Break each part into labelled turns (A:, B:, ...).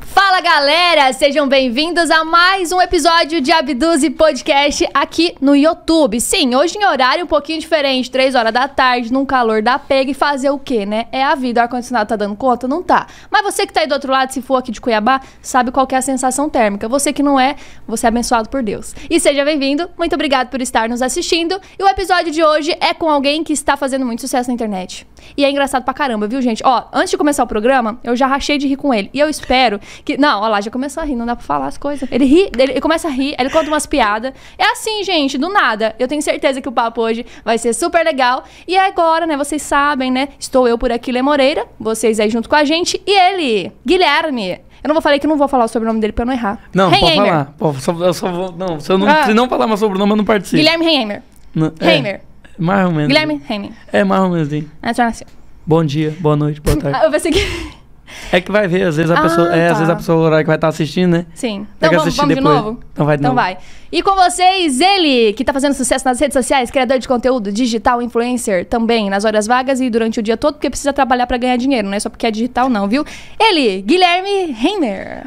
A: Fala galera, sejam bem-vindos a mais um episódio de Abduzi Podcast aqui no YouTube. Sim, hoje em horário um pouquinho diferente, três horas da tarde, num calor da pega e fazer o quê, né? É a vida, o ar-condicionado tá dando conta? Não tá. Mas você que tá aí do outro lado, se for aqui de Cuiabá, sabe qual que é a sensação térmica. Você que não é, você é abençoado por Deus. E seja bem-vindo, muito obrigado por estar nos assistindo. E o episódio de hoje é com alguém que está fazendo muito sucesso na internet. E é engraçado pra caramba, viu, gente? Ó, antes de começar o programa, eu já rachei de rir com ele. E eu espero que. Não, ó lá, já começou a rir, não dá pra falar as coisas. Ele ri, ele, ele começa a rir, ele conta umas piadas. É assim, gente, do nada. Eu tenho certeza que o papo hoje vai ser super legal. E agora, né, vocês sabem, né? Estou eu por aqui, Lê Moreira, vocês aí junto com a gente. E ele, Guilherme. Eu não vou falar é que eu não vou falar o sobrenome dele pra eu não errar.
B: Não, pode
A: Reinheimer.
B: falar. Pô, só- eu só vou- não, se eu não,
A: Ah.
B: se não falar meu sobrenome, eu não participo.
A: Guilherme Reimer.
B: Não, é,
A: Reimer.
B: mais ou menos.
A: Guilherme Reimer.
B: É, mais ou menos, hein?
A: Ah, já nasceu.
B: Bom dia, boa noite, boa tarde.
A: Ah, eu pensei que.
B: É que vai ver, às vezes a
A: Ah,
B: pessoa. É, às vezes
A: tá.
B: a pessoa horário que vai estar assistindo, né?
A: Sim.
B: Vai
A: Então
B: que
A: vamos,
B: assistir
A: vamos de
B: depois.
A: novo?
B: Então vai de
A: Então
B: novo.
A: vai. E com vocês, ele, que tá fazendo sucesso nas redes sociais, criador de conteúdo, digital, influencer, também, nas horas vagas e durante o dia todo, porque precisa trabalhar pra ganhar dinheiro, não é só porque é digital, não, viu? Ele, Guilherme Reimer.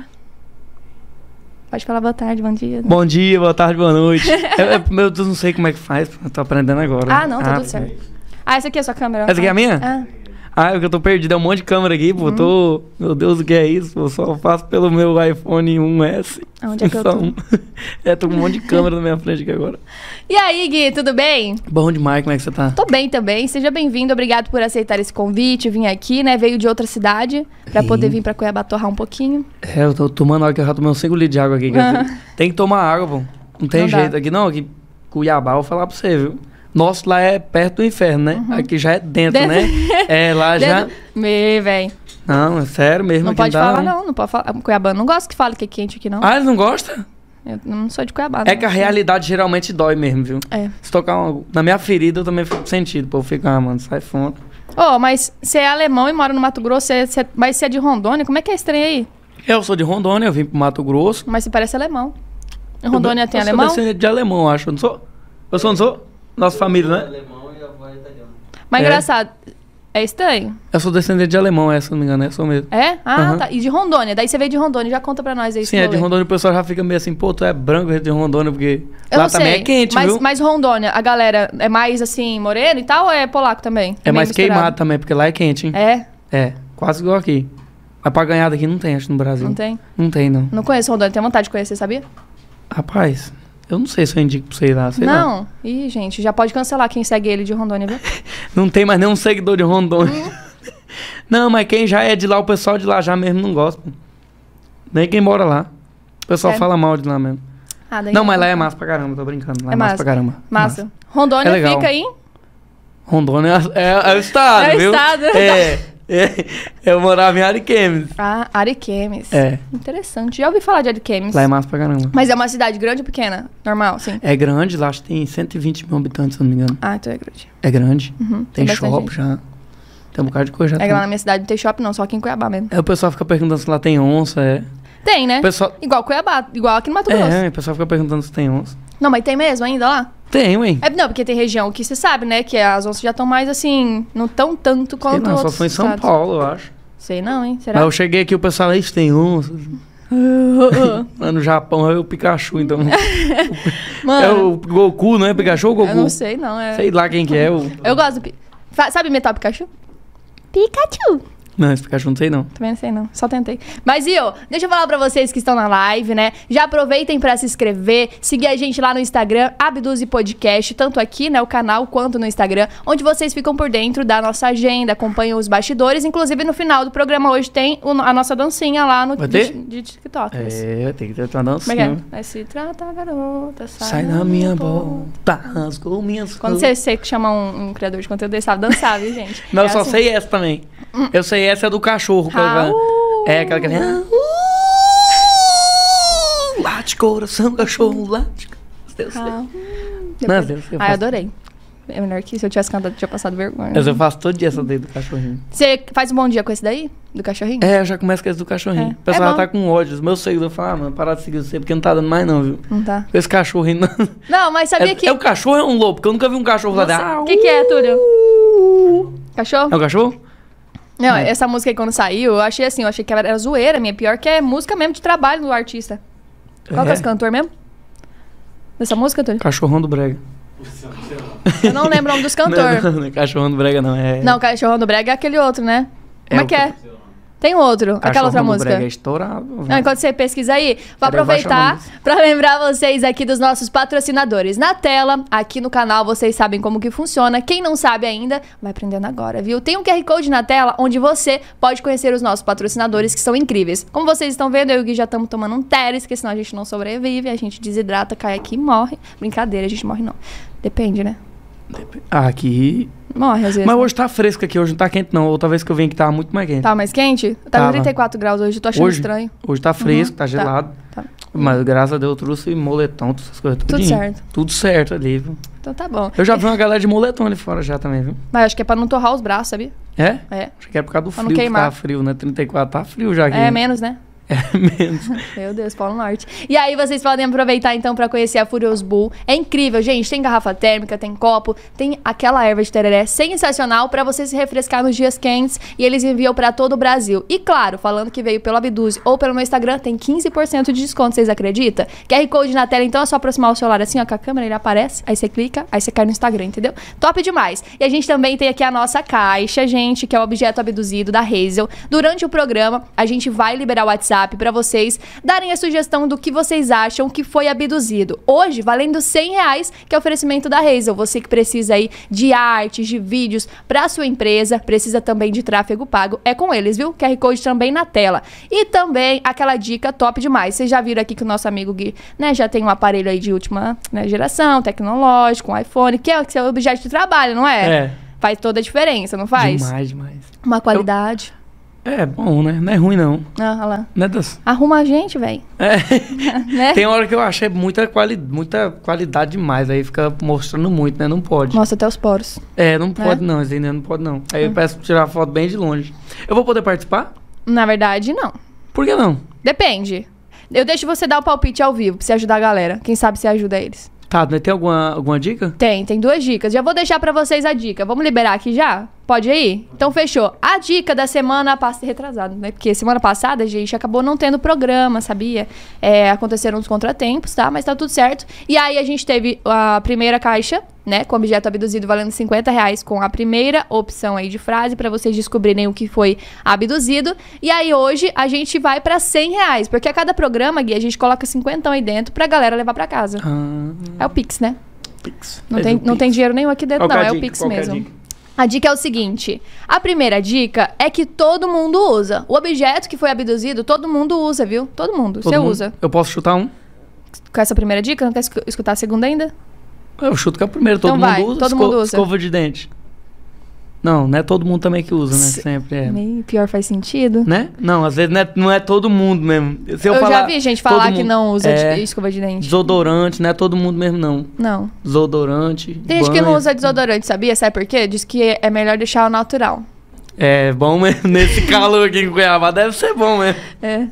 A: Pode falar boa tarde, bom dia.
B: Bom dia, boa tarde, boa noite. eu, eu, meu Deus, não sei como é que faz, eu tô aprendendo agora.
A: Ah, não, tá tudo certo. Ah, essa aqui é a sua câmera.
B: Essa aqui é a minha?
A: Ah.
B: Ah, é que eu tô perdido, é um monte de câmera aqui, pô.
A: Uhum.
B: Tô. Meu Deus, o que é isso? Eu só faço pelo meu iPhone 1S.
A: Aonde é que eu
B: Só
A: tô?
B: um. é, tô com um monte de câmera na minha frente aqui agora.
A: E aí, Gui, tudo bem?
B: Bom demais, como é que você tá?
A: Tô bem também, seja bem-vindo, obrigado por aceitar esse convite, vim aqui, né? Veio de outra cidade pra
B: Sim.
A: poder vir pra Cuiabá torrar um pouquinho.
B: É, eu tô tomando água, que eu já tomei uns 5 litros de água aqui. quer
A: Ah.
B: dizer, Tem que tomar água, pô. Não tem
A: Não dá.
B: jeito aqui, não. Aqui, Cuiabá, eu vou falar pra você, viu? Nosso lá é perto do inferno, né? Aqui já é dentro,
A: Uhum. Dentro.
B: né? É, lá já.
A: Dedo- Me, véi.
B: Não, é sério mesmo.
A: Não
B: aqui
A: pode
B: dá,
A: falar, não. Não pode falar. Cuiabano não gosta que fale que é quente aqui, não.
B: Ah, eles não gostam?
A: Eu não sou de Cuiabá.
B: É
A: Ah, não.
B: que a realidade geralmente dói mesmo, viu?
A: É.
B: Se tocar uma... na minha ferida, eu também fico sentido. Pô, eu fico, ah, mano, sai fora.
A: Ô, mas você é alemão e mora no Mato Grosso, você- você- mas você é de Rondônia? Como é que é esse trem aí?
B: Eu sou de Rondônia, eu vim pro Mato Grosso.
A: Mas você parece alemão. Em Rondônia
B: eu,
A: tem
B: eu
A: alemão?
B: sou descendente de alemão, eu acho. Eu não sou? Eu sou, não sou? Nossa família, né?
A: Mas
B: É.
A: engraçado. É estranho?
B: Eu sou descendente de alemão, é, se não me engano, é, sou mesmo.
A: É? Ah,
B: Aham.
A: tá. E de Rondônia. Daí você veio de Rondônia. Já conta pra nós aí. esse
B: Sim, é de
A: rolê.
B: Rondônia, o pessoal já fica meio assim, pô, tu é branco é de Rondônia, porque
A: Eu
B: lá
A: não
B: também
A: sei,
B: é quente,
A: mas,
B: viu?
A: mas Rondônia, a galera é mais assim, moreno e tal ou é polaco também?
B: é
A: meio
B: mais
A: misturado?
B: queimado também, porque lá é quente, hein?
A: É?
B: É. quase igual aqui. Mas pra ganhar daqui não tem, acho, no Brasil.
A: Não tem?
B: Não tem, não.
A: Não conheço Rondônia. Tenho vontade de conhecer, sabia?
B: Rapaz, eu não sei se eu indico pra vocês lá, sei lá.
A: não. Ih, gente, já pode cancelar quem segue ele de Rondônia, viu?
B: Não tem mais nenhum seguidor de Rondônia.
A: Hum.
B: não, mas quem já é de lá, o pessoal de lá já mesmo não gosta. pô. Nem quem mora lá. O pessoal
A: É.
B: fala mal de lá mesmo.
A: Ah, daí
B: Não, mas lá é massa pra caramba, tô brincando. Lá é,
A: É
B: massa
A: massa.
B: pra caramba.
A: Massa. Rondônia
B: É legal.
A: fica aí.
B: Rondônia é, é- é o estado,
A: É o
B: viu?
A: estado.
B: É, é. Eu morava em Ariquemes.
A: Ah, Ariquemes.
B: É.
A: Interessante. Já ouvi falar de Ariquemes.
B: Lá é massa pra caramba.
A: Mas é uma cidade grande ou pequena? Normal, sim.
B: É grande, lá acho que tem 120 mil habitantes, se eu não me engano.
A: Ah, então é grande.
B: É grande.
A: Uhum,
B: Tem
A: bastante
B: shopping
A: gente.
B: já. Tem um bocado de coisa já.
A: É que
B: tem.
A: lá na minha cidade não tem shopping, não, só aqui em Cuiabá mesmo.
B: Aí o pessoal fica perguntando se lá tem onça, é.
A: Tem, né?
B: O pessoal...
A: Igual Cuiabá, igual aqui no Mato Grosso.
B: É, o pessoal fica perguntando se tem onça.
A: Não, mas tem mesmo ainda lá?
B: Tem, hein?
A: É, não, porque tem região que você sabe, né? Que as onças já estão mais assim, não tão tanto
B: Sei
A: quanto
B: lá, só
A: outros
B: foi em São
A: estados.
B: Paulo, eu acho.
A: Sei não, hein? Será?
B: Mas eu cheguei aqui, o pessoal, isso tem onça. Lá no Japão é o Pikachu, então.
A: Mano,
B: é o Goku, não é Pikachu ou Goku?
A: eu não sei não. É...
B: Sei lá quem que é. O...
A: Eu gosto do... Pi- Fa- Sabe imitar o Pikachu? Pikachu!
B: Não, esse Pikachu não sei não.
A: Também não sei, não. Só tentei. Mas, Io, deixa eu falar pra vocês que estão na live, né? Já aproveitem pra se inscrever, seguir a gente lá no Instagram, Abduzi Podcast, tanto aqui, né, o canal, quanto no Instagram, onde vocês ficam por dentro da nossa agenda, acompanham os bastidores. Inclusive, no final do programa hoje tem o- a nossa dancinha lá no
B: Vai ter?
A: De, de TikTok.
B: É, tem que tentar
A: Como
B: dançar.
A: é que é? Vai se tratar, garota, sai,
B: Sai da Tá minha boca, rasgou minhas
A: Quando
B: coisas.
A: você, você que chama um, um criador de conteúdo, ele sabe dançar, viu, gente?
B: Não, eu
A: É
B: só
A: assim. Hum.
B: sei essa também. Eu sei essa é do cachorro. que ela-
A: Raul.
B: É aquela que... Late coração, cachorro, late. Eu sei.
A: Ah,
B: Não, eu sei, eu
A: ah,
B: faço.
A: eu adorei. É melhor que se eu tivesse cantado, tinha passado vergonha.
B: Mas eu faço todo dia essa daí do cachorrinho.
A: Você faz um bom dia com esse daí? Do cachorrinho?
B: É, eu já começo com esse do cachorrinho.
A: É.
B: O pessoal
A: É
B: já
A: bom.
B: tá com ódio. Os meus seguidores falam, ah, mano, para de seguir você, porque não tá dando mais não, viu?
A: Não tá.
B: Esse cachorro ainda.
A: Não, mas sabia
B: É,
A: que.
B: é o cachorro ou é um
A: é,
B: lobo? Porque eu nunca vi um cachorro lá
A: Nossa,
B: dentro.
A: que que é, Túlio? Cachorro?
B: É o uh." cachorro?
A: Não, essa música aí quando saiu, eu achei assim, eu achei que era zoeira minha. Pior que é música mesmo de trabalho do artista. Qual que é
B: É.
A: esse cantor mesmo? Dessa música, Antônio?
B: Cachorrão do Brega.
A: Eu não lembro o nome dos cantores.
B: Não, não, não é Cachorrão do Brega, não. É,
A: Não, Cachorrão do Brega é aquele outro, né? Como é
B: o
A: que é? Tem outro, aquela
B: Cachorrão
A: outra
B: do
A: música.
B: Brega é estourado.
A: Não,
B: velho.
A: enquanto você pesquisa aí, vou
B: Peraí, baixa a
A: aproveitar
B: música.
A: para lembrar vocês aqui dos nossos patrocinadores. Na tela, aqui no canal, vocês sabem como que funciona. Quem não sabe ainda, vai aprendendo agora, viu? Tem um QR Code na tela onde você pode conhecer os nossos patrocinadores que são incríveis. Como vocês estão vendo, eu e o Gui já estamos tomando um Teres, porque senão a gente não sobrevive, a gente desidrata, cai aqui e morre. Brincadeira, a gente morre não. Depende, né?
B: Ah, aqui.
A: Morre às vezes.
B: Mas
A: né?
B: hoje tá fresco aqui, hoje não tá quente, não. Outra vez que eu vim aqui tava muito mais quente.
A: Tá mais quente? Tá com
B: Tava.
A: 34 graus hoje, eu tô achando
B: hoje,
A: estranho.
B: Hoje tá fresco,
A: Uhum,
B: tá
A: tá.
B: gelado.
A: Tá.
B: Mas graças a Deus eu trouxe moletom, todas essas coisas.
A: Tudo
B: tudinho.
A: certo.
B: Tudo certo ali, viu?
A: Então tá bom.
B: Eu já vi uma galera de moletom ali fora já também, viu?
A: Mas acho que é pra não torrar os braços, sabe?
B: É?
A: É.
B: Acho que é por causa do
A: Pra não
B: frio que
A: queimar.
B: tá frio, né? 34 tá frio já aqui.
A: É
B: né?
A: menos, né?
B: É menos.
A: Meu Deus, Paulo Norte. E aí vocês podem aproveitar então pra conhecer a Furious Bull. É incrível, gente. Tem garrafa térmica, tem copo, tem aquela erva de tereré sensacional pra você se refrescar nos dias quentes e eles enviam pra todo o Brasil. E claro, falando que veio pelo Abduze ou pelo meu Instagram, tem 15% de desconto, vocês acreditam? QR Code na tela, então é só aproximar o celular assim, ó, com a câmera ele aparece, aí você clica, aí você cai no Instagram, entendeu? Top demais. E a gente também tem aqui a nossa caixa, gente, que é o objeto abduzido da Hazel. Durante o programa, a gente vai liberar o WhatsApp pra vocês darem a sugestão do que vocês acham que foi abduzido. Hoje, valendo 100 reais, que é o oferecimento da Hazel. Você que precisa aí de artes, de vídeos pra sua empresa, precisa também de tráfego pago, é com eles, viu? QR Code também na tela. E também aquela dica top demais. Vocês já viram aqui que o nosso amigo Gui, né, já tem um aparelho aí de última né, geração, tecnológico, um iPhone, que é o que é o objeto de trabalho, não é?
B: É.
A: Faz toda a diferença, não faz?
B: Demais, demais.
A: Uma qualidade.
B: É bom, né? Não é ruim, não.
A: Ah, olha lá.
B: Né, É. das...
A: Arruma a gente, velho. né?
B: Tem hora que eu achei muita, quali... muita qualidade demais, aí fica mostrando muito, né? Não pode.
A: Mostra até os poros.
B: É, não pode não, isso ainda não pode não. Aí
A: Ah.
B: eu peço pra tirar foto bem de longe. Eu vou poder participar?
A: Na verdade, não.
B: Por que não?
A: Depende. Eu deixo você dar o palpite ao vivo pra você ajudar a galera. Quem sabe você ajuda eles.
B: Tá, né? tem alguma, alguma dica?
A: Tem, tem duas dicas. Já vou deixar pra vocês a dica. Vamos liberar aqui já? Pode aí? Então fechou. A dica da semana passada, retrasada, né? Porque semana passada, gente, acabou não tendo programa, sabia? É, aconteceram uns contratempos, tá? Mas tá tudo certo. E aí a gente teve a primeira caixa, né? Com objeto abduzido valendo 50 reais com a primeira opção aí de frase pra vocês descobrirem o que foi abduzido. E aí hoje a gente vai pra 100 reais, porque a cada programa, Gui, a gente coloca 50 aí dentro pra galera levar pra casa.
B: Ah,
A: É o Pix, né?
B: Pix.
A: Não,
B: Faz
A: tem,
B: um
A: não
B: Pix.
A: tem dinheiro nenhum aqui dentro,
B: Qual que
A: não.
B: a
A: É o
B: dica?
A: Pix
B: Qual que é a
A: mesmo.
B: dica?
A: A dica é o seguinte: a primeira dica é que todo mundo usa. O objeto que foi abduzido, todo mundo usa, viu? Todo mundo.
B: Todo
A: Você
B: mundo?
A: usa.
B: Eu posso chutar um?
A: Com essa primeira dica, não quer escu- escutar a segunda ainda?
B: Eu chuto que é o primeiro, todo
A: Então
B: mundo
A: vai,
B: usa.
A: todo mundo usa.
B: Escova de dente. Não, não é todo mundo também que usa, né?
A: Se-
B: Sempre é.
A: Meio pior faz sentido.
B: Né? Não, às vezes não é, não é todo mundo mesmo. Se eu,
A: eu
B: falar,
A: já vi gente
B: todo
A: falar que
B: mundo-
A: não usa
B: é,
A: de- escova de dente.
B: Desodorante, não é todo mundo mesmo, não.
A: Não.
B: Desodorante.
A: Tem gente que
B: banho.
A: não usa desodorante, sabia? Sabe por quê? Diz que é melhor deixar o natural.
B: É bom mesmo. Nesse calor aqui em Cuiabá deve ser bom mesmo.
A: É.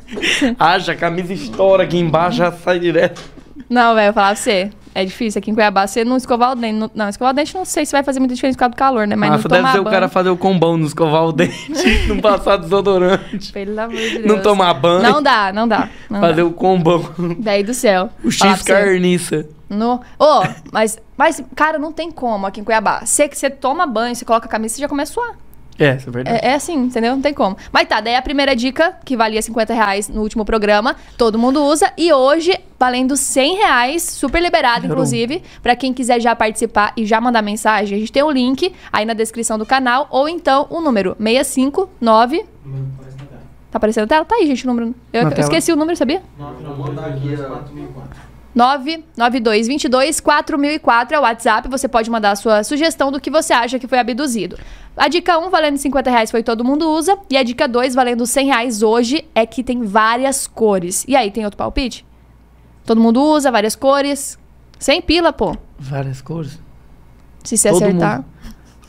B: Haja, a camisa estoura aqui embaixo, já sai direto.
A: Não, velho, eu falar pra você. É difícil aqui em Cuiabá você não escovar o dente. Não, não, escovar o dente não sei se vai fazer muita diferença por causa do calor, né? Mas não
B: Nossa, Ah, deve
A: tomar
B: ser o
A: banho.
B: cara fazer o combão, não escovar o dente, não passar desodorante,
A: Pelo amor de Deus.
B: não tomar banho,
A: Não dá, não dá. Não
B: fazer
A: dá. é-
B: o combão.
A: Daí do céu.
B: O
A: Falar
B: X
A: pra você.
B: carniça.
A: No... Ô, mas, mas, cara, não tem como aqui em Cuiabá. Você que você toma banho, você coloca a camisa, você já começa a suar.
B: É, isso é verdade.
A: É, é assim, entendeu? Não tem como. Mas tá, daí a primeira dica, que valia 50 reais no último programa, todo mundo usa. E hoje, valendo 100 reais, super liberado,
B: Show.
A: inclusive, pra quem quiser já participar e já mandar mensagem, a gente tem o link aí na descrição do canal, ou então o número 659. Tá aparecendo na tela? Tá aí, gente, o número. Eu,
B: Na
A: eu
B: tela.
A: esqueci o número, sabia?
C: Vou mandar aqui as 4.004.
A: 992224004 é o WhatsApp. Você pode mandar a sua sugestão do que você acha que foi abduzido. A dica 1, valendo 50 reais, foi todo mundo usa. E a dica 2, valendo 100 reais hoje, é que tem várias cores. E aí, tem outro palpite? Todo mundo usa, várias cores. Sem pila, pô.
B: Várias cores.
A: Se você
B: Todo
A: acertar.
B: mundo.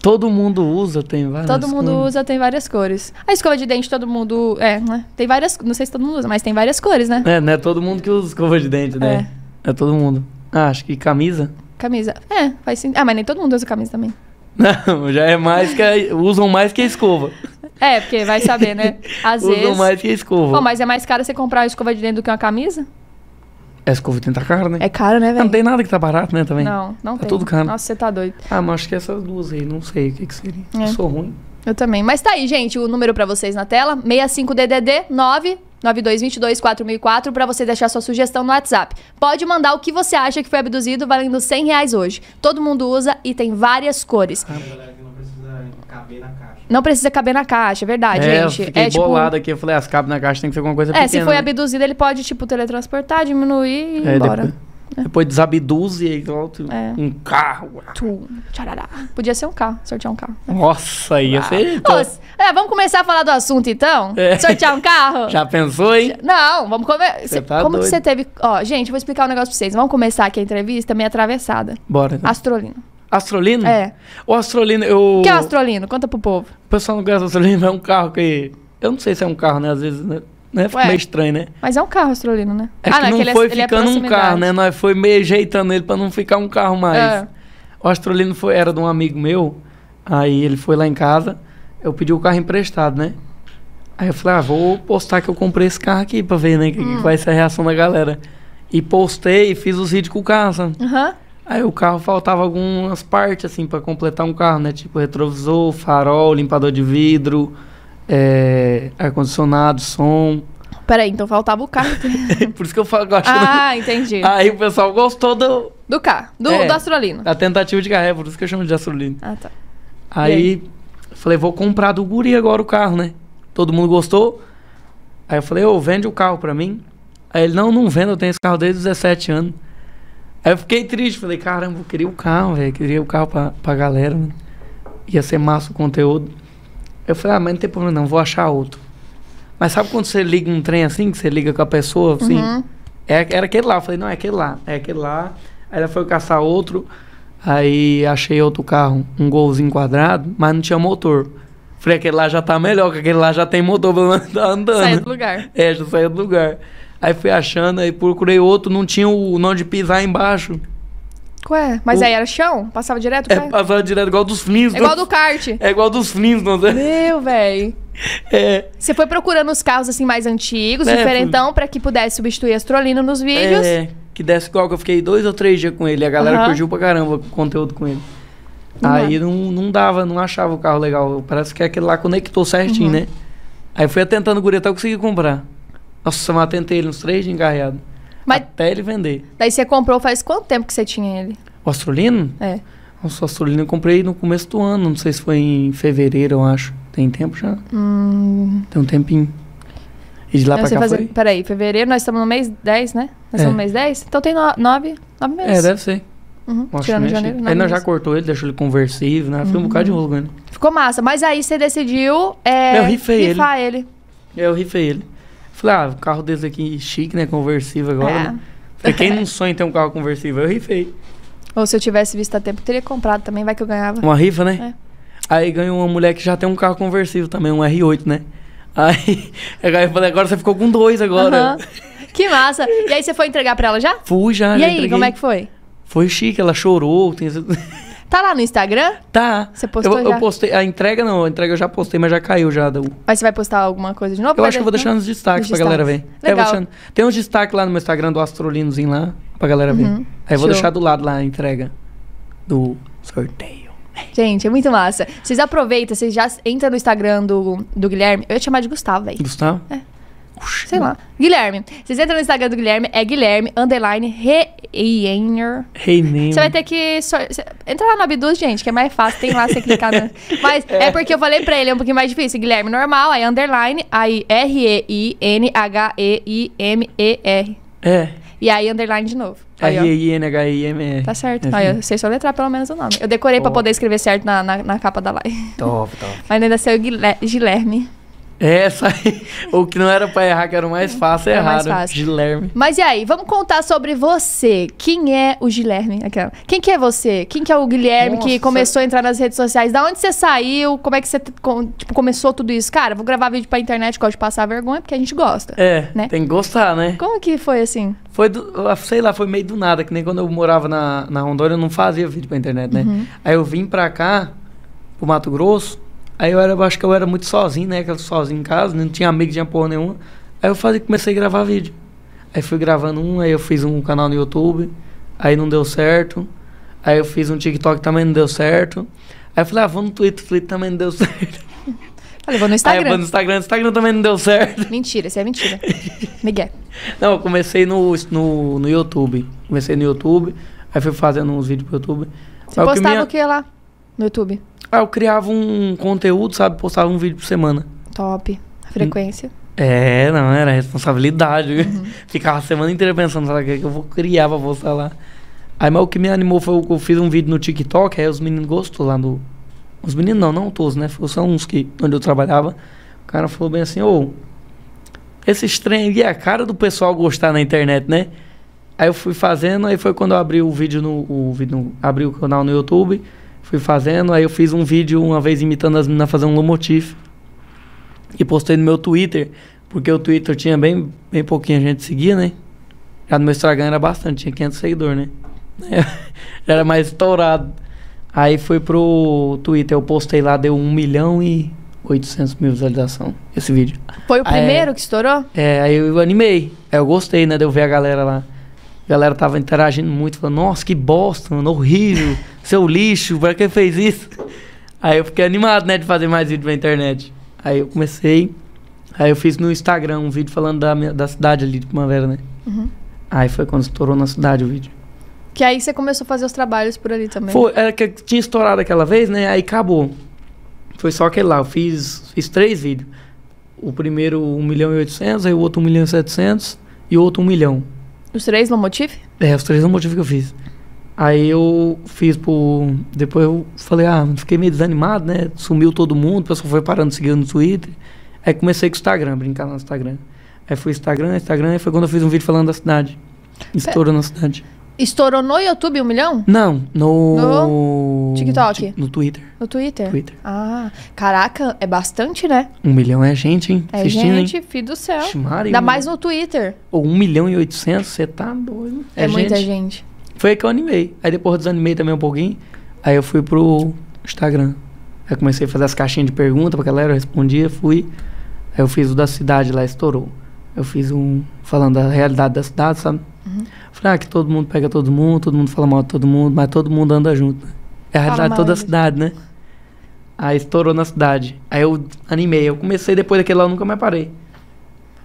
B: Todo mundo usa, tem várias
A: Todo mundo
B: cores.
A: usa, tem várias cores. A escova de dente, todo mundo. É, né? Tem várias. Não sei se todo mundo usa, mas tem várias cores, né?
B: É, não é todo mundo que usa escova de dente, né? É, todo mundo. Ah, acho que camisa.
A: Camisa. É, faz sentido. Ah, mas nem todo mundo usa camisa também.
B: Não, já é mais que a, usam mais que a escova.
A: É, porque vai saber, né? Às
B: Usam
A: vezes.
B: mais que a escova.
A: Pô, mas é mais caro você comprar uma escova de dentro do que uma camisa?
B: A escova tem tá cara, né?
A: É caro, né,
B: Não
A: velho?
B: tem nada que tá barato, né, também?
A: Não, não
B: Tá
A: tem.
B: tudo caro.
A: Nossa, você tá doido.
B: Ah, mas acho que essas duas aí, não sei o que que seria.
A: É.
B: Eu sou ruim.
A: Eu também. Mas tá aí, gente, o número pra vocês na tela, 65DDD 992224004 pra você deixar sua sugestão no WhatsApp. Pode mandar o que você acha que foi abduzido valendo 100 reais hoje. Todo mundo usa e tem várias cores.
C: Tem Né, galera que não precisa caber na caixa.
A: Não precisa caber na caixa, é tipo, verdade,
B: é, eu
A: gente.
B: fiquei bolado aqui. Eu falei, "Ah, as cabas na caixa tem que ser alguma coisa
A: É,
B: pequena.
A: se foi
B: né?
A: abduzido, ele pode, tipo, teletransportar, diminuir e ir
B: É,
A: embora.
B: Depois, depois desabduz e aí volta
A: É.
B: um carro.
A: Tu, tcharará. Podia ser um carro, sortear um carro. Ah.
B: Nossa, ia ser...
A: Ô, s- é, vamos começar a falar do assunto então?
B: então. É.
A: Sortear um carro?
B: Já pensou, hein?
A: Não, vamos começar.
B: Você tá
A: Como que
B: doido.
A: você teve. Ó, gente, vou explicar um negócio pra vocês. Vamos começar aqui a entrevista meio atravessada.
B: Bora. então.
A: Astrolino.
B: Astrolino?
A: É.
B: O Astrolino, eu...
A: O que é o astrolino? Conta pro povo.
B: O pessoal não gosta do Astrolino, é um carro que... Eu não sei se é um carro, né? Às vezes, né? né? Fica
A: Ué.
B: meio estranho, né?
A: Mas é um carro astrolino, né?
B: É que não
A: ele
B: foi
A: ele
B: ficando um
A: proximidade.
B: carro, né? Nós foi meio ajeitando ele pra não ficar um carro mais.
A: É.
B: O Astrolino foi, era de um amigo meu, aí ele foi lá em casa, eu pedi o carro emprestado, né? Aí eu falei, ah, vou postar que eu comprei esse carro aqui pra ver, né? Que, que vai ser a reação da galera. E postei e fiz os vídeos com o carro, sabe?
A: Aham.
B: Aí o carro faltava algumas partes, assim, pra completar um carro, né? Tipo retrovisor, farol, limpador de vidro, é, ar-condicionado, som.
A: Peraí, então faltava o carro.
B: Por isso que eu falo que eu acho que eu não-
A: ah, entendi.
B: Aí o pessoal gostou do-
A: Do carro. Do,
B: É.
A: do astrolino.
B: da tentativa de carreira, por isso que eu chamo de Astrolino.
A: Ah, tá.
B: Aí, eu falei, vou comprar do guri agora o carro, né? Todo mundo gostou. Aí eu falei, ô, vende o carro pra mim. Aí ele, não, não vendo, eu tenho esse carro desde os 17 anos. Aí eu fiquei triste, falei, caramba, eu queria o carro, velho, queria o carro pra, pra galera, né? Ia ser massa o conteúdo. Eu falei, ah, mas não tem problema não, vou achar outro. Mas sabe quando você liga um trem assim, que você liga com a pessoa, assim?
A: Uhum.
B: É, era aquele lá. Eu falei, não, é aquele lá. É aquele lá. Aí ela foi caçar outro. Aí achei outro carro, um golzinho quadrado, mas não tinha motor. Falei, aquele lá já tá melhor, que aquele lá já tem motor, pelo menos tá andando.
A: Saiu do lugar.
B: É, já saiu do lugar. Aí fui achando, aí procurei outro, não tinha o nó de pisar embaixo.
A: Ué, mas
B: O-
A: aí era chão? Passava direto? o
B: É,
A: pé?
B: passava direto, igual dos Flintstones.
A: é igual do kart.
B: É igual dos Flintstones, né?
A: Meu, velho.
B: É,
A: Você foi procurando os carros assim mais antigos,
B: É,
A: diferentão, pra que pudesse substituir astrolino nos vídeos.
B: é, que desse igual, que eu fiquei dois ou três dias com ele. E a galera
A: Aham. Uhum.
B: curtiu pra caramba o conteúdo com ele.
A: Não
B: Aí não, não dava, não achava o carro legal. Parece que aquele lá conectou certinho,
A: Uhum.
B: né? Aí fui tentando o guri até eu conseguir comprar. Nossa, mas eu tentei ele uns três de engarreado.
A: Mas-
B: Até ele vender.
A: Daí você comprou faz quanto tempo que você tinha ele?
B: O Astrolino?
A: É.
B: Nossa, o Astrolino eu comprei no começo do ano. Não sei se foi em fevereiro, eu acho. Tem tempo já?
A: Hum.
B: Tem um tempinho. E de lá
A: eu
B: pra
A: sei
B: cá
A: fazer-
B: foi?
A: Peraí, fevereiro, nós estamos no mês 10, né? Nós
B: É.
A: estamos no mês 10? Então tem no... nove, nove
B: É,
A: meses.
B: deve ser.
A: Uhum.
B: Nossa,
A: Tirando
B: né?
A: janeiro, nove
B: Aí nós já
A: meses.
B: cortou ele, deixou ele conversível, né?
A: Uhum.
B: Foi um bocado de rolo com ele.
A: Ficou massa. Mas aí você decidiu... É,
B: Eu rifei
A: rifar ele.
B: Aí eu rifei ele. Falei, ah, o carro desse aqui chique, né? Conversível agora,
A: É.
B: né? Falei, quem não sonha em ter um carro conversível? Eu rifei.
A: Ou se eu tivesse visto a tempo, eu teria comprado também. Vai que eu ganhava.
B: Uma rifa, né?
A: É.
B: Aí ganhou uma mulher que já tem um carro conversível também, um R8, né? Aí, aí eu falei, agora você ficou com dois agora.
A: Aham. Que massa. E aí você foi entregar pra ela já?
B: Fui Ah, já,
A: e
B: já
A: aí,
B: entreguei.
A: como é que foi?
B: Foi chique, ela chorou. tem esse-
A: Tá lá no Instagram?
B: tá.
A: Você postou
B: eu, eu
A: já?
B: postei, a entrega não, a entrega eu já postei, mas já caiu já. do-
A: Mas você vai postar alguma coisa de novo?
B: Eu
A: Vai
B: acho que eu vou
A: deixar-
B: deixar nos destaques
A: Nos
B: pra galera ver.
A: destaques.
B: É, eu vou
A: Legal.
B: deixando- Tem uns destaques lá no meu Instagram do Astrolinozinho lá, pra galera ver.
A: Uhum.
B: Aí
A: Show.
B: eu vou deixar do lado lá a entrega do sorteio.
A: Gente, é muito massa. Vocês aproveitam, vocês já entram no Instagram do, do Guilherme. Eu ia te chamar de Gustavo, velho.
B: Gustavo?
A: É.
B: Oxi.
A: Sei lá. Guilherme. Vocês entram no Instagram do Guilherme, é Guilherme, underline, reiner.
B: Rei mesmo.
A: Você vai ter que... só- cê- Entra lá no Abduz, gente, que é mais fácil. Tem lá, você clicar no... Mas é. porque eu falei pra ele, é um pouquinho mais difícil. Guilherme normal, aí underline, aí R-E-I-N-H-E-I-M-E-R.
B: É.
A: E aí underline de novo. Aí, ó.
B: R-I-N-H-I-M-R.
A: Tá certo.
B: É,
A: Aí, eu
B: viu?
A: sei só letrar pelo menos o nome. Eu decorei pra
B: Ó.
A: poder escrever certo na, na, na capa da live.
B: Top, top. É,
A: Mas ainda saiu Guilher- Guilherme.
B: Essa aí, o que não era pra errar, que era o mais fácil,
A: Era mais
B: erraram.
A: fácil. Né?
B: Guilherme.
A: Mas e aí, vamos contar sobre você. Quem é o Guilherme? Aquela. Quem que é você? Quem que é o Guilherme que
B: Nossa.
A: começou a entrar nas redes sociais? Da onde você saiu? Como é que você t- com- tipo, começou tudo isso? Cara, vou gravar vídeo pra internet, gosto de passar vergonha, porque a gente gosta.
B: É,
A: Né?
B: tem que gostar, né?
A: Como que foi assim?
B: Foi, do, ah, sei lá, foi meio do nada, que nem quando eu morava na, na Rondônia, eu não fazia vídeo pra internet, né? Aí eu vim pra cá, pro Mato Grosso, Aí eu era, eu acho que eu era muito sozinho, né? Aquela sozinho em casa, não tinha amigo, não tinha porra nenhuma. Aí eu fazia, comecei a gravar vídeo. Aí fui gravando um, aí eu fiz um canal no YouTube, aí não deu certo. Aí eu fiz um TikTok também não deu certo. Aí eu falei, ah, vou no Twitter, Twitter também não deu certo.
A: Falei, vou no
B: Aí eu
A: Instagram.
B: vou no Instagram, Instagram também não deu certo.
A: Mentira, isso é mentira. Miguel.
B: Não, eu comecei no, no, no YouTube. Comecei no YouTube, aí fui fazendo uns vídeos pro YouTube.
A: Você
B: Aí o que
A: postava
B: minha-
A: o que lá? No YouTube.
B: Aí eu criava um conteúdo, sabe? Postava um vídeo por semana.
A: Top.
B: Hum.
A: A frequência.
B: É, não, era responsabilidade. Ficava a semana inteira pensando, sabe, o que é que eu vou criar pra postar lá. Aí, mas o que me animou foi que eu fiz um vídeo no TikTok, aí os meninos gostou lá no... Os meninos não, não todos, né? Foi só uns que, onde eu trabalhava. O cara falou bem assim, ô, esses trem aí é a cara do pessoal gostar na internet, né? Aí eu fui fazendo, aí foi quando eu abri o vídeo no... O vídeo no- abri o canal no YouTube, fui fazendo, aí eu fiz um vídeo uma vez imitando as meninas fazendo um lomotif. E postei no meu Twitter, porque o Twitter tinha bem, bem pouquinha gente que seguia, né? Já no meu Instagram era bastante, tinha 500 seguidores, né? Já era mais estourado. Aí fui pro Twitter, eu postei lá, deu 1 milhão e 800 mil visualização, esse vídeo.
A: Foi o
B: Ah, é.
A: primeiro que estourou?
B: É, aí eu animei. Aí eu gostei, né? De eu ver a galera lá. A galera tava interagindo muito, falando, nossa, que bosta, mano, horrível, seu lixo, pra quem fez isso? Aí eu fiquei animado, né, de fazer mais vídeo pra internet. Aí eu comecei, aí eu fiz no Instagram um vídeo falando da, minha- da cidade ali de Primavera, né?
A: Uhum.
B: Aí foi quando estourou na cidade o vídeo.
A: Que aí você começou a fazer os trabalhos por ali também.
B: Foi, era que tinha estourado aquela vez, né? Aí acabou. Foi só aquele lá. Eu fiz, fiz três vídeos. O primeiro 1 milhão e 800, aí o outro 1 milhão e 700 e o outro 1 milhão.
A: Os três no motif?
B: É, os três são o motivo que eu fiz. Aí eu fiz por. Depois eu falei, ah, fiquei meio desanimado, né? Sumiu todo mundo, o pessoal foi parando de seguir no Twitter. Aí comecei com o Instagram, brincar lá no Instagram. Aí foi Instagram, Instagram, e foi quando eu fiz um vídeo falando da cidade. Estourou na cidade.
A: Estourou no YouTube um milhão?
B: Não, no.
A: TikTok?
B: No Twitter.
A: No Twitter?
B: Twitter.
A: Ah, caraca, é bastante, né?
B: Um milhão é gente, hein?
A: É
B: Assistindo, hein?
A: gente, filho do céu.
B: Ixi, Maria,
A: Ainda
B: um
A: mais no Twitter.
B: milhão- Ou um milhão e oitocentos, você tá doido.
A: É, muita gente.
B: Foi aí que eu animei. Aí depois eu desanimei também um pouquinho. Aí eu fui pro Instagram. Aí comecei a fazer as caixinhas de pergunta pra galera, eu respondia, fui. Aí eu fiz o da cidade lá, estourou. Eu fiz um falando da realidade da cidade, sabe?
A: Uhum.
B: Falei, ah, que todo mundo pega todo mundo, todo mundo fala mal de todo mundo, mas todo mundo anda junto. né? É a
A: Fala
B: realidade de
A: mal
B: toda a
A: ainda.
B: cidade, né? Aí estourou na cidade. Aí eu animei. Eu comecei depois daquele lá, eu nunca mais parei.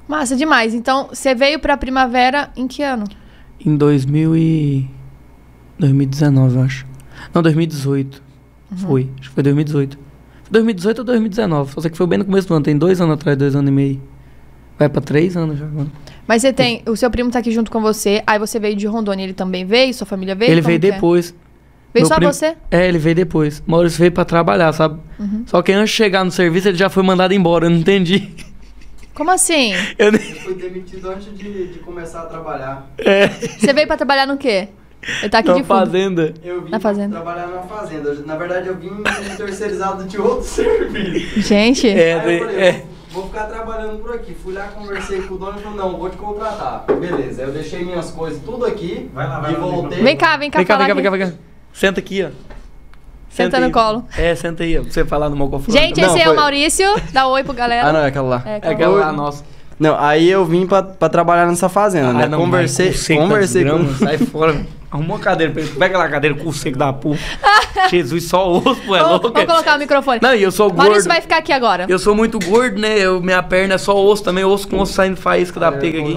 A: Massa demais. Então, você veio pra primavera em que ano?
B: Em 2000 e... 2019, eu acho. Não, 2018.
A: Uhum.
B: Foi. Acho que foi 2018. Foi 2018 ou 2019. Só sei que foi bem no começo do ano. Tem dois anos atrás, dois anos e meio. Vai pra três anos já agora.
A: Mas você tem. O seu primo tá aqui junto com você. Aí você veio de Rondônia, ele também veio? Sua família veio?
B: ele
A: Como
B: veio
A: que é?
B: depois.
A: Veio
B: Meu
A: só
B: primo-
A: você?
B: É, ele veio depois. Maurício veio pra trabalhar, sabe?
A: Uhum.
B: Só que antes de chegar no serviço, ele já foi mandado embora. Eu não entendi.
A: Como assim?
B: Eu nem... É,
C: Ele foi demitido antes de, de começar a trabalhar.
A: Você veio pra trabalhar no quê? Ele tá aqui
B: Na
A: de fundo.
B: fazenda.
C: Eu vim
A: Na fazenda.
C: trabalhar na fazenda. Na verdade, eu vim terceirizado de outro serviço.
A: Gente,
B: É,
C: Aí eu
B: tem-
C: falei,
B: é.
C: vou ficar trabalhando por aqui. Fui lá, conversei com o dono e falou, não, vou te contratar. Beleza, eu deixei minhas coisas tudo aqui
D: Vai lá, vai
C: e
D: lá, não tem
C: voltei.
A: vem cá, vem cá
B: Vem cá,
A: falar
B: vem cá, vem cá,
A: aqui.
B: vem cá. Senta aqui, ó.
A: Senta no
B: aí.
A: colo.
B: É, senta aí, ó. Pra você falar no microfone.
A: Gente, esse
C: Não,
A: é o
C: foi-
A: Maurício. Dá um oi pro
C: Ah,
A: galera.
C: não, é aquela lá.
A: É,
B: É aquela lá,
C: Oi.
B: nossa. Ah,
C: Não, aí eu vim pra, pra trabalhar nessa fazenda, né? conversei, conversei com...
B: Sai fora. Arrumou a cadeira pra ele. Pega lá a cadeira com o seco da porra. Jesus, só osso, pô, é
A: Vamos-
B: louco.
A: Vamos colocar o microfone.
B: Não, e eu sou gordo.
A: Maurício vai ficar aqui agora.
B: Eu sou muito gordo, né? Eu, minha perna é só osso também. Osso com osso saindo faísca da pega aqui.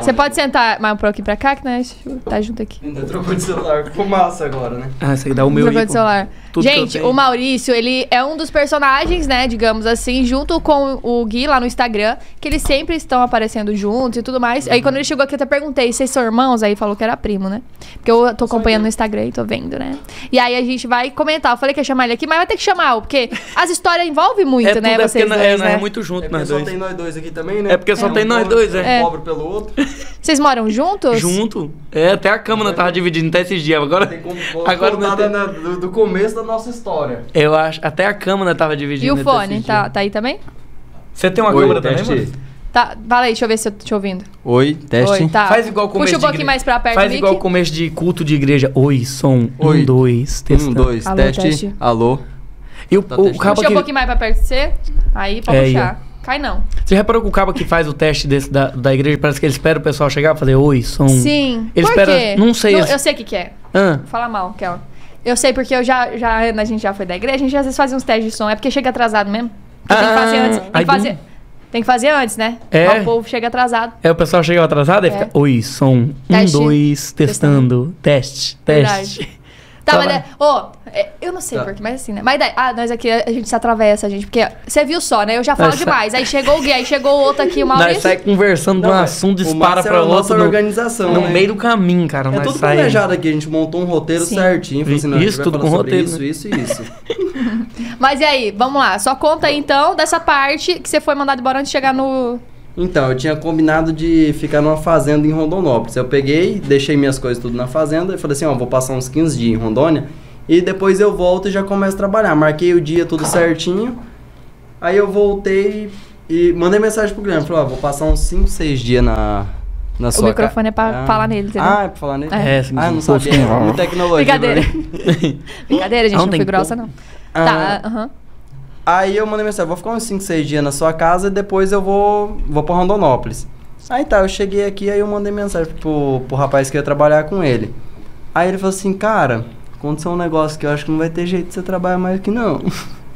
A: Você pode sentar mais um pouquinho pra cá, que nós tá junto aqui.
C: Ainda trocou de celular, ficou massa agora, né?
B: Ah, isso aqui dá o meu
A: Trocou
B: aí,
A: de
B: pô.
A: celular.
B: Tudo que eu
A: Gente,
B: tenho.
A: o Maurício, ele é um dos personagens, né, digamos assim, junto com o Gui lá no Instagram, que eles sempre estão aparecendo juntos e tudo mais. Aí quando ele chegou aqui, eu até perguntei, vocês são irmãos? Aí falou que era primo, né? Porque eu tô acompanhando no Instagram e tô vendo, né? E aí a gente vai comentar. Eu falei que ia chamar ele aqui, mas vai ter que chamar, porque as histórias envolvem muito,
B: É tudo,
A: né,
B: é porque
A: vocês
B: nós-
A: dois,
B: é, nós
A: né?
B: é muito junto,
C: É porque
B: nós
C: só
B: dois.
C: tem nós dois aqui também, né?
B: É porque só
C: Um
B: tem nós
C: pobre-
B: dois,
A: É.
B: é.
C: Um pobre pelo outro.
A: Vocês moram juntos?
B: Junto. É, até a câmera tava dividindo até esses dias. Agora,
C: Tem como
B: agora
C: agora
B: não
C: nada
B: tem.
C: do, do começo da nossa história.
B: Eu acho, até a câmera tava
A: E
B: dividindo.
A: o
B: até
A: fone,
B: esses
A: tá,
B: dias.
A: tá aí também?
B: Você tem uma câmera também, mano?
A: Tá, fala aí, deixa eu ver se eu tô te ouvindo.
C: Oi, teste.
A: Oi, tá.
B: Faz igual o começo
A: Puxa um
B: de
A: pouquinho
B: igre-
A: mais pra perto
B: Faz
A: o mic.
B: igual o começo de culto de igreja. Oi, som. Um,
C: Oi.
B: dois.
C: Um,
B: testando.
C: dois,
A: Alô,
C: teste.
A: teste.
C: Alô.
B: E o,
D: Tá
B: o
D: testando.
B: cabo
A: Puxa um
B: que...
A: pouquinho mais pra perto de você. Aí, pode
B: É, aí,
A: puxar. Cai não.
B: Você reparou que o cabo que faz o teste desse da, da igreja, parece que ele espera o pessoal chegar e fazer, oi, som.
A: Sim.
B: Ele
A: Por
B: espera-
A: quê?
B: não sei, esse-
A: eu sei o que, que é.
B: Ah,
A: Vou falar mal, Kel. Eu sei porque eu já, já, a gente já foi da igreja, a gente às vezes fazia uns testes de som. É porque chega atrasado mesmo. Porque tem que fazer
B: Ah,
A: antes. Tem
B: aí
A: que fazer,
B: do-
A: tem que fazer antes, né?
B: É.
A: Mas O povo chega atrasado.
B: aí É, o pessoal chega atrasado e
A: É.
B: fica, oi, som. Um,
A: Teste.
B: dois, testando. Teste, teste.
A: Tá,
B: Tá
A: mas
B: lá.
A: é- Ô, é, eu não sei
C: Tá.
A: porquê, mas assim, né? Mas daí, ah, nós aqui a gente se atravessa, gente, porque você viu só, né? Eu já falo
B: Nós-
A: demais. Aí chegou o Gui, aí chegou o outro aqui, o
B: É. Nós
A: Maurício.
B: sai conversando de um
C: Não, é-
B: assunto,
C: o
B: dispara
C: Márcio
B: pra
C: era a nossa
B: outro. No,
C: organização,
B: no
C: né?
B: meio do caminho, cara.
C: É
B: nós
C: tudo
B: sai...
C: planejado aqui, a gente montou um roteiro
A: Sim.
C: certinho. falou assim, não, a
B: tá Isso,
C: gente vai
B: tudo
C: falar
B: com
C: sobre
B: roteiro,
C: Isso,
B: né?
C: isso e isso.
A: Mas e aí, vamos lá. Só conta aí, então dessa parte que você foi mandado embora antes de chegar no.
C: Então, eu tinha combinado de ficar numa fazenda em Rondonópolis. Eu peguei, deixei minhas coisas tudo na fazenda e falei assim, ó, vou passar uns 15 dias em Rondônia e depois eu volto e já começo a trabalhar. Marquei o dia tudo certinho. Aí eu voltei e mandei mensagem pro Guilherme, falei, ó, vou passar uns 5, 6 dias na na sua ca-
A: microfone é pra falar nele, entendeu?
C: Ah, é pra falar nele?
B: É, sim,
C: Ah, eu não
B: sim.
C: sabia. Muito tecnologia. pra
A: Brincadeira.
C: mim.
A: Brincadeira, gente,
B: Não
A: não,
B: tem
A: fui grossa, não.
C: Ah,
A: Tá, aham.
C: Aí eu mandei mensagem, vou ficar uns 5, 6 dias na sua casa e depois eu vou, vou pra Rondonópolis. Aí tá, eu cheguei aqui, aí eu mandei mensagem pro, pro rapaz que eu ia trabalhar com ele. Aí ele falou assim, cara, aconteceu um negócio que eu acho que não vai ter jeito de você trabalhar mais aqui não.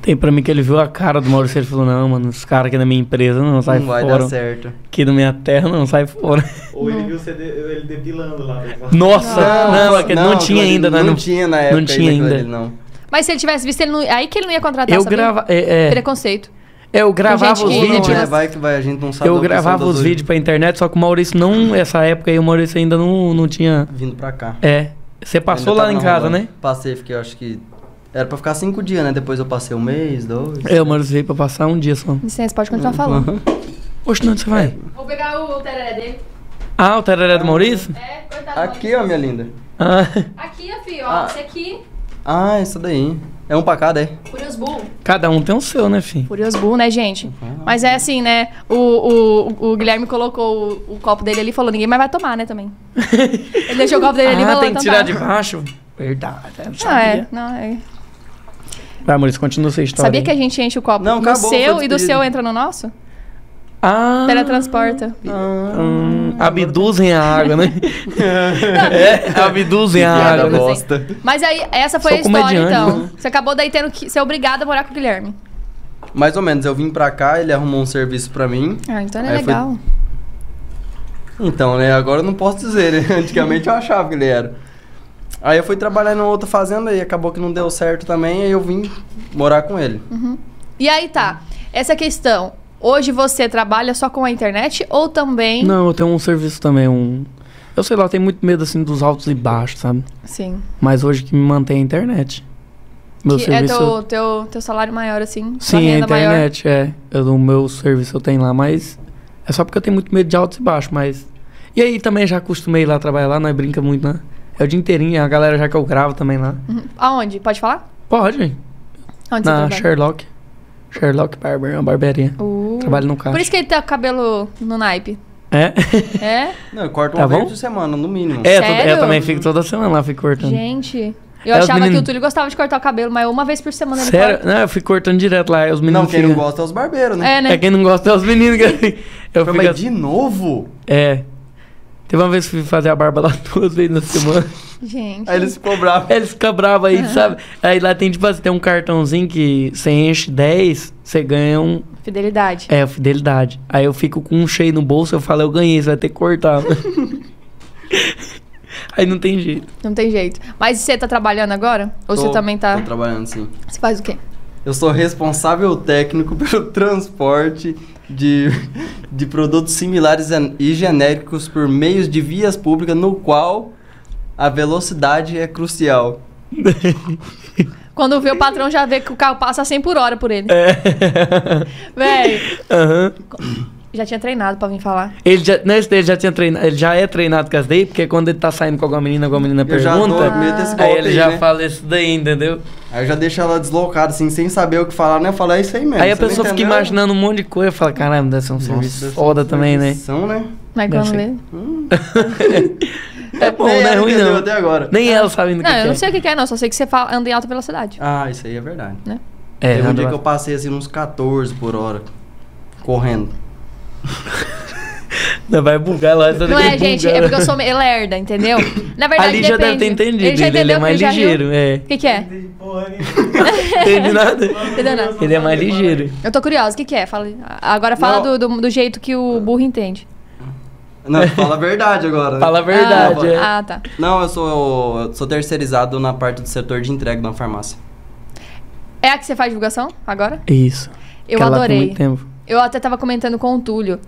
B: Tem pra mim que ele viu a cara do Maurício e ele falou, não, mano, os caras aqui da minha empresa não sai
C: não vai
B: fora.
C: dar certo.
B: Aqui da minha terra não sai fora.
E: Ou ele viu você de- ele depilando
F: tá
E: lá.
B: Nossa, não, não, aquele não,
C: aquilo
B: tinha
C: ali
B: ainda, né?
C: Não,
B: Não-
C: tinha na época.
B: tinha
C: aquilo
B: ainda.
C: ali, não.
A: Mas se ele tivesse visto, ele não... aí que ele não ia contratar,
B: Eu,
A: sabia?
B: grava, é, é,
A: Preconceito.
B: eu gravava
A: gente
B: os
A: que- é.
C: Ou não,
B: vídeos.
C: né? Vai que vai, a gente não sabe da
B: Eu
C: opção
B: gravava
C: das
B: os
C: duas
B: vídeos pra internet, só que o Maurício não. Essa época aí o Maurício ainda não, não tinha.
C: Vindo pra cá.
B: É. Você passou
C: Ainda
B: lá
C: tava
B: em
C: na
B: casa,
C: Rondônia.
B: né?
C: Passei, fiquei, eu acho que... Era pra ficar 5 dias, né? Depois eu passei um mês, dois...
B: É, o Maurício veio pra passar um dia só.
A: Licença, pode continuar falando.
B: Oxe, não, você vai.
A: Vou pegar o tereré dele.
B: Ah, o tereré do Maurício?
A: É, coitado.
C: Aqui, ó, minha linda.
B: Ah,
A: Aqui, ó, filho,
C: Ah.
A: Esse aqui,
C: Ah, isso daí. É um pra cada, é?
A: Furious Bull.
B: cada um tem o seu, né, filho?
A: Furious Bull, né, gente? Mas é assim, né? O, o, o Guilherme colocou o, o copo dele ali e falou: ninguém mais vai tomar, né, também. Ele deixou o copo dele ali e
B: Ah,
A: falou:
B: tem que
A: então
B: tirar
A: tá.
B: de baixo? Verdade, eu não
A: Não, é,
B: sabia.
A: não, é.
B: Vai, Maurício, continua sua história.
A: Sabia que a gente enche o copo
C: Não,
A: do
C: acabou,
A: seu
C: foi
A: e do
C: despedido.
A: seu entra no nosso?
B: Ah,
A: Teletransporta.
B: hum, abduzem a água, né? é, abduzem a
A: Piada
B: água. né?
A: boa. Mas aí, essa foi a
B: Sou
A: história,
B: comediante.
A: então. Você acabou daí tendo que ser obrigada a morar com o Guilherme.
C: Mais ou menos, eu vim pra cá, ele arrumou um serviço pra mim.
A: Ah, então
C: é Aí foi- legal. Então, né, agora eu não posso dizer, né? Antigamente eu achava que ele era. Aí eu fui trabalhar numa outra fazenda e acabou que não deu certo também, aí eu vim morar com ele.
A: E aí tá, essa questão. Hoje você trabalha só com a internet ou também.
B: Não, eu tenho um serviço também, um... Eu sei lá, eu tenho muito medo, assim, dos altos e baixos, sabe?
A: Sim.
B: Mas hoje que me mantém é a internet. Meu
A: que é
B: serviço...
A: teu, teu, teu salário maior, assim. sua
B: Sim, a
A: renda maior.
B: internet, é. Eu, o meu serviço eu tenho lá, mas... É só porque eu tenho muito medo de altos e baixos, mas... E aí também já acostumei lá a trabalhar lá, nós brinca muito, né? É o dia inteirinho, a galera já que eu gravo também lá.
A: Uhum. Aonde? Pode falar?
B: Pode, hein?
A: Onde você
B: Na
A: trabalha?
B: Sherlock. Sherlock Barber, é uma barbearia.
A: Uh.
B: Trabalho no carro.
A: Por isso que ele tá com o cabelo no naipe.
B: É?
A: É?
C: Não, eu corto
B: Tá
C: uma vez
B: bom?
C: por semana, no mínimo.
B: É, eu,
A: Sério?
B: to- eu também fico toda semana lá, fico cortando.
A: Gente. Eu
B: É, os
A: achava que
B: menino-
A: o Túlio gostava de cortar o cabelo, mas uma vez por semana ele
B: Sério?
A: corta.
B: Não, eu fico cortando direto lá. aí Os meninos
C: Não, quem não
B: ficam-
C: gosta é os barbeiros, né?
A: É, né?
B: É, quem não gosta é os meninos que eu fico. Eu
C: Foi,
B: fico
C: mas
B: assim-
C: de novo?
B: É. Teve uma vez que fui fazer a barba lá duas vezes na semana.
A: Gente.
C: Aí ele ficou bravo.
B: Aí Eles ficam bravos aí, sabe? Aí lá tem, tipo assim, tem um cartãozinho que você enche 10, você ganha um.
A: Fidelidade.
B: É, fidelidade. Aí eu fico com um cheio no bolso, eu falo, eu ganhei, você vai ter que cortar. né? aí não tem jeito.
A: Não tem jeito. Mas você tá trabalhando agora? Ou você
C: Tô-
A: também tá.
C: Tô trabalhando, sim.
A: Você faz o quê?
C: Eu sou responsável técnico pelo transporte de, de produtos similares an- e genéricos por meios de vias públicas, no qual a velocidade é crucial.
A: Quando vê o patrão, já vê que o carro passa 100 por hora por ele.
B: É.
A: Véi,
B: Aham.
A: já tinha treinado pra vir falar.
B: Ele já, nesse daí ele já tinha treinado, ele já é treinado com as daí, porque quando ele tá saindo com alguma menina, alguma menina
C: Eu já dou,
B: pergunta, Ah,
C: meto esse
B: aí
C: golpe
B: ele
C: aí,
B: já
C: né?
B: fala isso daí, entendeu?
C: Aí eu já deixo ela deslocada, assim, sem saber o que falar, né? Eu falo, é isso aí mesmo.
B: aí a
C: você não
B: pessoa fica
C: entendeu?
B: imaginando um monte de coisa, fala, caramba, deve ser um
C: Nossa,
B: serviço
C: deve ser
B: foda
C: uma
B: também, né?
C: servição, né?
A: Mas
B: Deve
A: quando
B: ser-
A: vê.
B: É bom,
C: Nem
B: não é
C: ela
B: ruim
C: entendeu né?
B: não.
C: até agora.
B: Nem ela sabe ainda o
A: Não,
B: que
A: eu
B: que
A: não
B: é.
A: sei o que que é, não. Só sei que você fala- anda em alta velocidade.
C: Ah, isso aí é verdade.
B: É,
C: Teve um
B: nada
C: dia que
B: mais.
C: eu passei assim uns 14 por hora, correndo.
B: Não, vai bugar lá. essa
A: Não
B: daqui
A: é, gente,
B: buga,
A: é
B: né?
A: porque eu sou meio lerda, entendeu? Na verdade,
B: Ali já deve
A: depende.
B: ter entendido,
A: Ele já
B: ele,
A: entendeu
B: é mais
A: porque ele já riu.
B: ligeiro. É.
A: O que, que é?
E: Entendi porra nenhuma.
B: Entende nada.
A: Entendeu nada.
B: Ele é mais ligeiro.
A: Eu tô curiosa, o que, que é? Fala, agora fala
C: Não.
A: do, do, do jeito que o burro entende.
C: Não, fala a verdade agora. né?
B: Fala a verdade, é.
A: Ah, ah, tá.
C: Não, eu sou, eu sou terceirizado na parte do setor de entrega da farmácia.
A: É a que você faz divulgação agora?
B: Isso.
A: Eu
B: Fica lá por
A: adorei.
B: muito tempo.
A: Eu até tava comentando com o Túlio.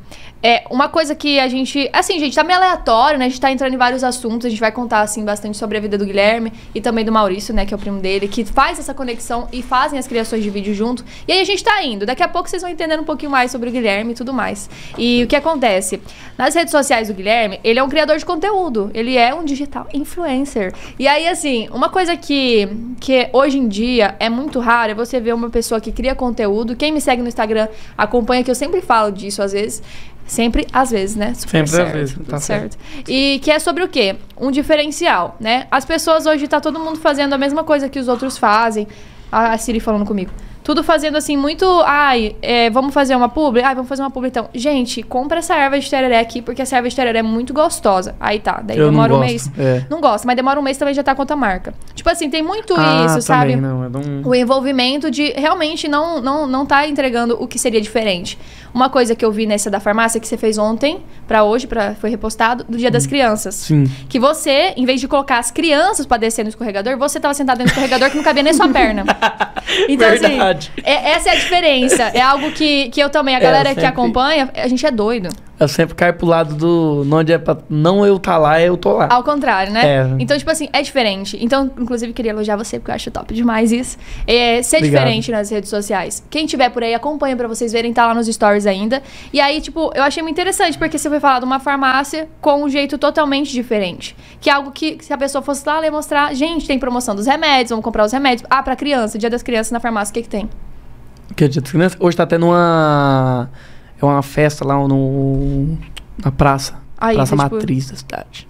A: É, uma coisa que a gente. Assim, gente, tá meio aleatório, né? A gente tá entrando em vários assuntos. A gente vai contar, assim, bastante sobre a vida do Guilherme e também do Maurício, né? Que é o primo dele, que faz essa conexão e fazem as criações de vídeo junto. E aí a gente tá indo. Daqui a pouco vocês vão entendendo um pouquinho mais sobre o Guilherme e tudo mais. E o que acontece? Nas redes sociais do Guilherme, ele é um criador de conteúdo. Ele é um digital influencer. E aí, assim, uma coisa que, que hoje em dia é muito raro é você ver uma pessoa que cria conteúdo. Quem me segue no Instagram acompanha que eu sempre falo disso às vezes. Sempre, às vezes, né? Super
B: Sempre às
A: certo,
B: vezes,
A: tudo
B: tá
A: certo. E que é sobre o quê? Um diferencial, né? As pessoas hoje tá todo mundo fazendo a mesma coisa que os outros fazem. A a Siri falando comigo. Tudo fazendo assim, muito. Ai, é, vamos fazer uma publi? Ai, vamos fazer uma publi então. Gente, compra essa erva de tereré aqui, porque essa erva de tereré é muito gostosa. Aí tá, daí
B: Eu não
A: demora um
B: gosto,
A: mês.
B: é.
A: Não gosta, mas demora um mês também já tá com outra marca. Tipo assim, tem muito
B: ah,
A: isso, sabe?
B: também, Não, eu não...
A: o envolvimento de realmente não, não, não tá entregando o que seria diferente. Uma coisa que eu vi nessa da farmácia que você fez ontem pra hoje, pra, foi repostado, do Dia das Crianças.
B: Uhum. Sim.
A: Que você, em vez de colocar as crianças pra descer no escorregador, você tava sentado no escorregador que não cabia nem sua perna. Então,
B: Verdade. É,
A: assim, é- essa é a diferença. É algo que, que eu também, a galera que
B: sempre-
A: acompanha, a gente é doido.
B: Eu sempre caio pro lado do. Onde é pra não eu tá lá, eu tô lá.
A: Ao contrário, né?
B: É.
A: Então, tipo assim, é diferente. Então, inclusive, queria elogiar você, porque eu acho top demais isso. É, ser
B: Obrigado.
A: diferente nas redes sociais. Quem tiver por aí, acompanha pra vocês verem, tá lá nos stories ainda. E aí, tipo, eu achei muito interessante, porque você foi falar de uma farmácia com um jeito totalmente diferente. Que é algo que, se a pessoa fosse lá, ela ia mostrar, gente, tem promoção dos remédios, vamos comprar os remédios. Ah, pra criança, dia das crianças na farmácia, o que que tem?
B: Que dia das crianças? Hoje tá tendo uma. É uma festa lá no. Na praça.
A: Aí,
B: praça
A: tá, tipo,
B: matriz da cidade.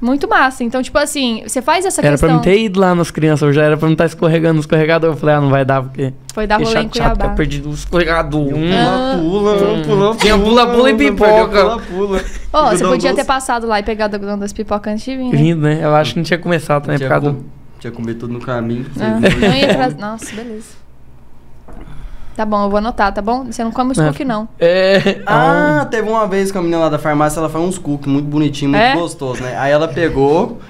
A: Muito massa. Então, tipo assim, você faz essa
B: Era pra
A: questão.
B: mim ter ido lá nas crianças, eu já era pra mim estar escorregando no escorregador. Eu falei, ah, não vai dar, porque.
A: Foi dar
B: que
A: rolê em
B: chato, chato, que
A: Cuiabá.
B: eu perdi o escorregador. Hum.
A: Ah.
C: Pula, pula, pula,
A: um
B: Tinha pula, pula e
C: perdeu
B: pipoca.
C: Pula, pula.
A: Ó, você
C: Algodão
A: podia ter
C: doce.
A: passado lá e pegado o algodão das pipocas antes de vir, né?
B: Vindo, né? Eu acho que não tinha começado também por
C: Tinha,
B: causa
C: com...
B: do.
C: Tinha comido tudo no caminho.
A: Ah,
C: vocês
A: não
C: dois.
A: ia atrás- Nossa, beleza. Tá bom, eu vou anotar, tá bom? Você não come os
B: É.
A: cookies, não.
B: É.
C: Ah, teve uma vez com a menina lá da farmácia, ela faz uns cookies muito bonitinho, muito
A: É?
C: gostoso, né? Aí ela pegou,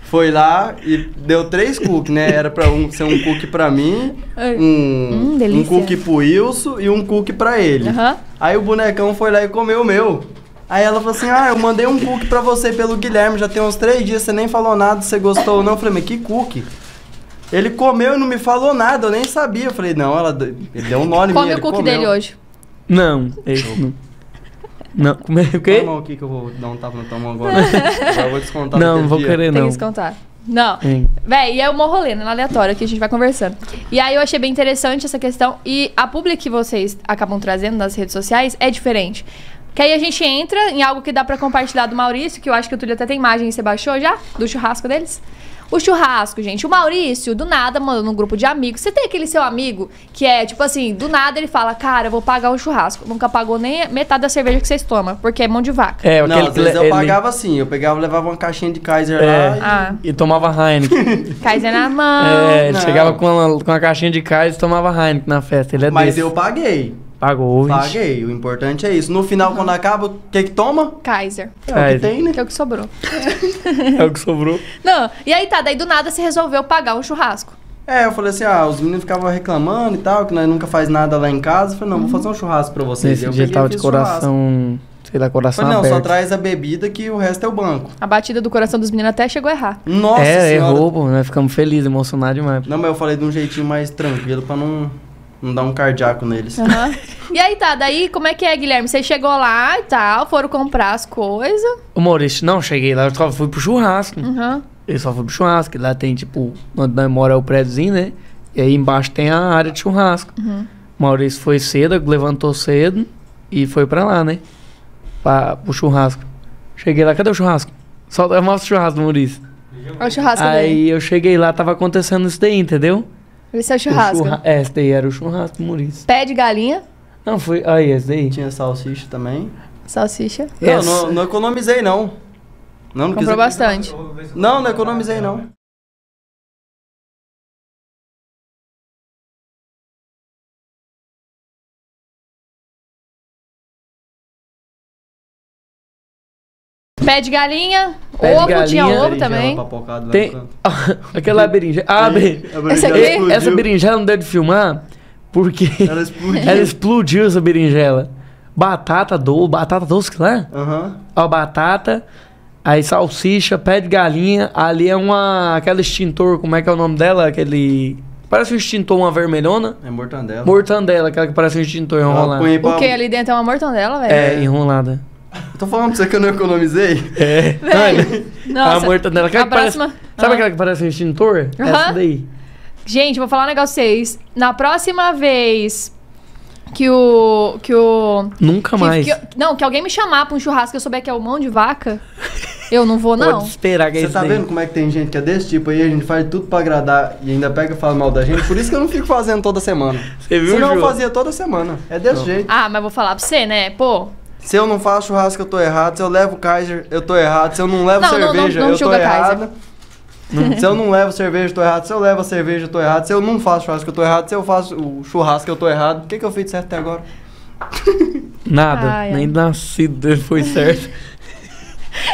C: foi lá e deu três cookies, né? Era pra um, ser um cookie pra mim,
A: Ai. Hum,
C: um, um
A: delícia.
C: cookie pro Wilson e um cookie pra ele.
A: Aham.
C: Aí o bonecão foi lá e comeu o meu. Aí ela falou assim: Ah, eu mandei um cookie pra você pelo Guilherme, já tem uns três dias, você nem falou nada, você gostou ou não. Eu falei, mas que cookie? Ele comeu e não me falou nada, eu nem sabia. Eu falei, não, ela deu- ele deu um nó em mim.
A: Come
C: ele
A: o cookie
C: comeu."
A: dele hoje.
B: Não, esse não. Não, como é o
C: Quê?
B: quê?
C: o que que eu vou dar um tapa na tua mão agora? agora eu vou descontar
B: Não,
C: naquele
B: não vou
C: dia.
B: querer,
A: Tem
B: não.
A: que se contar. Não.
B: Hein.
A: Véi, e é uma rolê, né? No aleatório, que a gente vai conversando. E aí eu achei bem interessante essa questão. E a publi que vocês acabam trazendo nas redes sociais é diferente. Que aí a gente entra em algo que dá pra compartilhar do Maurício, que eu acho que o Túlio até tem imagem, você baixou já? Do churrasco deles? O churrasco, gente. O Maurício, do nada, mano, num grupo de amigos. Você tem aquele seu amigo que é, tipo assim, do nada ele fala, cara, eu vou pagar o churrasco. Nunca pagou nem metade da cerveja que vocês tomam, porque é mão de vaca.
B: É,
C: Não,
B: aquele
C: às
B: que
C: vezes eu
B: ele-
C: pagava assim, eu pegava, levava uma caixinha de Kaiser
B: É.
C: lá e...
A: Ah,
B: E tomava Heineken.
A: Kaiser na mão.
B: é, ele
C: não.
B: chegava com uma, com uma caixinha de cais e tomava Heineken na festa. Ele é
C: Mas
B: desse.
C: eu paguei,
B: Pagou, vixe.
C: paguei, o importante é isso. No final, quando acaba, o que que toma?
A: Kaiser.
C: É o
B: Kaiser.
C: que tem, né?
A: Que é o que sobrou.
B: É o que sobrou.
A: Não, e aí tá, daí do nada você resolveu pagar o churrasco.
C: É, eu falei assim, ah, os meninos ficavam reclamando e tal, que nós nunca faz nada lá em casa. Eu falei, não, vou fazer um churrasco pra vocês.
B: Uhum. Nesse dia
C: Eu peguei
B: ele
C: e
B: tava de
C: fiz um churrasco.
B: coração. Sei lá,
C: Eu
B: coração
C: Falei, não, só
B: aberto.
C: traz a bebida que o resto é o banco.
A: A batida do coração dos meninos até chegou a errar.
C: Nossa
B: é,
C: senhora.
B: errou, pô. Nós ficamos felizes, emocionados demais.
C: Não, mas eu falei de um jeitinho mais tranquilo pra não, não dar um cardiaco neles.
B: É.
A: e aí tá, daí como é que é, Guilherme? Você chegou lá e tal, foram comprar as coisas.
B: Ô, Maurício, não, cheguei lá, eu só fui pro churrasco.
A: Aham.
B: Eu só fui pro churrasco. Lá tem, tipo, onde nós mora é o prédiozinho, né? E aí embaixo tem a área de churrasco.
A: Uhum.
B: Maurício foi cedo, levantou cedo e foi pra lá, né? Pra, pro churrasco. Cheguei lá, cadê o churrasco? Só mostra o churrasco do Maurício.
A: Olha o churrasco né?
B: Aí
A: dele.
B: eu cheguei lá, tava acontecendo isso daí, entendeu?
A: Esse é o
B: O
A: churrasco.
B: churra- É, esse daí era o churrasco do Maurício.
A: Pé de galinha,
B: Não, foi. Aí, esse daí.
C: Tinha salsicha também.
A: salsicha.
C: Não,
B: Essa.
C: não, não economizei, não. Não, não quis-
A: Comprou bastante.
C: Não, não economizei, não.
A: Pé de galinha,
B: Pé de
A: ovo, tinha
B: galinha.
A: ovo também.
C: é um Papocado,
B: Tem. Aquela berinjela. Ah, bem.
A: Essa aqui?
B: E- Essa é berinjela não deu de filmar porque
C: Ela explodiu.
B: ela explodiu essa berinjela. Batata doce, batata doce que lá?
C: Aham.
B: Ó, batata, aí salsicha, pé de galinha. Ali é uma. aquela extintor, como é que é o nome dela? Aquele. Parece um extintor, uma vermelhona.
C: É mortandela.
B: Mortandela, aquela que parece um extintor
C: Ela
B: enrolada.
C: põe pra-
A: O que ali dentro é uma mortandela,
B: É,
A: velho?
B: enrolada.
C: Eu Tô falando pra você que eu não economizei.
B: É.
A: Nossa.
B: A mortandela. Aquela
A: A
B: que parece-
A: próxima.
B: Sabe
A: Ah.
B: aquela que parece um extintor?
A: Aham.
B: Essa daí.
A: Gente, vou falar um negócio pra vocês. Na próxima vez que o. que o.
B: Nunca mais.
A: Que, que- não, que alguém me chamar pra um churrasco e eu souber que é o mão de vaca, eu não vou,
B: Pode
A: não.
B: esperar que é
C: Você
B: isso
C: tá
B: daí.
C: vendo como é que tem gente que é desse tipo aí, a gente faz tudo pra agradar e ainda pega e fala mal da gente? Por isso que eu não fico fazendo toda semana.
B: Você viu,
C: Senão eu
B: João?
C: fazia toda semana. É desse jeito.
A: Ah, mas vou falar pra você, né? Pô.
C: Se eu não faço churrasco, eu tô errado. Se eu levo Kaiser, eu tô errado. Se eu não levo
A: Não, não, não,
C: cerveja,
A: não
C: eu tô
A: julga
C: errado. Se eu não levo cerveja, eu tô errado. Se eu levo a cerveja, eu tô errado. Se eu não faço churrasco, eu tô errado. Se eu faço o churrasco, eu tô errado. O que, que eu fiz de certo até agora?
B: Nada.
A: Ai, ai.
B: Nem nascido foi certo.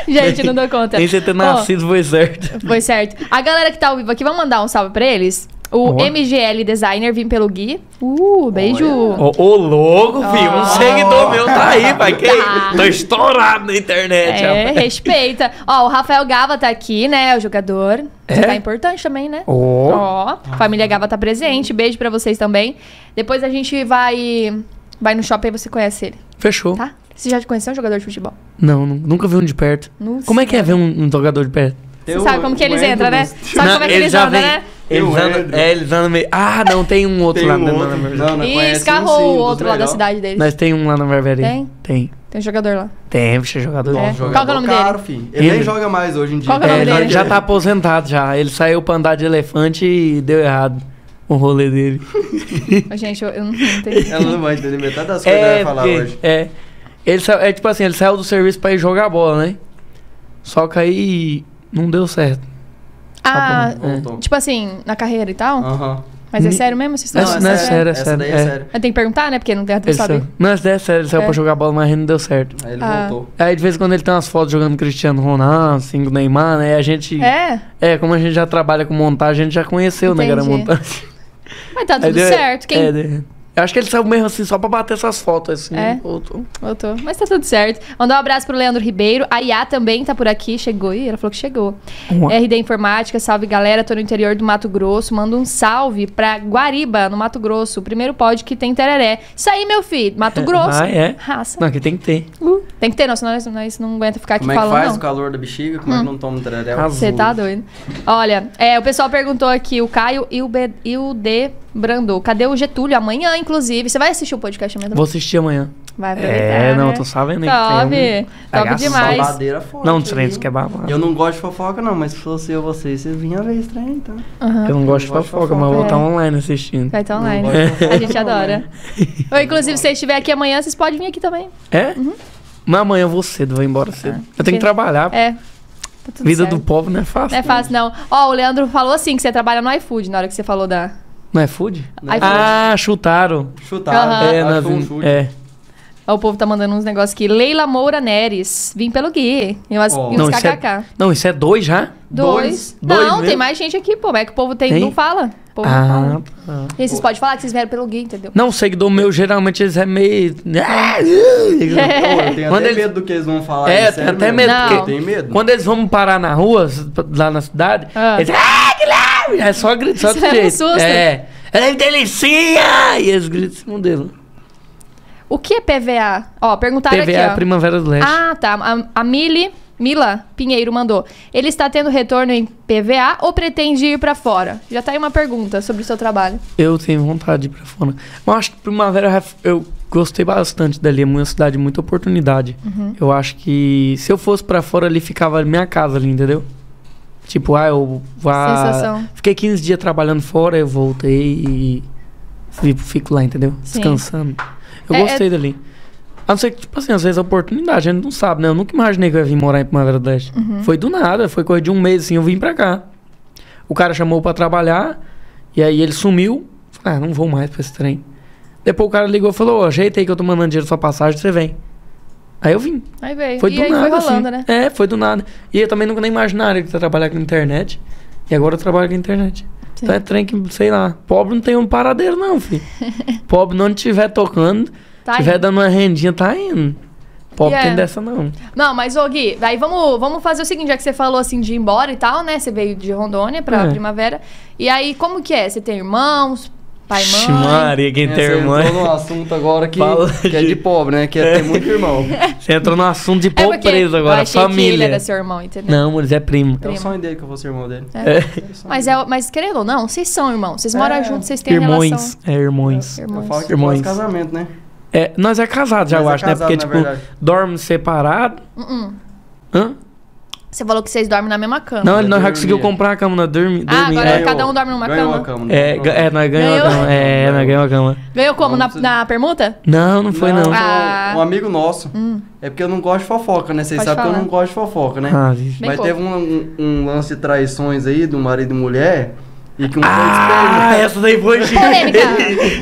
A: Gente, não dou conta.
B: Nem você ter nascido foi certo.
A: Ó, foi certo. A galera que tá ao vivo aqui, vamos mandar um salve pra eles? O
B: Ó.
A: MGL Designer, vim pelo Gui. Uh, beijo.
B: Ô, ô, louco, filho. Um seguidor meu tá aí, pai. Que...
A: Tá.
B: Tô estourado na internet.
A: É,
B: rapaz.
A: respeita. Ó, o Rafael Gava tá aqui, né? O jogador. Você
B: É?
A: tá importante também, né?
B: Ó.
A: Ó, família Gava tá presente. Beijo pra vocês também. Depois a gente vai vai no shopping e você conhece ele,
B: Fechou.
A: tá? Você já conheceu um jogador de futebol?
B: Não, nu- nunca vi um de perto.
A: Nossa.
B: Como é que é ver um, um jogador de perto?
A: Você sabe
C: um
A: como que eles entram, né? Sabe
B: Não,
A: como é que eles
B: já
A: andam,
B: vem-
A: né?
B: Eles
C: Eu
B: andam,
C: entro.
B: é, eles andam meio... Ah, não, tem um outro
C: Tem
B: lá.
C: um
B: na- na-
C: outro.
B: na-
C: Não, não
A: Ih,
C: conhece um,
A: escarrou
C: sim,
A: o
C: dos
A: outro lá da
C: melhor.
A: cidade deles.
B: Nós tem um lá na barbearia.
A: Tem?
B: Tem.
A: Tem um jogador lá.
B: Tem, bicho, é jogador.
A: É.
C: Nossa,
A: Qual que é o nome dele?
C: caro, filho. Ele nem
B: Henry.
C: joga mais hoje em dia.
A: Qual que é o
B: É,
A: nome
B: ele
A: dele?
B: já tá aposentado já. Ele saiu pra andar de elefante e deu errado o rolê dele.
A: Ô, Gente, eu, eu não entendi.
C: Ela não vai entender metade das coisas que ela vai falar
B: porque-
C: hoje.
B: é. Ele saiu, é tipo assim, ele saiu do serviço pra ir jogar bola, né? Só que aí não deu certo.
A: Ah,
B: bom.
C: Voltou.
A: tipo assim, na carreira e tal?
C: Aham.
A: Mas é
B: Ni-
A: sério mesmo essa história?
B: Não, Essa-
C: é
B: não é sério, é
C: Essa
B: sério,
C: daí
B: é.
C: é sério.
A: Eu tenho que perguntar, né? Porque não tem até
B: Ele
A: saber.
B: saiu, não, esse daí é sério, ele saiu
A: É.
B: pra jogar bola, mas não deu certo.
C: Aí ele
A: Ah.
C: voltou.
B: Aí de vez em quando ele tem umas fotos jogando Cristiano Ronaldo, assim, com o Neymar, né? A gente.
A: É?
B: É, como a gente já trabalha com montagem, a gente já conheceu, né, cara, a
A: Entendi.
B: montagem.
A: Mas tá
B: Aí
A: tudo
B: deu-
A: certo. Quem
B: é, deu- eu acho que ele saiu mesmo assim, só pra bater essas fotos, assim.
A: É?
B: voltou.
A: Voltou. Mas tá tudo certo. Mandar um abraço pro Leandro Ribeiro. A Iá também tá por aqui. Chegou. Ih, ela falou que chegou.
B: Uma-
A: RD Informática, salve galera. Tô no interior do Mato Grosso. Manda um salve pra Guariba, no Mato Grosso. O primeiro pod que tem tereré. Isso aí, meu filho. Mato Grosso.
B: Ah, é?
A: Raça.
B: Não, que tem que ter.
A: Uh, tem que ter, não. Senão nós, nós não aguenta ficar aqui
C: Como é que
A: falando,
C: faz
A: não.
C: o calor da bexiga? Como é que não toma um tereré?
B: Arrasou.
A: Você tá doido. Olha, é, o pessoal perguntou aqui, o Caio e o, Be- e o D. Brandô. Cadê o Getúlio? Amanhã, inclusive. Você vai assistir o podcast amanhã? também?
B: Vou assistir amanhã.
A: Vai aproveitar,
B: É, não,
A: né?
B: tô sabendo aí que tem um
A: Top. Top
B: Bagaço.
A: demais.
C: Babadeira forte.
B: um... Não,
C: viu?
B: trem, isso que é babado.
C: Eu não gosto de fofoca, não, mas se fosse eu vocês, vocês vinham ver esse trem, então.
A: Aham.
B: Eu não gosto de
C: Eu não gosto de
B: fofoca, mas
A: fofoca.
B: vou estar
A: É.
B: online assistindo.
A: Vai estar online.
C: Não gosto de
A: A gente
C: fofoca, não, né?
A: adora. Ou, inclusive, se você estiver aqui amanhã, vocês podem vir aqui também.
B: É? Mas amanhã eu vou cedo, vou embora cedo. eu
A: ok.
B: tenho que trabalhar.
A: Ah, É. Tá tudo
B: Vida
A: certo.
B: do povo não é fácil.
A: Não é fácil, não. Ó, o Leandro falou assim que você trabalha no iFood na hora que você falou da.
B: Não é food?
C: Não.
A: iFood.
B: Ah, chutaram.
C: Chutaram.
A: Aham. Ah,
B: é,
C: acho
B: na
C: que foi um
B: vi-
C: chute.
B: é.
A: Ó, o povo tá mandando uns negócios aqui. Leila Moura Neres. Vim pelo Gui. E umas,
C: Ó.
A: e uns
B: Não, isso é-
A: kkk.
B: Não, isso é dois já?
A: Dois.
B: Dois? Dois
A: Não, tem
B: mesmo?
A: mais gente aqui, pô. É que o povo tem,
B: Tem?
A: não fala. O povo não
B: Ah,
A: fala.
B: tá.
A: E aí vocês podem falar que vocês vieram pelo Gui, entendeu?
B: Não, o seguidor meu geralmente eles é meio. Ah,
C: Pô, eu tenho
B: Quando
C: até
B: eles-
C: medo do que eles vão falar.
B: É,
C: isso,
B: tem
C: sério
B: até
C: mesmo.
A: medo, porque-
C: Eu tenho medo.
B: Quando eles vão parar na rua, s- lá na cidade,
A: Ah.
B: eles. Ah, Guilherme! É só grito, só
A: Isso é um
B: desse jeito.
A: susto.
B: É. Ela é delicinha! E eles gritam esse modelo.
A: O que é PVA? Ó, perguntaram
B: TV
A: Tá aqui.
B: é
A: ó.
B: a Primavera do Leste.
A: Ah, tá. A, a Mili, Mila Pinheiro mandou. Ele está tendo retorno em PVA ou pretende ir pra fora? Já tá aí uma pergunta sobre o seu trabalho.
B: Eu tenho vontade de ir pra fora. Mas acho que Primavera já- eu gostei bastante dali. É uma cidade, muita
A: Uhum.
B: oportunidade. Eu acho que se eu fosse pra fora ali, ficava minha casa ali, entendeu? Tipo, ah, eu vá.
A: Sensação.
B: Fiquei 15 dias trabalhando fora, eu voltei e fi- fico lá, entendeu? Descansando. Eu
A: É,
B: gostei dali. A não ser que, tipo assim, às vezes a oportunidade, a gente não sabe, né? Eu nunca imaginei que eu ia vir morar em Primavera do Leste.
A: Uhum.
B: Uhum. Foi do nada, foi coisa de um mês assim, eu vim pra cá. O cara chamou pra trabalhar, e aí ele sumiu. Falei, ah, não vou mais pra esse trem. Depois o cara ligou e falou, ó, ajeita aí que eu tô mandando dinheiro pra sua passagem, você vem. Aí eu vim.
A: Aí veio.
B: Foi
A: e
B: do
A: aí
B: nada,
A: foi rolando,
B: assim.
A: né?
B: É, foi do nada. E eu também nunca nem imaginaria que eu ia trabalhar com internet. E agora eu trabalho com internet.
A: Sim.
B: Então é trem que, sei lá, pobre não tem um paradeiro não, filho. pobre não estiver tocando,
A: Tá
B: estiver
A: indo.
B: dando uma rendinha, tá indo. Pobre
A: E é.
B: tem dessa não.
A: Não, mas, ô Gui, aí vamos, vamos fazer o seguinte, já que você falou assim de ir embora e tal, né? Você veio de Rondônia pra
B: É.
A: primavera. E aí, como que é? Você tem irmãos, pai, mãe?
B: Ixi, Maria, quem tem
C: Você
B: irmã?
C: entrou num assunto agora que,
B: Fala,
C: que é né? de
B: gente.
C: pobre, né? Que é ter muito irmão.
B: Você entrou no assunto de
A: É porque
B: pobreza
A: eu
B: agora,
A: achei que ele é
B: família.
A: era assim, né? seu irmão, entendeu?
B: Não, eles é primo.
C: É o sonho dele que eu fosse irmão dele.
B: É.
A: Mas, é, mas querendo ou não, vocês são irmãos. Vocês moram
C: É.
A: juntos, vocês têm
B: Irmões.
A: relação.
B: É, irmãos.
A: Irmãos.
C: Eu falo que
B: Irmãos.
C: é casamento, né?
B: É, nós é casado já,
C: Mas
B: eu
C: é
B: acho,
C: casado,
B: né?
C: na
B: Porque, tipo,
C: verdade.
B: dorme separado.
A: Uh-uh.
B: Hã?
A: Você falou que vocês dormem na mesma cama.
B: Não, ele não já
C: dormir.
B: conseguiu comprar a cama, nós dormi,
A: Ah,
B: dormi,
A: agora
B: é.
A: cada um dorme numa
C: Ganhou
A: cama?
C: a cama. não
B: É,
C: tem
B: ga-
C: problema.
B: é, nós ganhamos a
A: Ganhou?
B: cama. É, nós ganhamos a cama.
A: Ganhou como?
C: Não,
A: Na,
C: não precisa-
A: na permuta? Hum.
B: Não, não foi não.
C: Não,
A: Ah.
C: Um amigo nosso. É porque eu não gosto de fofoca, né? Vocês
A: Pode
C: sabem que eu
A: falar.
C: não gosto de fofoca, né?
B: Ah, vixe.
A: Bem
C: Mas
A: pouco.
C: teve um, um- um lance de traições aí do marido e mulher. E que um
B: Ah,
C: foi
B: essa daí foi chique.
A: Polêmica.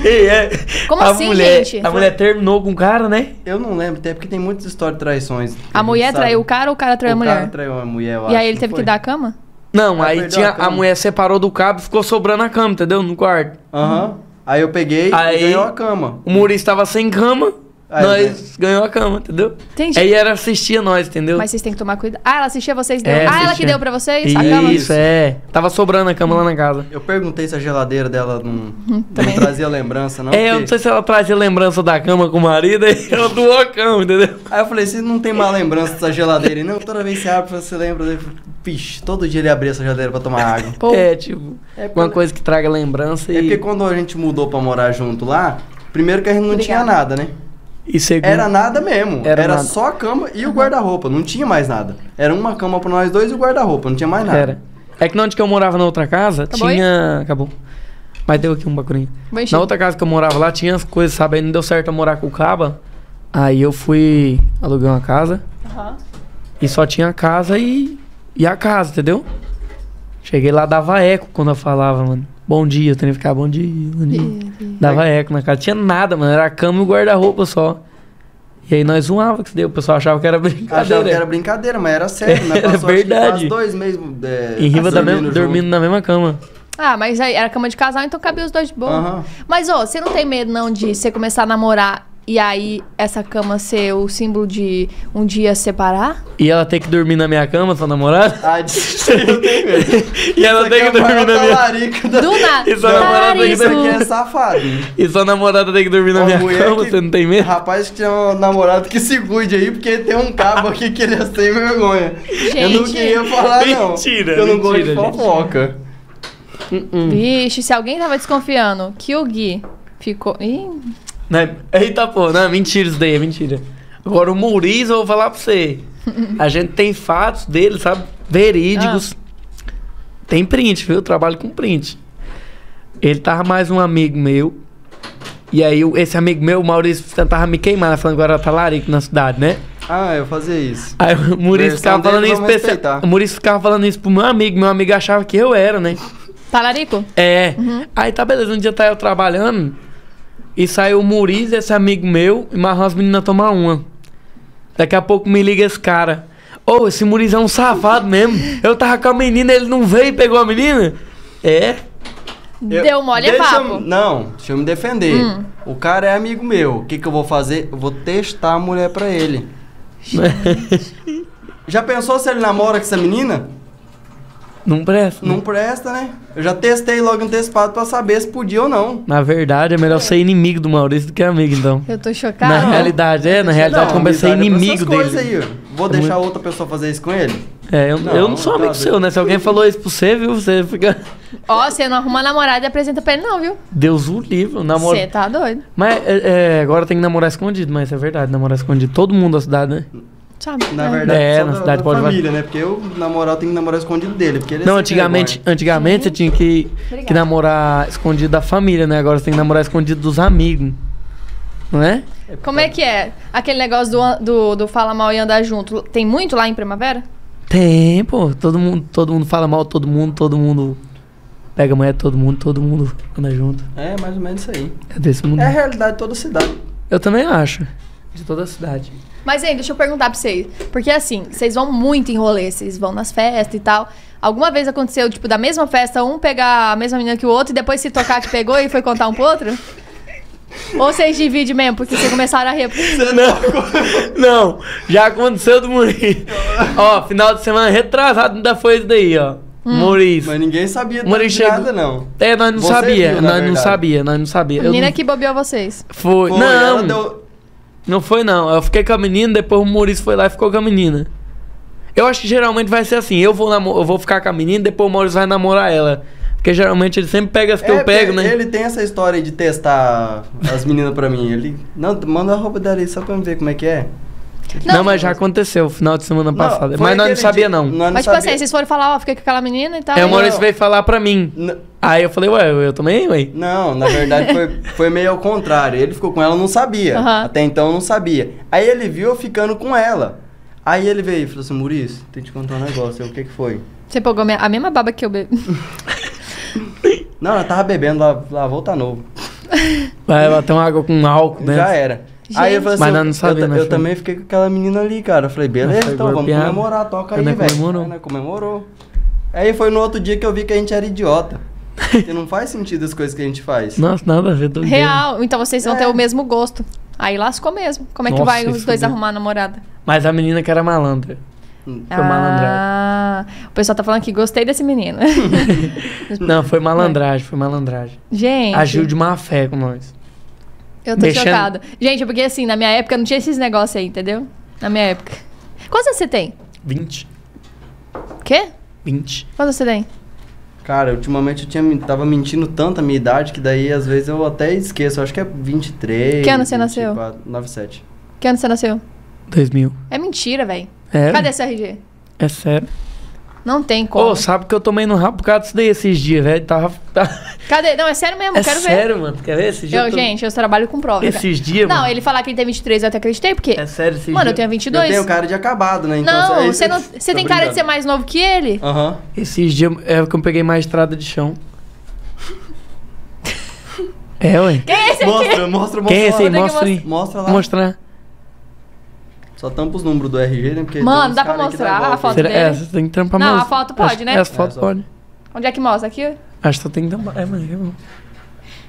B: Ei, é.
A: Como
B: a
A: assim,
B: mulher,
A: gente?
B: A mulher terminou com o cara, né?
C: Eu não lembro, até porque tem muitas histórias de traições.
A: A mulher
C: Sabe?
A: traiu o cara ou o cara traiu a
C: O
A: mulher?
C: cara traiu a mulher, eu
A: e
C: acho,
A: aí ele
C: não
A: teve
C: foi?
A: que dar a cama?
B: Não,
C: Ah,
B: aí
C: perdeu
B: tinha,
C: a cama.
B: a mulher separou do cabo e ficou sobrando a cama, entendeu? No quarto.
C: Aham. Aí eu peguei
B: Aí- um-
C: e ganhou a cama.
B: O Muricy tava sem cama,
C: Aí, né?
B: nós ganhou a cama, entendeu?
A: Entendi.
B: Aí ela assistia nós, entendeu?
A: Mas vocês têm que tomar cuidado. Ah, ela assistia vocês deu.
B: É,
A: ah, ela que
B: assistia.
A: deu pra vocês? A cama?
B: Isso, é. Tava sobrando a cama lá na casa.
C: Eu perguntei se a geladeira dela não, não trazia lembrança, não.
B: É, eu
C: porque-
B: não sei se ela trazia lembrança da cama com o marido e ela doou a cama, entendeu?
C: Aí eu falei, você não tem má lembrança dessa geladeira, aí, não? Toda vez que você abre, você lembra. Eu falei, Vixe, todo dia ele abria essa geladeira pra tomar água.
A: Pô.
B: É, tipo, uma coisa que traga lembrança
C: É
B: e,
C: porque quando a gente mudou pra morar junto lá, primeiro que a gente não tinha
A: Obrigada.
C: nada, né?
B: e segundo.
C: Era nada mesmo.
B: Era
C: Era,
B: nada.
C: só a cama e o guarda-roupa. Não tinha mais nada. Era uma cama pra nós dois e o guarda-roupa. Não tinha mais nada.
B: Era. É que na onde que eu morava na outra casa,
A: Acabou
B: tinha. Acabou. Mas deu aqui um bacurinho.
A: Vou encher.
B: Na outra casa que eu morava lá, tinha as coisas, sabe? Aí não deu certo eu morar com o Caba. Aí eu fui. Aluguei uma casa.
A: Aham.
B: E só tinha a casa e. E a casa, entendeu? Cheguei lá, dava eco quando eu falava, mano. Bom dia, eu tenho que ficar bom dia, bom dia.
A: É.
B: Dava eco na casa. Tinha nada, mano. Era a cama e o guarda-roupa só. E aí nós zoava que isso daí. O pessoal achava que era brincadeira.
C: Achava que era brincadeira, mas era sério, né?
B: Era
C: Passou acho que
B: verdade.
C: quase dois meses. É,
B: Em riba da
C: dormindo
B: mesma,
C: junto.
B: dormindo na mesma cama.
A: Ah, mas aí era cama de casal, então cabia os dois de boa.
C: Aham.
A: Mas, ô, você não tem medo, não, de você começar a namorar e aí essa cama ser o símbolo de um dia separar?
B: E ela tem que dormir na minha cama, sua namorada?
C: Ah, disse, eu tenho medo.
B: E ela
C: Essa
B: tem que
C: aqui é o
B: dormir na
C: maior
B: minha
C: talarico da-
A: Do nada!
B: Isso é uma parada que
C: Isso
A: Talarico.
C: aqui é safado.
B: E sua namorada tem que dormir na
C: Uma
B: minha
C: mulher
B: cama,
C: que-
B: você não tem medo?
C: Rapaz que tinha um namorado que se cuide aí, porque tem um cabo aqui que ele é sem vergonha. eu não
A: Gente.
C: queria falar, não.
B: Mentira,
C: Eu não gosto de
B: mentira, gente.
C: fofoca. Hum,
A: Vixe, se alguém tava desconfiando que o Gui ficou. Ih,
B: Né? Eita pô, não, mentira isso daí, é mentira. Agora o Muriz, eu vou falar pra você. A gente tem fatos dele, sabe? Verídicos.
C: Ah.
B: Tem print, viu? Eu trabalho com print. Ele tava mais um amigo meu. E aí, o- esse amigo meu, o Maurício, tava me queimando, falando que eu era talarico na cidade, né?
C: Ah, eu fazia isso.
B: Aí o Muricy
C: Versão
B: ficava
C: dele,
B: falando isso
C: vamos
B: especial.
C: respeitar.
B: O Muricy ficava falando isso pro meu amigo, meu amigo achava que eu era, né?
A: talarico?
B: É.
C: Uhum.
B: Aí tá beleza, um dia tá eu trabalhando e saiu o Muriz, esse amigo meu, e mais umas meninas tomar uma. Daqui a pouco me liga esse cara. Ô, esse Muriz é um safado mesmo. Eu tava com a menina, ele não veio e pegou a menina? É.
C: Eu-
A: Deu mole é
C: deixa eu-
A: papo. Hum.
C: não, deixa eu me defender. O cara é amigo meu. O que, que eu vou fazer? Eu vou testar a mulher pra ele. já pensou se ele namora com essa menina?
B: Não presta. né?
C: Não presta, né? Eu já testei logo antecipado pra saber se podia ou não.
B: Na verdade, é melhor ser inimigo do Maurício do que amigo, então.
A: Eu tô
B: Na
A: chocada.
B: realidade, é, na realidade,
C: Não,
B: como é ser
C: amizade pra
B: inimigo
C: essas
B: dele.
C: coisas Aí. ó. Vou deixar outra pessoa fazer isso com ele?
B: É, eu eu não,
C: Não,
B: sou
C: tá
B: amigo
C: doido.
B: seu, né? Se alguém falou isso pra você, viu? Você fica.
A: Ó, você não arruma namorada e apresenta pra ele, não, viu?
B: Deus o livre, eu namoro.
A: Você tá doido.
B: Mas é, é, agora tem que namorar escondido, mas isso é verdade, namorar escondido. Todo mundo da cidade, né?
A: sabe?
C: Na
A: É.
C: verdade,
B: É,
C: só
B: na
C: da,
B: cidade
C: da
B: pode-
C: família, né? Porque eu, na moral, tenho que namorar escondido dele. Porque ele é
B: Não,
C: sem
B: antigamente,
C: vergonha.
B: antigamente você tinha que, que
A: Obrigada.
B: namorar escondido da família, né? Agora você tem que namorar escondido dos amigos. Não é?
A: Como é que é? Aquele negócio do, an- do, do fala mal e andar junto. Tem muito lá em primavera?
B: Tem, pô. Todo mundo, todo mundo fala mal, de todo mundo, todo mundo pega a mulher, de todo mundo, todo mundo anda junto.
C: É, mais ou menos isso aí.
B: É desse mundo.
C: É a realidade de toda cidade.
B: Eu também acho. De toda a cidade.
A: Mas, hein, deixa eu perguntar pra vocês. Porque, assim, vocês vão muito em rolê, vocês vão nas festas e tal. Alguma vez aconteceu, tipo, da mesma festa, um pegar a mesma menina que o outro e depois se tocar que pegou e foi contar um pro outro? Ou vocês dividem mesmo, porque vocês começaram a rir?
B: Não, não, já aconteceu do Muriz. ó, final de semana retrasado ainda foi isso daí, ó. Muriz.
C: Mas ninguém sabia
B: Mas ele
C: de
B: chegou-
C: nada, não.
B: É, nós não
C: Você
B: sabia,
C: viu, na
B: nós não
C: verdade.
B: sabia, nós não sabia.
A: A
B: Eu
A: menina
B: não...
A: que bobeou vocês.
B: Foi.
C: Pô,
B: não,
C: ela deu-
B: não foi não. Eu fiquei com a menina, depois o Maurício foi lá e ficou com a menina. Eu acho que geralmente vai ser assim, eu vou, namo- eu vou ficar com a menina, depois o Maurício vai namorar ela. Porque geralmente ele sempre pega as que
C: É,
B: eu pego,
C: porque
B: né?
C: Ele tem essa história de testar as meninas pra mim. Ele. Não, manda a roupa dela aí só pra eu ver como é que é.
B: Não, mas já aconteceu, final de semana passada.
C: foi
B: Mas nós não
C: aquele
B: sabia
C: dia-
B: não.
C: nós não
A: Mas, tipo
C: sabia. É,
A: assim, vocês foram falar, ó, fiquei com aquela menina e tal.
B: Aí o
A: e-
B: Maurício veio falar pra mim.
C: N-
B: Aí eu falei, ué, eu também, ué.
C: Não, na verdade foi, foi meio ao contrário. Ele ficou com ela, eu não sabia.
A: Aham.
C: Até então eu não sabia. Aí ele viu eu ficando com ela. Aí ele veio e falou assim: Maurício, tem que te contar um negócio. Eu, o que que foi?
A: Você pegou me- a mesma baba que eu bebi.
C: Não, ela tava bebendo lá, lá volta novo.
B: Vai bater uma água com álcool, né?
C: Já era. Aí eu falei assim:
B: Mas nós
C: eu-
B: não sabia,
C: eu, ta-
B: né,
C: eu
B: filho?
C: também fiquei com aquela menina ali, cara. Eu falei:
B: Mas
C: beleza,
B: foi
C: então vamos
B: golpeado.
C: comemorar, toca aí,
B: Ainda
C: velho.
B: comemorou.
C: Ainda comemorou. Aí foi no outro dia que eu vi que a gente era idiota. Porque não faz sentido as coisas que a gente faz.
B: Nossa, nada a ver, doideira.
A: Real. Então vocês vão
C: É.
A: ter o mesmo gosto. Aí lascou mesmo. Como é que
B: Nossa,
A: vai
B: aí
A: os dois
B: fudeu.
A: arrumar a namorada?
B: Mas a menina que era malandra. Foi malandragem.
A: ah, o pessoal tá falando que gostei desse menino.
B: Não, foi malandragem, foi malandragem.
A: Gente.
B: Agiu de má fé com nós.
A: Eu tô
B: Deixando-
A: chocada. Gente, porque assim, na minha época não tinha esses negócios aí, entendeu? Na minha época. Quantos anos você tem?
B: 20.
A: Quê?
B: 20.
A: Quantos anos você tem?
C: Cara, ultimamente eu tinha, men- tava mentindo tanto a minha idade que daí às vezes eu até esqueço. Eu acho que é 23.
A: Que ano você nasceu?
C: 24, 97.
A: Que ano você nasceu?
B: 2000.
A: É mentira, velho.
B: É,
A: Cadê esse RG?
B: é sério.
A: Não tem
B: Ô,
A: como.
B: sabe que eu tomei no rabo por causa disso daí esses dias, velho? Tava. tá-
A: Cadê? Não, é sério mesmo,
B: É
A: quero ver.
B: sério, mano. Quer ver? Esses dias.
A: Eu,
B: eu tô-
A: Gente, eu trabalho com prova. cara.
B: Esses dias,
A: Não,
B: mano.
A: ele falar que ele tem 23, eu até acreditei, porque.
B: É sério, esses
A: Mano, eu
B: dias.
A: tenho
C: Eu
A: 22.
C: tenho cara de acabado, né? Então,
A: Não,
C: é isso
A: você
C: que eu-
A: não, você
C: tô
A: tem cara de ser
C: brincando. Ah.
A: mais novo que ele?
C: Aham.
B: Esses dias é que eu peguei mais estrada de chão. é, ué.
A: Quem é esse aqui?
C: Mostra, mostra, mostra.
B: Quem é esse aí?
A: que
B: Mostra aí.
C: Mostra lá.
B: Mostrar.
A: é
C: Só tampa os números do RG, né? Porque
A: Mano,
C: tem uns
A: dá pra
C: cara que dá
A: mostrar
C: golpe.
A: a foto
B: Será-
A: dele?
B: É, você tem que trampar
A: Não,
B: mais.
A: a foto pode,
B: Acho-
A: né?
B: As fotos
C: É, só-
B: pode.
A: Onde é que mostra? Aqui?
B: Acho que só tem que tampar. É, mano. é bom.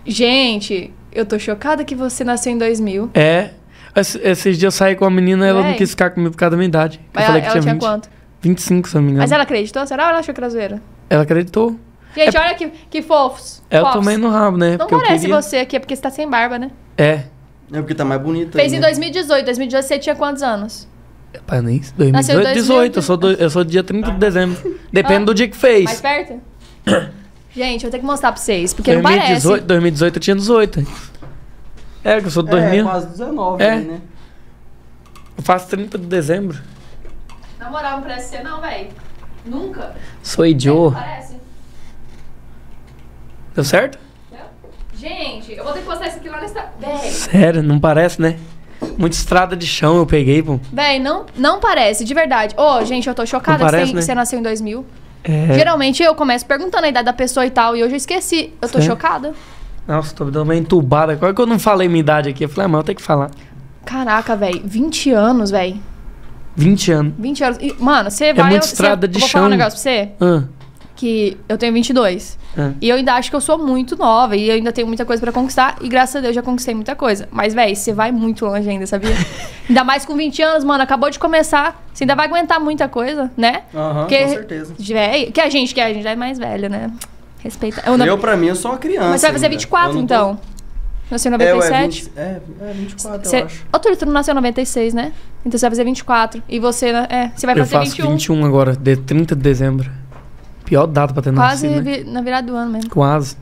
A: Gente, eu tô chocada que você nasceu em 2000.
B: É. Esse- Esses dias eu saí com a menina ela não
A: Véi.
B: quis ficar comigo por causa da minha idade. Eu
A: É, Mas ela,
B: falei que
A: ela tinha
B: 20.
A: quanto?
B: 25, se eu não me engano.
A: Mas ela acreditou? Será ou ela achou que era zoeira?
B: Ela acreditou.
A: Gente, olha que, que fofos.
B: É, Eu
A: fofos.
B: tomei no rabo, né?
A: Não
B: Porque eu
A: parece
B: queria-
A: você aqui, é porque você tá sem barba, né?
B: É.
C: É porque tá mais bonito.
A: Fez
C: aí,
A: em
C: né?
A: 2018. 2018 você tinha quantos anos?
B: Pá, nem isso.
A: Nasceu em
B: 2018, 18. Eu sou, do...
A: 2018.
B: eu sou do dia 30 de dezembro. Depende do dia que fez.
A: Mais perto? Gente, eu vou ter que mostrar pra vocês, porque não
B: 2018,
A: parece.
B: 2018 eu tinha 18. É, que eu sou de 2000.
C: É, quase 19,
B: É.
C: aí, né?
B: Eu faço 30 de dezembro.
A: Na moral, não parece ser não, véi. Nunca.
B: Sou idiota.
A: Parece.
B: É. Deu certo?
A: Gente, eu vou ter que postar isso aqui lá nessa... Véi.
B: Sério, não parece, né? Muita estrada de chão eu peguei, pô.
A: Véi, não, não parece, de verdade. Ô, gente, eu tô chocada
B: Não
A: que
B: parece,
A: você,
B: né?
A: você nasceu em 2000.
B: É.
A: Geralmente eu começo perguntando a idade da pessoa e tal, e hoje eu esqueci. Eu tô
B: Sério?
A: chocada.
B: Nossa, tô me dando uma entubada. Qual é que eu não falei minha idade aqui? Eu falei, ah, mas eu tenho que falar.
A: Caraca, véi. 20 anos, véi.
B: 20 anos.
A: 20 anos. E, mano, você vai.
B: É muita
A: você-
B: estrada de
A: eu vou falar um
B: chão.
A: negócio pra você.
B: Ah,
A: Que eu tenho 22.
B: ah.
A: E eu ainda acho que eu sou muito nova. E eu ainda tenho muita coisa pra conquistar. E graças a Deus já conquistei muita coisa. Mas, véi, você vai muito longe ainda, sabia? ainda mais com 20 anos, mano. Acabou de começar. Você ainda vai aguentar muita coisa, né?
C: Aham,
A: Porque-
C: com certeza.
A: Véi. Que a gente, que a gente já é mais velha, né? Respeita. Eu não-
C: Eu, pra mim, eu sou uma criança.
A: Mas você vai fazer
C: ainda.
A: 24,
C: Eu não tô-
A: então. Nasceu em
C: É, eu
A: 97.
C: É, 20, é, é 24,
A: Você...
C: eu acho.
A: Ô, Túlio, tu não nasceu em 96, né? Então você vai fazer 24. E você, né? É, você vai
B: Eu
A: fazer
B: faço
A: 21.
B: 21. agora, de 30 de dezembro. Pior data pra ter
A: Quase
B: nascido, né?
A: vi- na virada do ano mesmo.
B: Quase.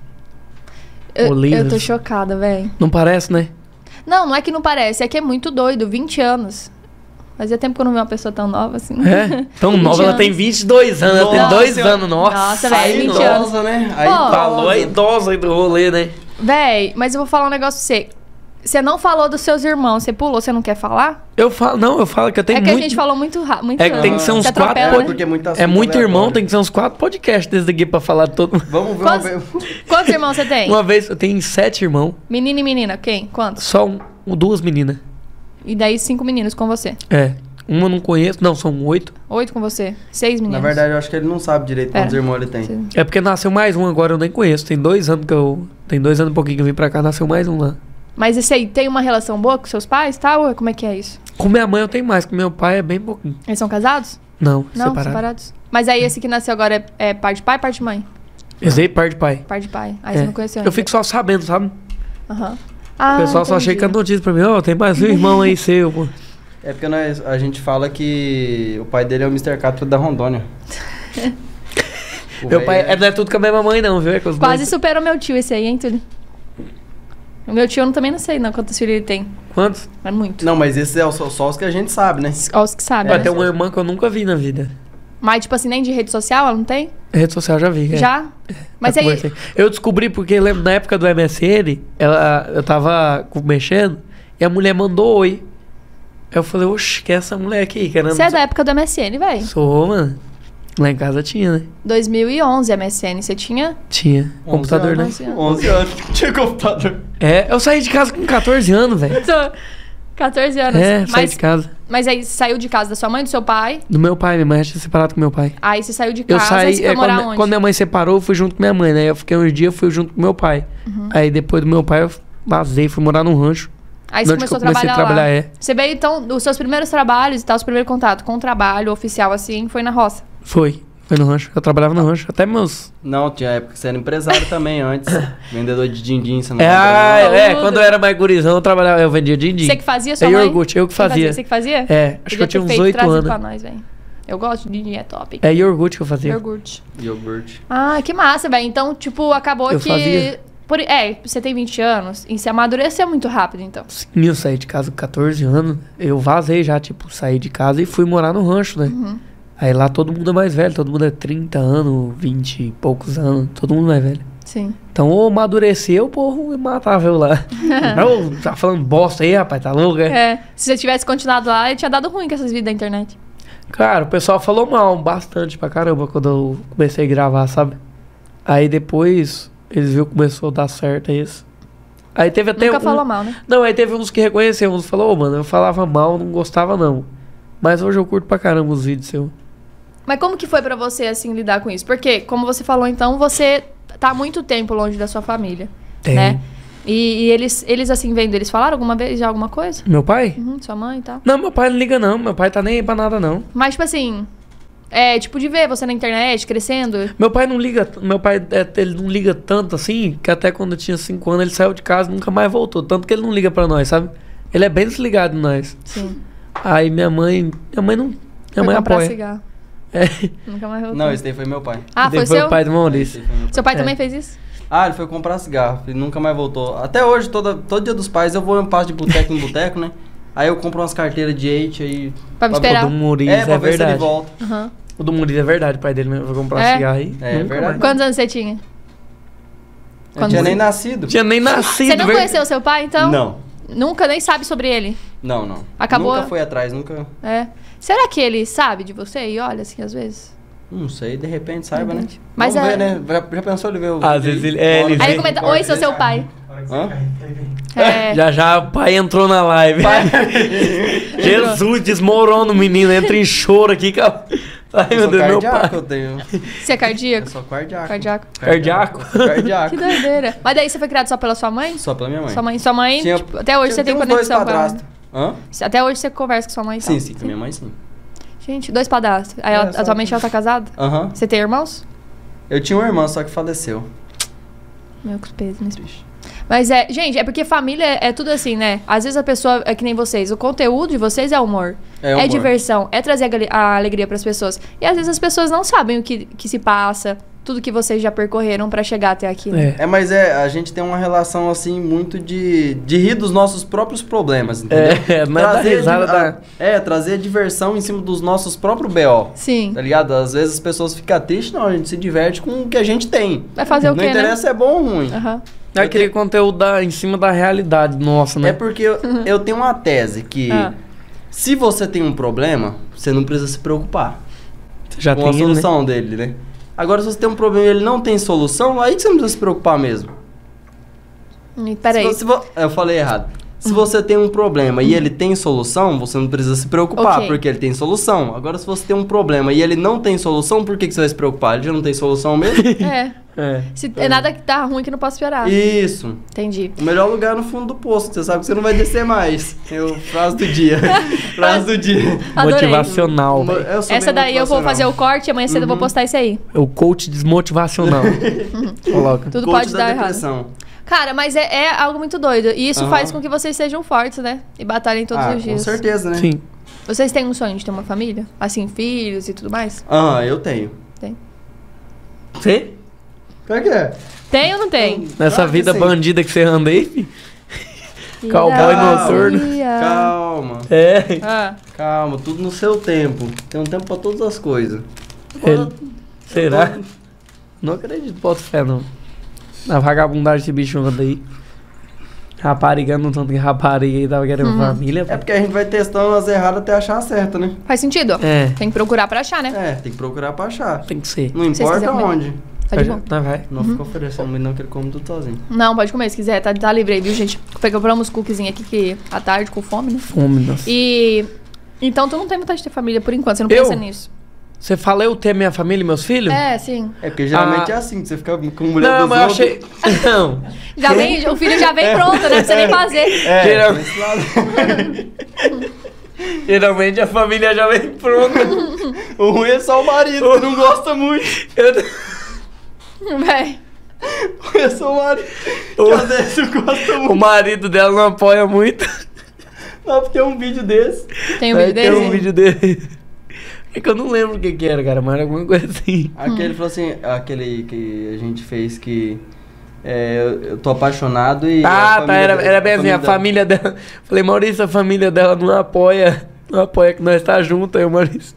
A: Eu,
B: Olivas.
A: eu tô chocada, velho.
B: Não parece, né?
A: Não, não é que não parece, é que é muito doido. 20 anos. Fazia tempo que eu não vi uma pessoa tão nova assim.
B: É? Tão
A: 20
B: nova, ela
A: anos.
B: tem 22 anos, ela tem
C: Nossa
B: 2
C: senhora.
B: anos, nossa.
A: Nossa, é
C: A
A: velho, 20 anos.
C: idosa, né? A
A: Pô.
C: idosa.
B: Falou a idosa aí do rolê, né?
A: Véi, mas eu vou falar um negócio pra você. Você não falou dos seus irmãos, você pulou, você não quer falar?
B: Eu falo, não, eu falo que eu tenho
A: é que
B: muito.
A: a gente falou muito rápido.
B: É que tem que ser uns
A: se
B: quatro
A: atropela,
B: pod-
A: né?
C: porque é muito
B: É
C: assunto
B: muito
C: aleatório.
B: irmão, tem que ser uns quatro podcasts desse daqui pra falar de todo.
C: Vamos ver uma
A: Quase-
C: vez.
A: Quantos irmãos você tem?
B: Uma vez, eu tenho sete irmãos,
A: Menino e menina, quem? Quantos?
B: só um, duas meninas.
A: E daí cinco meninos com você.
B: É. Uma eu não conheço, não, são oito.
A: Oito com você. Seis meninos.
C: Na verdade, eu acho que ele não sabe direito quantos
A: Pera.
C: irmãos ele tem.
A: Você-
B: É porque nasceu mais um agora, eu nem conheço. Tem dois anos que eu. Tem dois anos e pouquinho que eu vim pra cá, nasceu mais um lá.
A: Mas esse aí tem uma relação boa com seus pais, tá? Ou como é que é isso?
B: Com minha mãe eu tenho mais, com meu pai é bem pouquinho.
A: Eles são casados?
B: Não,
A: Não,
B: separado.
A: separados. Mas aí esse que nasceu agora é, é par de pai, par de mãe?
B: Eu sei par de pai.
A: Par de pai. Aí
B: É.
A: você não conheceu ainda.
B: Eu fico só sabendo, sabe?
A: Aham.
B: o
A: Ah,
B: pessoal só é
A: entendi.
B: chega a notícia pra mim, ó, tem mais um irmão aí seu, pô.
C: É porque nós, a gente fala que o pai dele é o Mr. Catra da Rondônia. O
B: Meu
C: véio
B: pai é, não é tudo com a mesma mãe, não, viu? É com os
A: Quase
B: dois.
A: superou meu tio esse aí, hein, Túlio? O meu tio eu não- também não sei não quantos filhos ele tem.
B: Quantos?
A: É muito.
C: Não, mas esses é o- são só os que a gente sabe, né?
A: Ó, os que sabem.
B: Vai
A: né?
B: ter uma irmã que eu nunca vi na vida.
A: Mas, tipo assim, nem de rede social ela não tem?
B: Rede social já vi. um- é.
A: Já? Mas
B: Já
A: aí.
B: conversei. Eu descobri porque lembro na época do MSN, ela, eu tava com- mexendo e a mulher mandou oi. Aí eu falei, oxe, que é essa mulher aqui? Querendo.
A: Você é da época do MSN, velho.
B: Sou, mano. Lá em casa tinha, né?
A: 2011 MSN. Você tinha?
B: Tinha. Computador, né?
A: anos.
C: 11 anos. Tinha computador.
B: É, eu saí de casa com 14 anos, velho.
A: 14 anos.
B: É, saí
A: mas,
B: de casa.
A: mas aí você saiu de casa da sua mãe, do seu pai.
B: Do meu pai, minha mãe tinha separado com meu pai.
A: Aí você saiu de
B: Eu
A: casa e
B: saí.
A: você
B: é,
A: foi morar
B: quando,
A: onde?
B: quando minha mãe separou, eu fui junto com minha mãe, né? Eu fiquei uns dias, fui junto com meu pai.
A: Uhum.
B: Aí depois do meu pai, eu vazei, fui morar num rancho.
A: Aí você
B: onde que
A: começou
B: eu comecei a
A: lá.
B: trabalhar, é.
A: Você veio, então, os seus primeiros trabalhos e tal, os primeiros contatos com o trabalho oficial, assim, foi na roça.
B: Foi. Foi no rancho. Eu trabalhava no rancho. Até meus.
C: Não, tinha época que você era empresário também antes. Vendedor de din-din, você não
B: É, ah,
C: lembra, não?
B: é, quando eu era mais gurizão, eu trabalhava, eu vendia din-din.
A: Você que fazia, sua
B: É, Eu e
A: mãe?
B: iogurte, eu que
A: Quem
B: fazia.
A: Você que fazia?
B: É, acho
A: Podia
B: que eu tinha
A: ter
B: uns
A: feito,
B: 8
A: trazido
B: anos.
A: pra nós, velho. Eu gosto de dinheiro, é top.
B: É iogurte que eu fazia.
A: Iogurte.
C: Iogurte.
A: Ah, que massa, velho. Então, tipo, acabou
B: Eu
A: que...
B: fazia.
A: Por... É, você tem 20 anos e você amadureceu muito rápido, então.
B: Sim, eu saí de casa com 14 anos. Eu vazei já, tipo, saí de casa e fui morar no rancho, né?
A: Uhum.
B: Aí lá todo mundo é mais velho, todo mundo é 30 anos, 20 e poucos anos, todo mundo mais velho.
A: Sim.
B: Então, ou amadureceu, o povo matava eu lá. Não, tá falando bosta aí, rapaz, tá louco? É?
A: É, se você tivesse continuado lá, tinha dado ruim com essas vidas da internet.
B: Cara, o pessoal falou mal bastante pra caramba quando eu comecei a gravar, sabe? Aí depois eles viram que começou a dar certo isso. Aí teve até
A: Nunca
B: um...
A: falou mal, né?
B: Não, aí teve uns que reconheceu, uns falou, ô, mano, eu falava mal, não gostava não. Mas hoje eu curto pra caramba os vídeos seu.
A: Mas como que foi pra você, assim, lidar com isso? Porque, como você falou, então, você tá há muito tempo longe da sua família,
B: Tem.
A: né? E, e eles, eles, assim, vendo, eles falaram alguma vez já alguma coisa?
B: Meu pai?
A: Uhum, sua mãe e tal.
B: Não, meu pai não liga não, meu pai tá nem aí pra nada não.
A: Mas, tipo assim, é tipo de ver você na internet crescendo.
B: Meu pai não liga, meu pai é, ele não liga tanto assim, que até quando eu tinha 5 anos ele saiu de casa e nunca mais voltou. Tanto que ele não liga pra nós, sabe? Ele é bem desligado de nós.
A: Sim.
B: Aí minha mãe. Minha mãe não. Minha
A: Foi
B: mãe
A: comprar
B: apoia.
A: cigarro.
B: É.
A: Nunca mais voltou.
C: Não, esse daí foi meu pai.
A: Ah, foi
B: Depois
A: seu?
B: o pai do
C: Esse
B: Maurício.
C: daí foi meu pai.
A: Seu pai
B: É.
A: também fez isso?
C: Ah, ele foi comprar cigarro e nunca mais voltou. Até hoje, toda, todo dia dos pais, eu vou em passo de boteco em boteco, né? Aí eu compro umas carteiras de eite aí.
A: Pra me
B: O
A: esperar.
B: do Maurício
C: É,
B: é,
C: pra ver se ele
B: verdade.
C: volta.
A: Aham.
B: O do Maurício é verdade, o pai dele mesmo foi comprar
A: É?
B: cigarro aí.
C: É,
B: nunca
C: verdade.
B: mais.
A: Quantos anos você tinha?
C: Eu
A: Quando
C: tinha
A: você-
C: nem nascido.
B: Tinha nem nascido,
A: Você não
B: ver-
A: conheceu seu pai, então?
C: Não,
A: Nunca nem sabe sobre ele.
C: não, não.
A: Acabou-
C: Nunca foi atrás, nunca.
A: É. Será que ele sabe de você e olha assim às vezes?
C: Não sei, de repente saiba, né?
A: Entendi. Mas
C: Vamos
A: é-
C: ver, né? Já, já pensou ele ver o.
B: Às vezes ele- é,
A: Aí
B: ele
A: ele
B: Sim.
A: comenta: Oi, sou seu pai.
E: A hora que
C: Hã?
E: você cai,
F: tá
E: ele vem.
A: É.
B: Já já o pai entrou na live. Jesus desmorona o menino, entra em choro aqui. Cara. Ai,
C: Eu
B: meu Deus,
C: sou
B: meu
C: cardíaco,
B: pai.
C: eu tenho.
A: Você é
C: Eu
A: cardíaco?
C: sou cardíaco.
A: Cardíaco.
B: Cardíaco.
C: Cardíaco.
A: Que doideira. Mas daí você foi criado só pela sua mãe?
C: Só pela minha mãe.
A: Sua mãe, sua mãe,
C: Tinha-
A: tipo, até hoje
C: tinha-
A: você tem
C: tinha uns dois
A: conexão com ela. né?
C: padrastos. Hã?
A: Até hoje você conversa com sua mãe e
C: Sim,
A: tal.
C: sim, com minha mãe sim.
A: Gente, dois padrastos. Aí
C: É,
A: ela-
C: só-
A: atualmente ela tá casada?
C: Aham.
A: Você tem irmãos?
C: Eu tinha uma irmã, só que faleceu.
A: Meu, que peso, né? mas...
C: Triste.
A: Mas é, gente, é porque família é é tudo assim, né? Às vezes a pessoa é que nem vocês, o conteúdo de vocês é humor.
C: É humor.
A: diversão, é trazer a gale- a alegria pras pessoas. E às vezes as pessoas não sabem o que, que se passa, tudo que vocês já percorreram pra chegar até aqui. né?
B: É.
C: É, mas é, a gente tem uma relação assim muito de, de rir dos nossos próprios problemas, entendeu?
B: É, mas dá
C: a di-
B: risada
C: a-
B: da-
C: É, trazer a diversão em cima dos nossos próprios BO.
A: Sim.
C: Tá ligado? Às vezes as pessoas ficam tristes, não, a gente se diverte com o que a gente tem.
A: Vai fazer o
C: não
A: quê, né?
C: interessa se é bom ou ruim.
A: Aham.
B: É aquele conteúdo da, em cima da realidade nossa, né?
C: É porque eu, eu tenho uma tese que
A: Uhum. Ah.
C: se você tem um problema, você não precisa se preocupar
B: Você já
C: com a
B: tem ele, né?
C: solução dele, né? Agora, se você tem um problema e ele não tem solução, aí que você não precisa se preocupar mesmo.
A: Hum, Peraí. Uhum.
C: Se vo- se vo- Eu falei errado. Se você tem um problema e ele tem solução, você não precisa se preocupar,
A: Ok.
C: porque ele tem solução. Agora, se você tem um problema e ele não tem solução, por que, que você vai se preocupar? Ele já não tem solução mesmo?
A: É.
B: É.
A: Se é nada que tá ruim que não posso piorar.
C: Isso.
A: Entendi.
C: O melhor lugar é no fundo do poço, que você sabe que você não vai descer mais. Eu, frase do dia. frase do dia.
A: Adorei.
B: Motivacional.
C: Uma-
B: velho.
C: eu sou
A: Essa
C: bem
A: daí eu vou fazer o
C: motivacional. Uhum.
A: corte e amanhã cedo eu vou postar isso aí.
B: É o coach desmotivacional. Coloca.
A: Tudo
C: Coach
A: pode dar errado.
C: depressão.
A: Cara, mas é, é algo muito doido. E isso
C: Aham.
A: faz com que vocês sejam fortes, né? E batalhem todos
C: ah,
A: os dias.
C: Com certeza, né?
B: Sim.
A: Vocês têm um sonho de ter uma família? Assim, filhos e tudo mais?
C: Ah, eu tenho.
B: Você?
C: Como é que é?
A: Tem ou não tem?
B: Nessa
C: Claro que
B: vida
C: sim.
B: bandida que você anda aí, fi? Cowboy
A: Ira-
B: noturno.
A: Ira-
C: Calma,
B: É.
A: Ah,
C: calma, tudo no seu tempo. Tem um tempo pra todas as coisas.
B: Ele- Será? Não acredito, boto fé não. Na vagabundagem desse bicho anda aí. Raparigando um tanto que rapariga aí tava querendo família.
C: É
B: pô.
C: porque a gente vai testando as erradas até achar a certa, né?
A: faz sentido?
B: É.
A: Tem que procurar pra achar, né?
C: É, tem que procurar pra achar.
B: Tem que ser.
C: Não
A: Se vocês
C: importa
A: quiserem comer. Uhum.
C: onde.
B: É.
A: Tá de bom.
B: Não, vai.
C: Não fica oferecendo muito não, que ele come tudo sozinho.
A: Não, pode comer se quiser. Tá, tá livre aí, viu, gente? Pegamos cookiezinho aqui que à tarde com fome, né?
B: Fome, nossa.
A: E. Então tu não tem vontade de ter família por enquanto, você não
B: Eu?
A: pensa nisso.
B: Você fala eu ter minha família e meus filhos?
A: É, sim.
C: É porque geralmente
B: Ah.
C: é assim, que você fica com mulher
B: Não,
C: dos
B: mas eu
C: outros.
B: achei. Não.
A: Já vem, o filho já vem pronto, né? Não precisa nem fazer.
C: É,
B: Geral-
C: tem esse lado.
B: Geralmente a família já vem pronta.
C: o ruim é só o marido, que não gosta muito.
B: Eu...
A: Véi.
C: O ruim é só o marido.
B: O-
C: Que às vezes não gosta
B: O
C: muito.
B: marido dela não apoia muito.
C: Não, porque é um vídeo desse.
A: Tem o
B: Aí
A: vídeo
B: Tem
A: dele?
B: um vídeo dele. É que eu não lembro o que que era, cara, mas era alguma coisa assim.
C: Aquele falou assim, aquele que a gente fez que. É, eu, eu tô apaixonado e. a
B: Ah, tá,
C: família
B: era,
C: dele-
B: era bem assim, a
C: dela-
B: família dela. Falei, Maurício, a família dela não apoia. Não apoia que nós tá junto aí, o Maurício.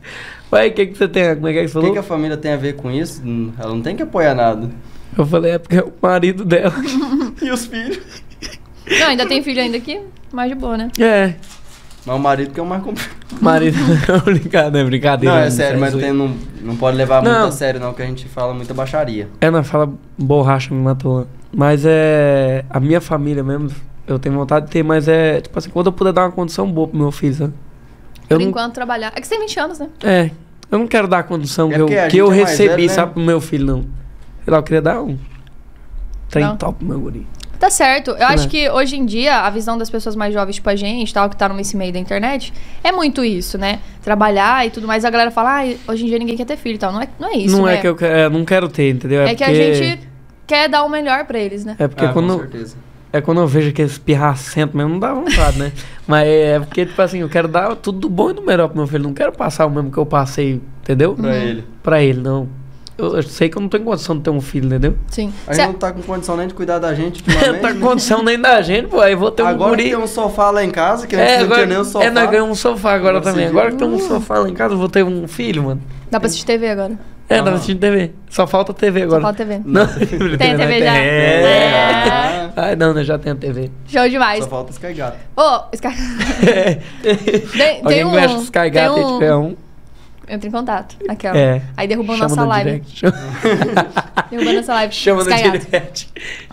B: Vai, o que que você tem? Como é que é que você
C: O que,
B: falou?
C: que a família tem a ver com isso? Hum, Ela não tem que apoiar nada.
B: Eu falei, é porque é o marido dela.
C: E os filhos?
A: Não, ainda tem filho ainda aqui? Mais de boa, né?
B: É,
C: Mas o marido que é o mais complicado.
B: marido. Não, brincadeira, é brincadeira.
C: Não, é
B: não
C: sério,
B: sei
C: mas
B: se-
C: tem- não, não pode levar muito
B: Não.
C: a sério, não, que a gente fala muita baixaria.
B: É, não, fala borracha, me matou. Mas é. A minha família mesmo, eu tenho vontade de ter, mas é. Tipo assim, quando eu puder dar uma condição boa pro meu filho, sabe? Eu
A: por
B: não,
A: enquanto trabalhar. É que você tem 20 anos, né?
B: é, eu não quero dar a condição
C: É
B: que eu,
C: porque a
B: que eu
C: gente é mais
B: recebi,
C: velho, né?
B: sabe, pro meu filho, não. Sei lá, eu queria dar um. Trem
A: Não.
B: top, meu guri.
A: Tá certo. Eu acho
B: É.
A: que hoje em dia a visão das pessoas mais jovens, tipo a gente, tal, que tá nesse meio da internet, é muito isso, né? Trabalhar e tudo mais. A galera fala, ah, hoje em dia ninguém quer ter filho e tal. Não é, não é isso,
B: não
A: né?
B: é que eu quero, é, não quero ter, entendeu?
A: É que a
B: porque-
A: gente quer dar o melhor pra eles, né?
B: É porque
C: ah, com
B: quando,
C: certeza.
B: é quando eu vejo aqueles pirracentos mesmo, não dá vontade, né? Mas é porque, tipo assim, eu quero dar tudo do bom e do melhor pro meu filho. Não quero passar o mesmo que eu passei, entendeu?
C: Pra ele.
B: Pra ele, não. Eu, eu sei que eu não tô em condição de ter um filho, entendeu?
A: Sim.
C: A
A: Cê-
C: gente não tá com condição nem de cuidar da gente
B: Não
C: ultimamente.
B: tá
C: né?
B: com condição nem da gente, pô. Aí eu vou ter um
C: Agora que
B: guri.
C: tem um sofá lá em casa, que antes
B: É,
C: não
B: agora,
C: tinha nem um sofá.
B: é, nós ganhamos um sofá agora
C: Não se
B: também.
C: diz.
B: Agora que tem um sofá lá em casa, eu vou ter um filho, mano.
A: Dá pra assistir TV agora.
B: É,
C: Aham.
B: tava assistindo TV. Só falta TV agora.
A: Só fala TV.
B: Não,
A: Tem TV já?
B: É.
C: É.
B: Ai, não, né, já tem a TV.
A: Show demais.
C: Só falta escarregar.
A: Ô, Sky... tem, tem
B: Alguém
A: um...
B: conhece os Sky Gato
A: tem
B: e tiver um.
A: Entra em contato. Aquela.
B: É.
A: Aí derrubou
B: Chama
A: nossa
B: no
A: live.
B: direct. Chama,
A: Derrubou nossa live.
B: chama no
A: Sky Gato.
B: direct.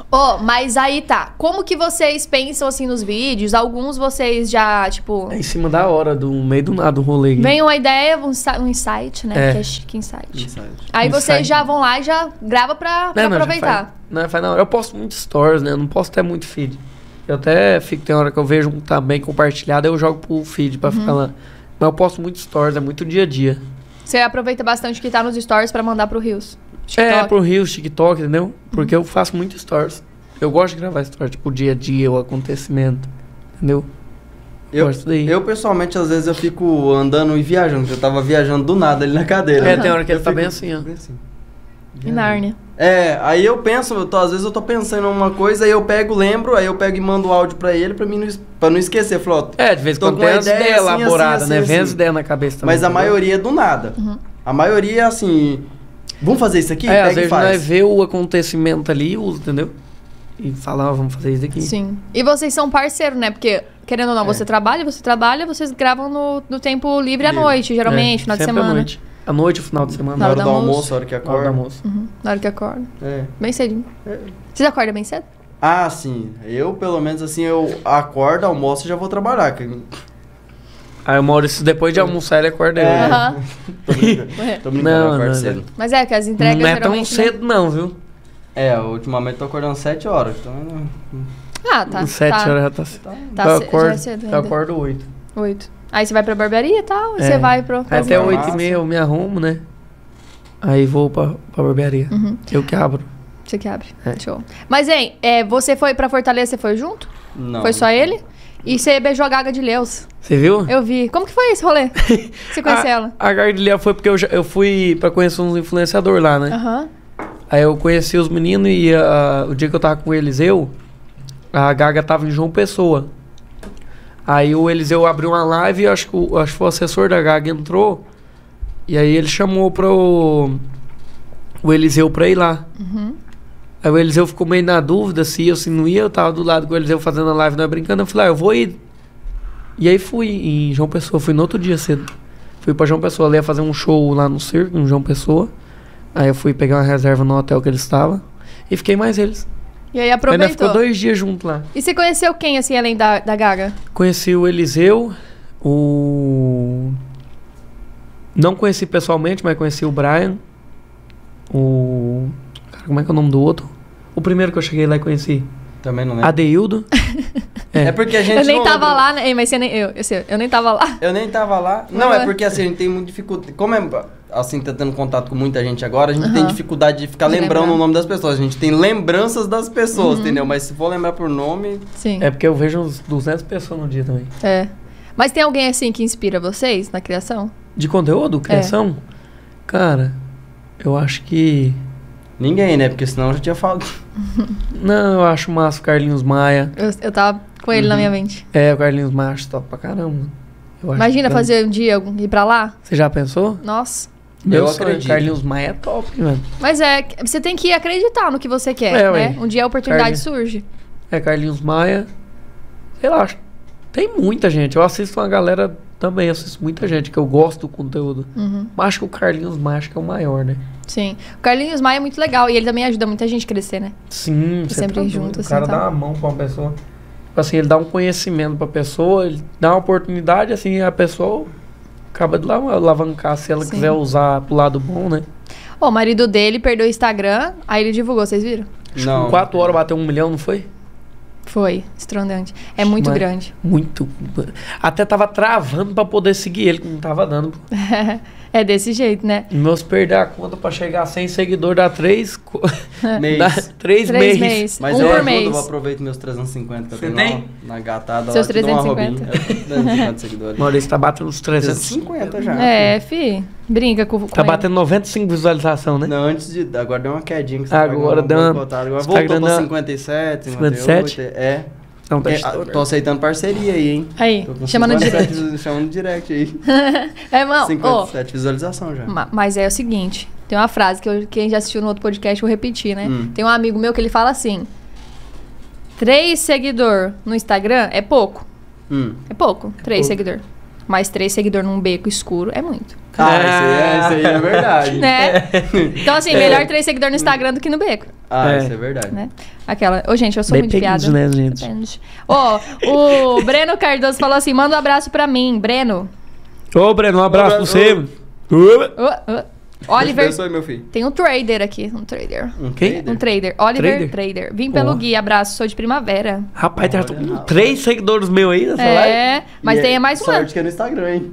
A: Ô, mas aí tá. Como que vocês pensam assim nos vídeos? Alguns vocês já, tipo.
B: É em cima da hora, do meio do nada, do rolê.
A: Vem uma ideia, um, sa- um insight, né?
B: É. Um
A: Que é chique insight.
C: Inside.
A: Aí
B: Insight.
A: vocês já vão lá e já grava pra, pra
B: Não, não, já
A: aproveitar.
B: faz- Não, faz na hora. Eu posto muito stories, né? Eu não posto até muito feed. Eu até fico, tem hora que eu vejo um também compartilhado, eu jogo pro feed pra
C: Uhum.
B: ficar lá. Mas eu posto muito stories, é muito dia a dia.
A: Você aproveita bastante que tá nos stories pra mandar pro Rios.
B: É,
A: TikTok.
C: Uhum.
B: pro Rio, TikTok, entendeu? Porque eu faço muito stories. Eu gosto de gravar história, tipo, o dia a dia, o acontecimento. Entendeu?
C: Eu,
B: Gosto daí.
C: eu, pessoalmente, às vezes eu fico andando e viajando, porque eu tava viajando do nada ali na cadeira.
B: É, tem hora que
C: Uhum. Eu
B: ele tá
C: fico
B: bem assim, ó.
C: bem assim.
A: E Nárnia.
C: É, aí eu penso, eu tô- às vezes eu tô pensando em uma coisa, aí eu pego, lembro, aí eu pego e mando o áudio pra ele pra, mim não, es- pra não esquecer. Falou, ó,
B: É, de vez em
C: Tô
B: quando
C: com
B: tem
C: uma
B: as
C: ideia
B: ideias
C: assim, assim,
B: elaboradas,
C: assim,
B: né? Vem
C: assim.
B: as ideias na cabeça também.
C: mas a
B: entendeu?
C: maioria é do nada. A maioria é assim, vamos fazer isso aqui?
B: Uhum. É,
C: Pega
B: às
C: e
B: vezes
C: faz.
B: nós vê o acontecimento ali e usa, entendeu? E fala, ó, vamos fazer isso aqui.
A: Sim. E vocês são parceiros, né? Porque, querendo
B: É.
A: ou não, você trabalha, você trabalha, vocês gravam no, no tempo livre à noite, geralmente,
B: É,
A: final de
B: sempre
A: semana.
B: À noite. À noite, final de semana.
C: Na hora
A: da
C: do
A: almoço.
C: almoço, a hora que
B: Na hora do
C: acorda.
B: almoço.
A: Uhum. Na hora que acorda.
C: É.
A: Bem cedinho. Vocês acordam bem cedo?
C: Ah, sim. Eu, pelo menos, assim, eu acordo, almoço e já vou trabalhar. que-
B: Aí o Maurício, depois de almoçar, ele acorda eu.
C: É.
B: né?
A: Aham.
C: Tô brincando,
A: É.
C: tô brincando, eu
B: Não,
C: acordo
B: não,
C: cedo.
A: Mas é que as entregas
B: Não é tão
A: geralmente, né?
B: cedo, não, viu?
C: É, ultimamente eu tô acordando 7 horas, então... não-
A: Ah, tá.
B: Sete
A: tá.
B: horas já tá cedo.
A: Tá
B: eu
A: ce- já
B: acordo,
A: é cedo
B: eu
A: ainda.
B: acordo oito.
A: Oito. Aí você vai pra barbearia e tal, e
B: É.
A: você vai pro...
B: Até
C: Massa.
B: oito e meia eu me arrumo, né? Aí vou pra, pra barbearia.
A: Uhum.
B: Eu que abro.
A: Você que abre.
B: É.
A: Show. Mas, hein, é, você foi pra Fortaleza, você foi junto?
C: Não.
A: Foi só ele? E você beijou a Gaga de Leus.
B: Você viu?
A: Eu vi. Como que foi esse rolê? Você conheceu ela?
B: A, a Gardilha foi porque eu, já- eu fui pra conhecer uns influenciadores lá, né?
A: Aham.
B: Aí eu conheci os meninos e ah, o dia que eu tava com o Eliseu, a Gaga tava em João Pessoa. Aí o Eliseu abriu uma live e acho que, o, acho que o assessor da Gaga entrou. E aí ele chamou pro, o Eliseu pra ir lá.
A: Uhum.
B: Aí o Eliseu ficou meio na dúvida se ia ou se não ia. Eu tava do lado com o Eliseu fazendo a live, nós brincando. Eu falei, ah, eu vou ir. E aí fui em João Pessoa, fui no outro dia cedo. Fui pra João Pessoa, ela ia fazer um show lá no circo, em João Pessoa. Aí eu fui pegar uma reserva no hotel que eles estavam e fiquei mais eles.
A: E aí
B: Aí nós
A: aproveitou.
B: ficou dois dias junto lá.
A: E você conheceu quem, assim, além da, da Gaga?
B: Conheci o Eliseu, o. Não conheci pessoalmente, mas conheci o Brian. O. Cara, como é que é o nome do outro? O primeiro que eu cheguei lá e conheci.
C: Também
B: né?
C: não lembro.
B: Adeildo.
C: É porque a gente
A: Eu nem
C: não
A: tava
C: lembra.
A: lá, né? Ei, mas você nem... Eu, eu, sei, eu nem tava lá.
C: Eu nem tava lá.
A: Não,
C: Não,
A: é.
C: é porque assim, a gente tem muita dificuldade. Como é assim, tá tendo contato com muita gente agora, a gente tem dificuldade de ficar
A: Uhum. De
C: lembrando
A: lembrar. Uhum.
C: o nome das pessoas. A gente tem lembranças das pessoas, entendeu? Mas se for lembrar por nome.
A: Sim.
B: É porque eu vejo uns 200 pessoas no dia também.
A: É. Mas tem alguém assim que inspira vocês na criação?
B: De conteúdo, criação? Cara, eu acho que.
C: Ninguém, né? Porque senão eu já tinha falado.
B: Não, eu acho massa o Carlinhos Maia.
A: Eu, eu tava com ele na minha mente.
B: É, o Carlinhos Maia acho top pra caramba. Eu acho
A: Imagina
B: que-
A: fazer um dia algum- ir pra lá?
B: Você já pensou?
A: Nossa.
C: Eu
B: sonho,
C: acredito.
B: Carlinhos Maia é top, mano.
A: Mas é, que- você tem que acreditar no que você quer,
B: É,
A: né?
B: ué.
A: Um dia a oportunidade
B: Carne.
A: surge.
B: É Carlinhos Maia. Sei lá, acho- tem muita gente. Eu assisto uma galera também, assisto muita gente que eu gosto do conteúdo. Mas acho que o Carlinhos Maia acho que é o maior, né?
A: Uhum, Sim. O Carlinhos Maia é muito legal e ele também ajuda muita gente a crescer, né?
B: Sim,
A: você Sempre tá doido. junto, O assim, cara tá? dá
B: uma mão pra uma pessoa. Tipo assim, ele dá um conhecimento pra pessoa, ele dá uma oportunidade, assim, a pessoa acaba de lá- alavancar se ela
A: Sim.
B: quiser usar pro lado bom, né?
A: Ó, o marido dele perdeu o Instagram, aí ele divulgou, vocês viram?
C: Não.
B: Com quatro horas bateu um milhão, não foi?
A: Foi, estrondante. É muito
B: Mas-
A: grande.
B: Muito. Até tava travando pra poder seguir ele, que não tava dando. pô.
A: é desse jeito, né?
B: E Meus perder a conta pra chegar a 100 seguidor dá três, co-
C: Mês.
B: dá três,
A: Três
B: meses.
A: meses.
C: Mas
A: um
C: eu
A: por
C: ajudo,
A: mês.
C: eu aproveito meus 350 que eu
B: Você
C: tenho
B: tem?
C: lá na gatada
A: Seus
C: lá, te dou uma
A: 350.
C: roubinha. Eu tenho 350 seguidores.
B: Maurício tá batendo uns 300.
C: 350 já.
A: É, fi. Brinca com, com
B: Tá
A: ele.
B: batendo 95 visualização, né?
C: Não, antes de. Agora deu uma quedinha que você
B: Agora
C: pagou,
B: deu uma-
C: boicotaram. Agora
B: você tá
C: voltou pra
B: grandão.
C: 57,
B: 57?
C: 58. É.
B: Não, tá
C: É,
B: estranho.
C: ah, tô aceitando parceria aí, hein?
A: Aí,
C: Tô com
A: chama no direct.
C: 57 visu- Chama no direct aí.
A: É, irmão, ô,
C: 57 visualização já.
A: Ma- Mas é o seguinte, tem uma frase que eu- quem já assistiu no outro podcast eu repeti, né?
C: Hum.
A: Tem um amigo meu que ele fala assim: três seguidor no Instagram é pouco,
C: Hum.
A: é pouco, três
B: pouco.
A: seguidor. Mas três seguidor num beco escuro é muito,
C: Ah, isso aí, é, isso aí é verdade.
B: É.
A: né? Então assim, melhor três seguidor no Instagram do que no beco,
C: Ah,
B: É.
C: isso é verdade.
A: né? Aquela, ô gente, eu sou muito
B: Depende,
A: piada.
B: né, gente?
A: Depende. Ó, o Breno Cardoso falou assim: manda um abraço pra mim, Breno.
B: Ô, Breno, um abraço pra você. Ô.
A: Ô, ô.
C: Deus te
A: Oliver,
C: abençoe, meu filho.
A: tem um trader aqui, um trader.
C: Um
B: Quem?
A: Um trader. Oliver Trader.
B: Trader?
A: Vim pelo
B: Porra.
A: Gui, abraço, sou de primavera.
B: Rapaz, tá
C: Olha lá.
B: com três seguidores meus aí nessa live.
A: É, mas
C: E
A: tem
C: é-
A: mais uma.
C: Sorte que é no Instagram, hein?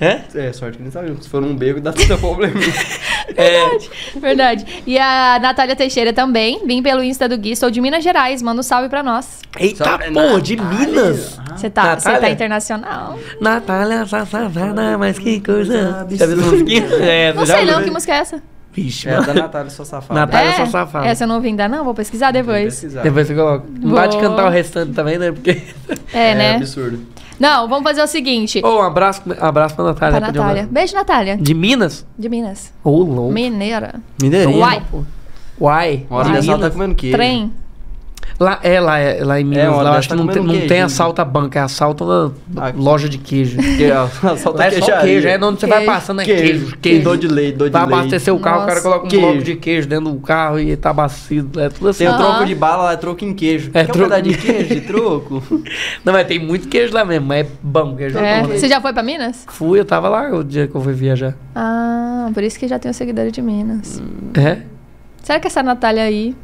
B: É?
C: É, sorte que nem sabia. Se for um beco, dá tudo problema.
B: É.
A: Verdade. E a Natália Teixeira também. Vim pelo Insta do Gui. Sou de Minas Gerais. Manda um salve pra nós.
B: Eita
C: Sobre
B: porra, de
C: Natália.
B: Minas!
A: Você tá, você tá
B: Natália?
A: internacional.
B: Natália, safada, mas que coisa.
C: Absurdo.
B: Já viu essa musiquinha? É,
A: Não
B: já Ah,
A: sei
B: viu,
A: não
B: né?
A: que música é essa.
B: Vixe,
C: É,
B: mano.
C: da Natália, sua safada.
B: Natália,
A: é?
B: sou safada.
A: Essa eu não ouvi ainda não. Vou pesquisar depois.
C: Pesquisar.
B: Depois você coloca. Não dá de
A: Boa.
B: cantar o restante também, né? Porque.
A: É,
C: É,
A: né?
C: absurdo.
A: Não, vamos fazer o seguinte.
B: Ô, um abraço, abraço pra Natália.
A: pra
B: pode
A: Natália.
B: mandar.
A: Beijo, Natália.
B: De Minas?
A: De Minas.
B: Ô, louco.
A: Mineira.
C: Mineirinho.
A: Uai.
B: Uai.
C: Uma hora
B: de
C: dessa ela tá
B: Minas.
C: comendo queijo.
A: Trem.
B: Lá, é, lá, é, lá em Minas,
C: É,
B: lá,
C: uma hora
B: eu
C: dessa
B: acho que
C: tá
B: não, tem,
C: comendo
B: não
C: queijo,
B: tem
C: né?
B: assalto à banca, é assalto na
C: Ah.
B: loja de queijo.
C: Porque ela só
B: Lá
C: tá
B: é só
C: queixaria.
B: queijo, é onde você vai
A: Queijo.
B: passando é queijo,
C: Queijo.
B: queijo.
C: Dou de leite, dou de
B: Vai
C: leite.
B: abastecer o carro,
A: Nossa.
B: o cara coloca um
C: Queijo.
B: bloco de queijo dentro do carro e tá abastecido. É tudo assim.
C: Tem o
A: Aham.
C: troco de bala, lá é troco em queijo.
B: É
C: Quer um
B: troco-
C: pedaço de queijo de troco? um-
B: Não, mas tem muito queijo lá mesmo, mas é bom queijo.
A: É.
B: É.
A: Você já foi pra Minas?
B: Fui, eu tava lá o dia que eu fui viajar.
A: Ah, por isso que já tenho seguidora de Minas.
B: É?
A: Será que essa Natália aí?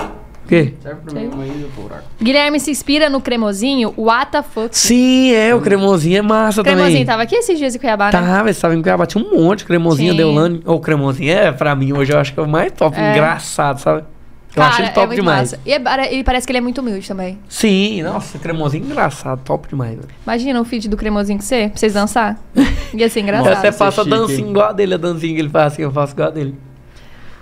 B: O quê?
C: Serve pra
A: Sei.
C: mim ainda, buraco.
A: Guilherme se inspira no cremosinho? What the fuck?
B: Sim, é, o cremosinho é massa
A: cremosinho
B: também.
A: tava aqui esses dias em Cuiabá, né?
B: Tava, você tava em Cuiabá, tinha um monte de cremosinho,
A: Sim.
B: Deolane. Ou cremosinho, é, pra mim hoje eu acho que é o mais top,
A: É.
B: engraçado, sabe? Eu acho ele
A: é
B: top
A: muito
B: demais.
A: massa. E é bara- ele parece que ele é muito humilde também.
B: Sim, nossa, cremosinho é engraçado, top demais. velho.
A: Imagina o feed do cremosinho com você, pra vocês dançar. Ia ser
B: Eu até
A: engraçado.
C: Nossa,
B: faço a
C: chique, hein?
B: dancinha igual a dele, a dancinha que ele faz assim, eu faço igual a dele.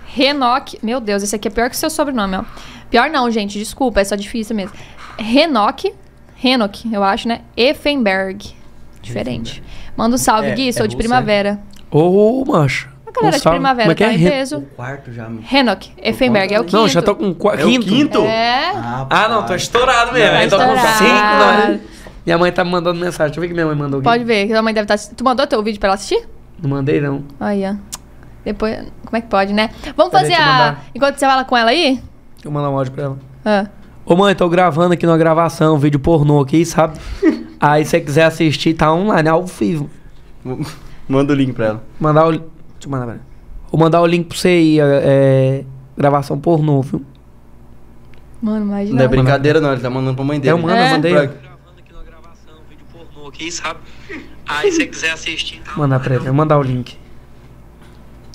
A: Renoc. Meu Deus, esse aqui é pior que o seu sobrenome, ó. Pior não, gente, desculpa, é só difícil mesmo. Renoc. Renoc, eu acho, né? Effenberg. Diferente. Manda um salve,
C: É,
A: Gui,
C: é
A: sou de
C: russo,
A: primavera.
B: Ô, macho.
A: A galera
B: um
A: de
B: salve. Como
A: primavera
B: é que
A: tá
B: é?
A: em
B: Re-
A: peso.
C: Quarto já, meu.
A: Renoc, Effenberg, é o quinto.
B: Não, já tô com qu-
C: É o
B: quinto.
C: quinto?
A: É.
B: Ah, não, tô estourado mesmo.
C: Tá
B: eu tô com
A: estourado.
B: cinco, não. Minha mãe tá me mandando mensagem. Deixa eu ver o que minha mãe mandou. aqui.
A: Pode ver, que a mãe deve estar. Tu mandou teu vídeo pra ela assistir?
B: Não mandei, não.
A: Aí, ó. Depois. Como é que pode, né? Vamos
B: Peraí,
A: fazer
B: deixa eu
A: a.
B: mandar.
A: Enquanto você fala com ela aí?
B: Deixa eu mandar um áudio pra ela.
A: Ah.
B: Ô, mãe, tô gravando aqui numa gravação, um vídeo pornô aqui, sabe? Aí, se você quiser assistir, tá online, ao vivo.
C: Manda o link pra ela.
B: Mandar o... li- Deixa eu mandar pra ela. Vou mandar o link pra você aí, é... é, Gravação pornô, viu?
A: Mano, imagina.
C: Não é brincadeira, não. Ele tá mandando pra mãe dele.
B: um Eu mando,
A: É.
B: eu mandei.
C: Pra-
B: gravando aqui numa gravação, vídeo pornô aqui, sabe? Aí, se você quiser assistir, tá Mandar pra ela, eu vou mandar o link.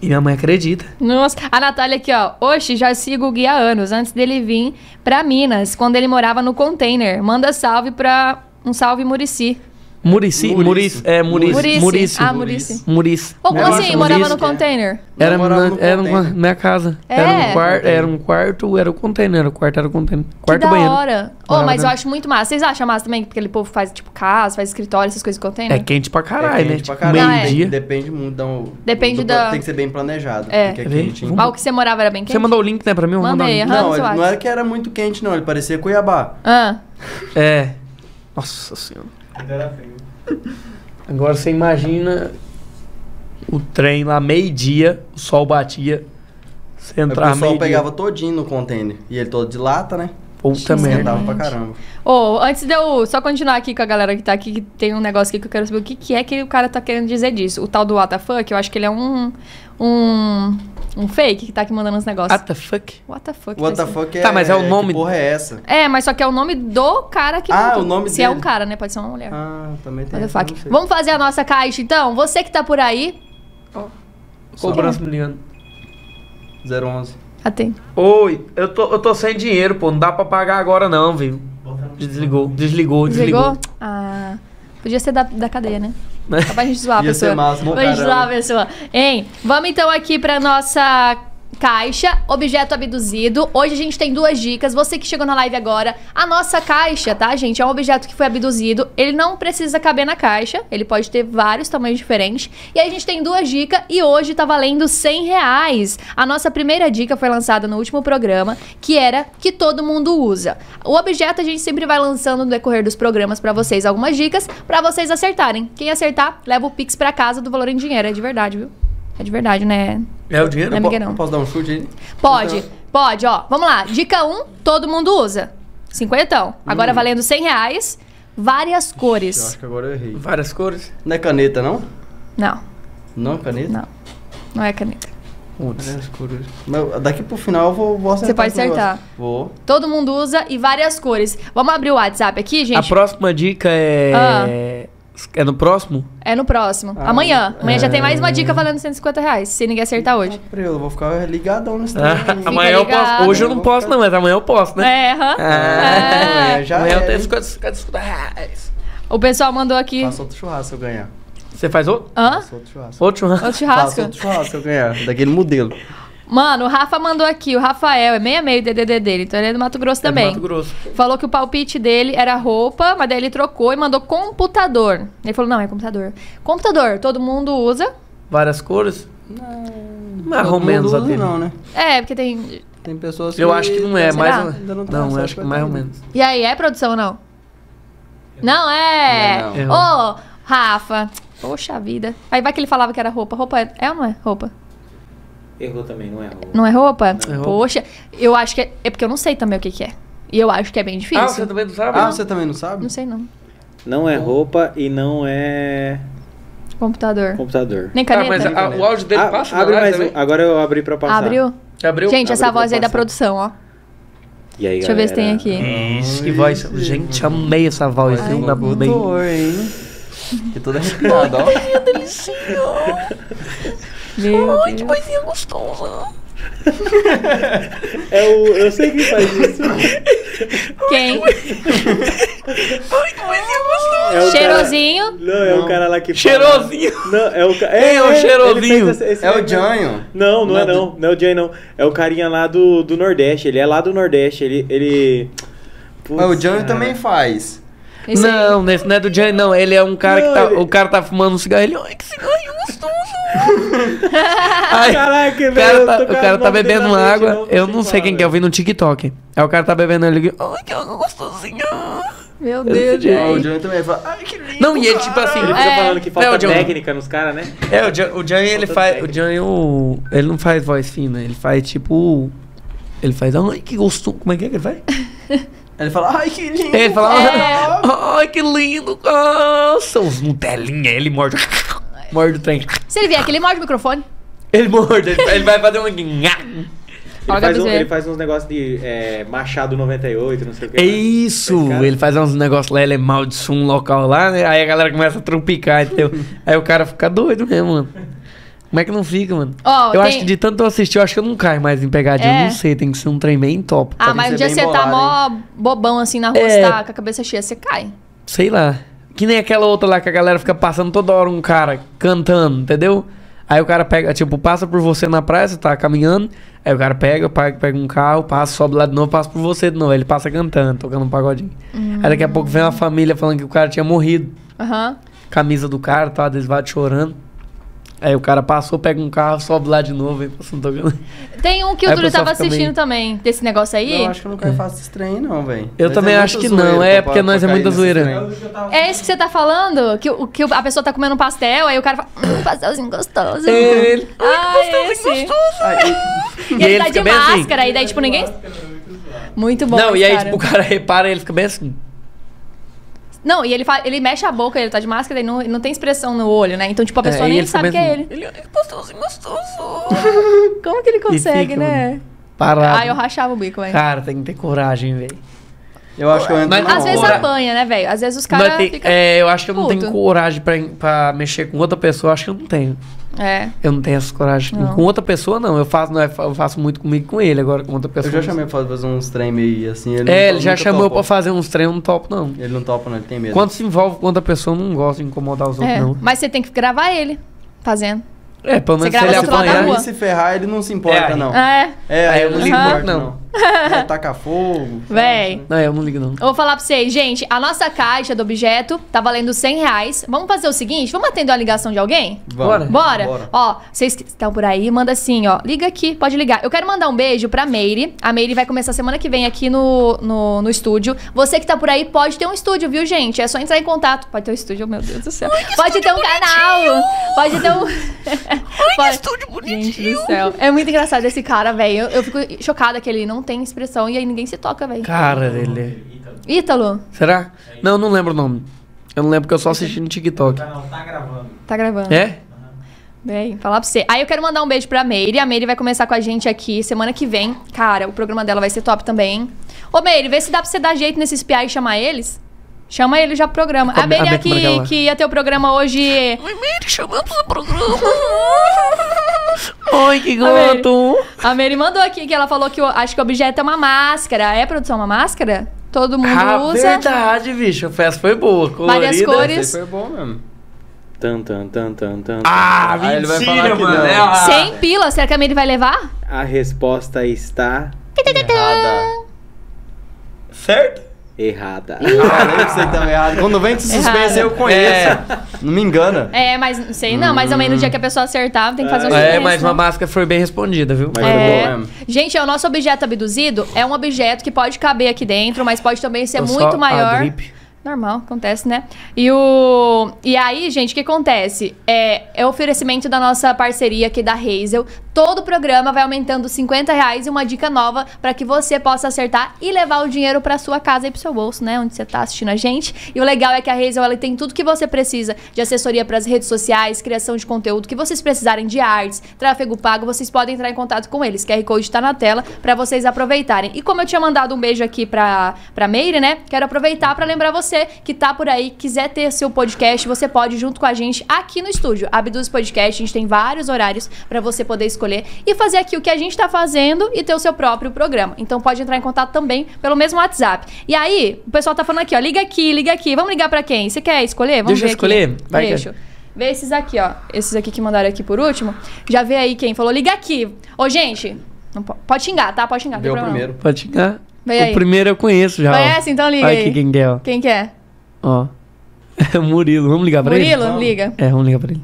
B: E minha mãe acredita.
A: Nossa, a Natália aqui, ó. Oxe, já sigo o Gui há anos, antes dele vir pra Minas, quando ele morava no container. Manda salve pra. Um salve, Murici.
B: Murici,
C: Murici.
B: Murici, é Murici,
A: Murici.
B: Murici.
A: Ah, Murici.
B: Murici.
A: Ou como
C: Murici,
A: assim? Morava
B: Murici. é.
A: no container?
B: Era,
C: Não morava
B: na,
C: no
B: era uma,
C: container.
B: minha casa.
A: É?
B: Era, um quarto, era um quarto, era o container. Era o quarto era o container. Quarto
A: que da
B: banheiro.
A: hora. oh,
B: Morava
A: mas eu
B: dentro.
A: acho muito massa. Vocês acham massa também? que Aquele povo faz, tipo, casa, faz escritório, essas coisas em
B: É
A: container?
B: quente pra
C: É
B: caralho,
C: quente
B: né?
C: pra
B: Tipo,
C: caralho. Ah,
B: meio-dia.
C: Depende muito da.
A: Depende
C: do-
A: da-
C: Tem que ser bem planejado.
A: É.
C: Porque é
B: Quer ver?
C: quente, hein?
B: Vamos-
A: Ah, o que você morava era bem quente?
B: Você mandou o link, né, pra mim? Eu vou mandar o
A: Mandei,
B: link.
A: aham.
C: Não,
A: no
C: ele, não
A: WhatsApp.
C: era que era muito quente, não. Ele parecia Cuiabá.
A: Ah.
B: É. Nossa senhora.
E: Ainda era frio.
B: Agora você imagina o trem lá, meio-dia, o sol batia. Você
C: Aí O
B: entrava
C: pessoal
B: meio-dia.
C: pegava todinho no container. E ele todo de lata, né?
B: Puta
A: X,
B: merda.
C: Esquentava pra caramba.
A: Ô, antes de eu só continuar aqui com a galera que tá aqui, que tem um negócio aqui que eu quero saber o que, que é que o cara tá querendo dizer disso. O tal do WTF, eu acho que ele é um. um. um fake que tá aqui mandando uns negócios.
B: What the fuck?
A: What the fuck?
C: What
A: tá
C: the
A: escrito?
C: fuck é.
B: Tá, mas é o nome-
C: Que porra é essa?
A: É, mas só que é o nome do cara que.
C: Ah,
A: mandou.
C: o nome
A: Se é
C: dele.
A: um cara, né? Pode ser uma mulher.
C: Ah, também tem.
A: What the
C: essa,
A: fuck?
C: não sei.
A: Vamos fazer a nossa caixa então? Você que tá por aí.
B: Cobrança me ligando.
C: 011.
A: Atende.
B: Oi, eu tô, eu tô sem dinheiro, pô. Não dá pra pagar agora, não, viu?
E: Bota no-
B: Desligou,
A: Desligou?
B: desligou, desligou.
A: Ah. Podia ser da, da cadeia, né?
B: Né?
A: Só pra gente zoar a
C: Ia
A: pessoa.
C: ser massa, bom
A: pra gente
C: caramba.
A: zoar a pessoa. Hein? Vamos então aqui pra nossa caixa, objeto abduzido. Hoje a gente tem duas dicas. Você que chegou na live agora, a nossa caixa, tá, gente? É um objeto que foi abduzido. Ele não precisa caber na caixa. Ele pode ter vários tamanhos diferentes. E aí a gente tem duas dicas e hoje tá valendo 100 reais. A nossa primeira dica foi lançada no último programa, que era que todo mundo usa. O objeto a gente sempre vai lançando no decorrer dos programas pra vocês algumas dicas pra vocês acertarem. Quem acertar, leva o Pix pra casa do valor em dinheiro. É de verdade, viu? É de verdade, né?
B: É o dinheiro?
A: Não é
B: Pô,
A: Miguel, não.
C: Eu Posso dar um chute aí?
A: Pode,
C: Então-
A: pode, ó. Vamos lá. Dica 1, todo mundo usa. Cinquentão. Agora valendo 100 reais, várias
C: Eu
A: cores.
C: acho que agora eu errei.
B: Várias cores.
C: Não é caneta, não?
A: Não,
C: Não, é caneta?
A: Não. não é caneta.
B: Putz.
C: Várias cores. Mas daqui pro final eu vou, vou acertar.
A: Você pode
C: esse negócio.
A: acertar.
C: Vou.
A: Todo mundo usa e várias cores. Vamos abrir o WhatsApp aqui,
B: A
A: gente?
B: próxima dica é. É no próximo?
A: É no próximo.
C: Ah,
A: amanhã. Amanhã já
B: é. Né?
A: tem mais uma dica valendo 150 reais, se ninguém acertar hoje.
C: Ah, Eu vou ficar ligadão nesse
B: Ah, amanhã eu
A: ligado.
B: posso. Hoje eu não posso, não, mas amanhã eu posso, né?
A: É, aham.
B: Ah,
C: É, já
B: amanhã eu
C: era,
B: tenho
C: hein?
B: 50, 50 reais.
A: O pessoal mandou aqui.
C: Faço outro churrasco se eu ganhar.
B: Você faz outro?
A: Hã?
C: Faço outro churrasco.
B: Outro churrasco?
A: O
C: Faço
A: churrasco?
C: outro churrasco se eu ganhar. Daquele modelo.
A: Mano, o Rafa mandou aqui. O Rafael é meia meio DDD dele, então ele é do Mato Grosso
B: É do
A: também.
B: Mato Grosso.
A: Falou que o palpite dele era roupa, mas daí ele trocou e mandou computador. Ele falou, não, é computador. Computador, todo mundo usa.
B: Várias cores? Não. Mais ou menos a
C: Todo mundo
B: dele.
C: usa é Não, né?
A: É, porque tem...
C: Tem pessoas
B: Eu acho que não é,
A: Será?
B: mais
A: ou-
B: ou
C: Ainda
B: menos.
C: tá
B: Não, eu
C: certo
B: acho que
C: pra
B: mais ou
C: todo mundo.
B: menos.
A: E aí, é produção ou não? Não é!
C: Não
B: é, não.
A: Ô, Rafa, poxa vida. Aí vai que ele falava que era roupa. Roupa é, é ou não é roupa?
E: Errou também, não errou.
A: Não é roupa?
B: É roupa.
A: Poxa, eu acho que é... É porque eu não sei também o que que é. E eu acho que é bem difícil.
B: Ah, você também não sabe?
C: Ah, você também não sabe?
A: Não sei não.
E: Não é roupa e não é
A: Computador.
E: computador.
A: Nem
B: Ah,
A: caneta?
B: mas a- o áudio dele
E: Ah,
B: passa
E: abre
B: na live
E: mais
B: também?
E: um. Agora eu abri pra passar.
A: Abriu?
B: Abriu?
A: um. Gente, essa
E: Abriu pra
A: voz aí da
E: passar.
A: produção, ó.
E: E aí,
A: Deixa eu ver se tem
E: galera?
A: aqui.
B: Hum. Isso, que voz. Gente, amei essa voz.
C: Mas
B: Eu
C: um
B: amei.
C: locutor, hein? Que todo arrepiado, ó.
A: Meu Deus.
E: É o, eu sei quem faz isso.
A: Quem?
E: É o
A: Cheirosinho.
E: Cara, não, é o
C: Não.
E: cara lá que. fala-
B: Cheirosinho.
E: Não, é o. ca-
B: Quem é o
E: ele fez
B: cheirosinho?
E: esse- esse
C: É o
E: mesmo.
C: Janho.
E: Não, não,
C: Não
E: é
C: é do-
E: não. Não é o Jay, não. É o carinha lá do, do Nordeste. Ele é lá do Nordeste. Ele. ele... Putz,
C: Mas o Janho
E: cara.
C: também faz.
A: Esse aí.
B: Não, nesse não é do Jay, não. Ele é um cara
E: Não,
B: que tá.
E: ele-
B: O cara tá fumando um cigarro. Ele, ai, que cigarrinho gostoso. Ai,
E: Caraca,
B: o
E: velho.
B: cara
E: eu
B: tá,
E: tô
B: o
E: com
B: cara
E: o
B: tá
E: nome dele
B: bebendo
E: na mente,
B: água. eu não sei
E: falar,
B: quem que é, eu
E: velho.
B: vi no TikTok. Aí o cara tá bebendo ele. Ai, que água gostosinha.
A: Meu
B: Eu
A: Deus,
B: sei.
C: Ó, O
A: gente.
C: Janho também faz. Ai, que lindo.
B: Não, e ele, tipo assim.
E: Ele fica
A: É.
E: falando que
B: Não,
E: falta
B: o John.
E: técnica nos caras, né?
B: É, o Jan, o Jan, ele
E: Falta
B: faz.
E: técnica.
B: O Jan, o- ele não faz voz fina, ele faz tipo. Ele faz. Ai, que gostoso. Como é que é que ele faz?
C: Ele fala, ai, que lindo.
B: Ele fala.
A: É.
B: Ai, que lindo. Nossa, os Nutelinha. Ele morde. Morde o trem.
A: Se ele vier aqui, ele morde o microfone.
B: Ele morde. Ele, ele vai fazer um. guinhá.
A: Fala,
E: Ele faz, um,
A: Gabriel.
E: ele faz uns negócios de é, Machado 98, não sei o que.
B: É
E: né?
B: isso.
E: Esse cara-
B: Ele faz uns negócios lá, ele é maldição um local lá, né? Aí a galera começa a trupicar, entendeu? Aí o cara fica doido mesmo, mano. Como é que não fica, mano?
A: Ó,
B: eu
A: tem-
B: acho que de tanto eu assistir, eu acho que eu não caio mais em pegadinha.
A: É.
B: Eu não sei, tem que ser um trem é bem top.
A: Ah,
C: Pode
A: mas um
C: ser
A: dia
C: bem
A: você tá
C: bolado,
A: mó bobão assim na rua,
B: É.
A: você tá com a cabeça cheia, você cai.
B: Sei lá. Que nem aquela outra lá que a galera fica passando toda hora um cara cantando, entendeu? Aí o cara pega, tipo, passa por você na praia, você tá caminhando. Aí o cara pega, pega, pega um carro, passa, sobe lá de novo, passa por você de novo. Aí ele passa cantando, tocando um pagodinho. Aí
A: Hum.
B: daqui a pouco vem uma família falando que o cara tinha morrido.
A: Aham.
B: Camisa do cara, tá desvado chorando. Aí o cara passou, pega um carro, sobe lá de novo, aí passando tocando.
A: Tem um que o
B: Aí o
A: Túlio
B: pessoal
A: tava
B: fica meio-
A: assistindo também, desse negócio aí.
C: Não, acho que eu não quero fazer esse trem, não, velho.
B: Eu
C: Nós
B: também
C: é
B: acho
C: muita
B: que não,
C: zoeira
B: é
C: pra-
B: porque
C: pra
B: nós é
C: cair
B: muita
C: nesse
B: zoeira.
C: trem.
A: É esse que você tá falando? Que, o- que a pessoa tá comendo um pastel, aí o cara fala, hum, pastelzinho gostoso.
B: É Ele- "Hum,
A: Ah, esse.
C: Aí-
A: E ele tá de
B: fica bem assim.
A: máscara, e daí, tipo, ninguém.
F: é
A: Muito bom.
B: Não,
A: esse
B: e aí,
A: cara.
B: tipo, o cara repara ele fica bem assim.
A: Não, e ele, fala, ele mexe a boca, ele tá de máscara, ele não, ele não tem expressão no olho, né? Então, tipo, a pessoa
B: É, e
A: nem
B: ele fica
A: sabe que é
B: mesmo-
A: ele. Ele é gostoso, gostoso. Como que ele consegue,
B: fica,
A: né?
B: mano. Parado.
A: Ah, eu rachava o bico, velho.
B: Cara, tem que ter coragem, velho.
C: Eu acho que eu entro
B: Mas-
C: na
A: Às vezes
C: hora.
B: Ora.
A: apanha, né, velho? Às vezes os caras
B: Mas tem-
A: ficam...
B: é, eu acho que eu não
A: puto.
B: tenho coragem pra, pra mexer com outra pessoa. eu Acho que eu não tenho.
A: É.
B: Eu não tenho essa coragem.
A: Não.
B: Com outra pessoa, não. Eu faço, não, é, eu faço muito comigo e com ele. Agora, com outra
C: Eu
B: pessoa.
C: já chamei pra fazer uns trem meio assim. Ele
B: É,
C: não-
B: ele já
C: nunca
B: chamou
C: topou.
B: pra fazer uns treinos, não topo, não.
C: Ele não topa, não, ele tem medo.
B: Quando se envolve com outra pessoa, eu não gosto de incomodar os outros,
A: é.
B: não.
A: Mas você tem que gravar ele fazendo.
B: É, pelo
A: Você
B: menos
A: grava
B: se ele
A: do outro lado da
B: apanhar.
A: rua.
C: ele se ferrar, ele não se importa,
B: É, aí-
C: não.
A: É,
C: É,
B: Aí
C: aí
B: eu
C: eu
B: não
C: não se
A: ligo
C: importa,
B: muito,
C: não. É, taca fogo.
A: véi.
B: Não, eu não ligo, não.
A: Eu vou falar pra vocês, gente, a nossa caixa do objeto tá valendo 100 reais. Vamos fazer o seguinte, vamos atender a ligação de alguém?
B: Bora.
A: Bora? Ó, vocês que estão por aí, manda assim, ó. Liga aqui, pode ligar. Eu quero mandar um beijo pra Meire. A Meire vai começar semana que vem aqui no, no, no estúdio. Você que tá por aí pode ter um estúdio, viu, gente? É só entrar em contato. Pode ter um estúdio, meu Deus do céu. pode ter um canal. Pode ter um. pode... estúdio bonitinho. Gente do céu. É muito engraçado esse cara, velho. Eu, eu fico chocada que ele não tem expressão e aí ninguém se toca, velho.
B: Cara, ele.
A: Ítalo,
B: Será? Não, eu não lembro o nome. Eu não lembro porque eu só assisti no TikTok.
E: Não, tá gravando.
A: tá gravando.
B: É?
A: Bem, falar pra você. Aí eu quero mandar um beijo pra Meire. A Meire vai começar com a gente aqui semana que vem. Cara, o programa dela vai ser top também. Ô, Meire, vê se dá pra você dar jeito nesses piá e chamar eles. Chama ele, já programa.
B: Como-
A: A
B: a
A: Beri
B: Beri
A: aqui,
B: como é que ela-
A: que ia ter o programa hoje.
B: Oi, que
A: gosto. A Mary mandou aqui que ela falou que o- acho que o objeto é uma máscara. É produção uma máscara? Todo mundo
B: Ah,
A: usa.
B: verdade, bicho. A festa foi boa. Colorida.
A: Várias cores.
C: Esse aí foi bom mesmo.
E: Tan, tan, tan, tan, tan.
B: Ah,
C: Aí ele vai
B: mentira,
C: falar que
B: mano.
C: não.
B: É a-
A: Sem pila, será que a Mary vai levar?
E: A resposta está
C: Errada.
B: Certo?
E: errada.
C: Ah, eu sei que tá errado. Quando vem de suspense,
A: Errado.
C: eu conheço. Não me engana.
A: É, mas não sei não, mas também no dia que a pessoa acertava tem que fazer um
B: É,
A: silêncio,
B: mas
A: né?
B: uma máscara foi bem respondida, viu?
E: Mas
C: É.
E: é.
A: É. Gente, é o nosso objeto abduzido é um objeto que pode caber aqui dentro, mas pode também ser
B: Tô só
A: muito
B: a
A: maior.
B: gripe.
A: Normal, acontece, né? E o e aí, gente, o que acontece? É, é oferecimento da nossa parceria aqui da Hazel. Todo o programa vai aumentando 50 reais e uma dica nova pra que você possa acertar e levar o dinheiro pra sua casa e pro seu bolso, né? Onde você tá assistindo a gente. E o legal é que a Hazel ela tem tudo que você precisa de assessoria pras redes sociais, criação de conteúdo, que vocês precisarem de artes, tráfego pago, vocês podem entrar em contato com eles. QR Code tá na tela pra vocês aproveitarem. E como eu tinha mandado um beijo aqui pra, pra Meire, né? Quero aproveitar pra lembrar você que tá por aí, quiser ter seu podcast, você pode junto com a gente aqui no estúdio. Abduz Podcast, a gente tem vários horários pra você poder escolher e fazer aqui o que a gente tá fazendo e ter o seu próprio programa. Então pode entrar em contato também pelo mesmo WhatsApp. E aí, o pessoal tá falando aqui, ó, liga aqui, liga aqui. Vamos ligar pra quem? Você quer escolher? Vamos
B: Deixa eu
A: ver aqui.
B: escolher? Vai,
A: Deixa. Vê esses aqui, ó. Esses aqui que mandaram aqui por último. Já vê aí quem falou, liga aqui. Ô, gente, não po- pode xingar, tá? Pode xingar. não tem
C: Deu o
A: problema não.
C: primeiro.
B: Pode xingar.
A: Vem aí.
B: O primeiro eu conheço já. ó.
A: Conhece? Então liga
B: Olha
A: aí.
B: aqui quem que é, ó.
A: Quem que é?
B: Ó. É o Murilo. Vamos ligar pra ele?
A: Murilo?
C: Vamos.
A: Liga.
B: É, vamos ligar pra ele.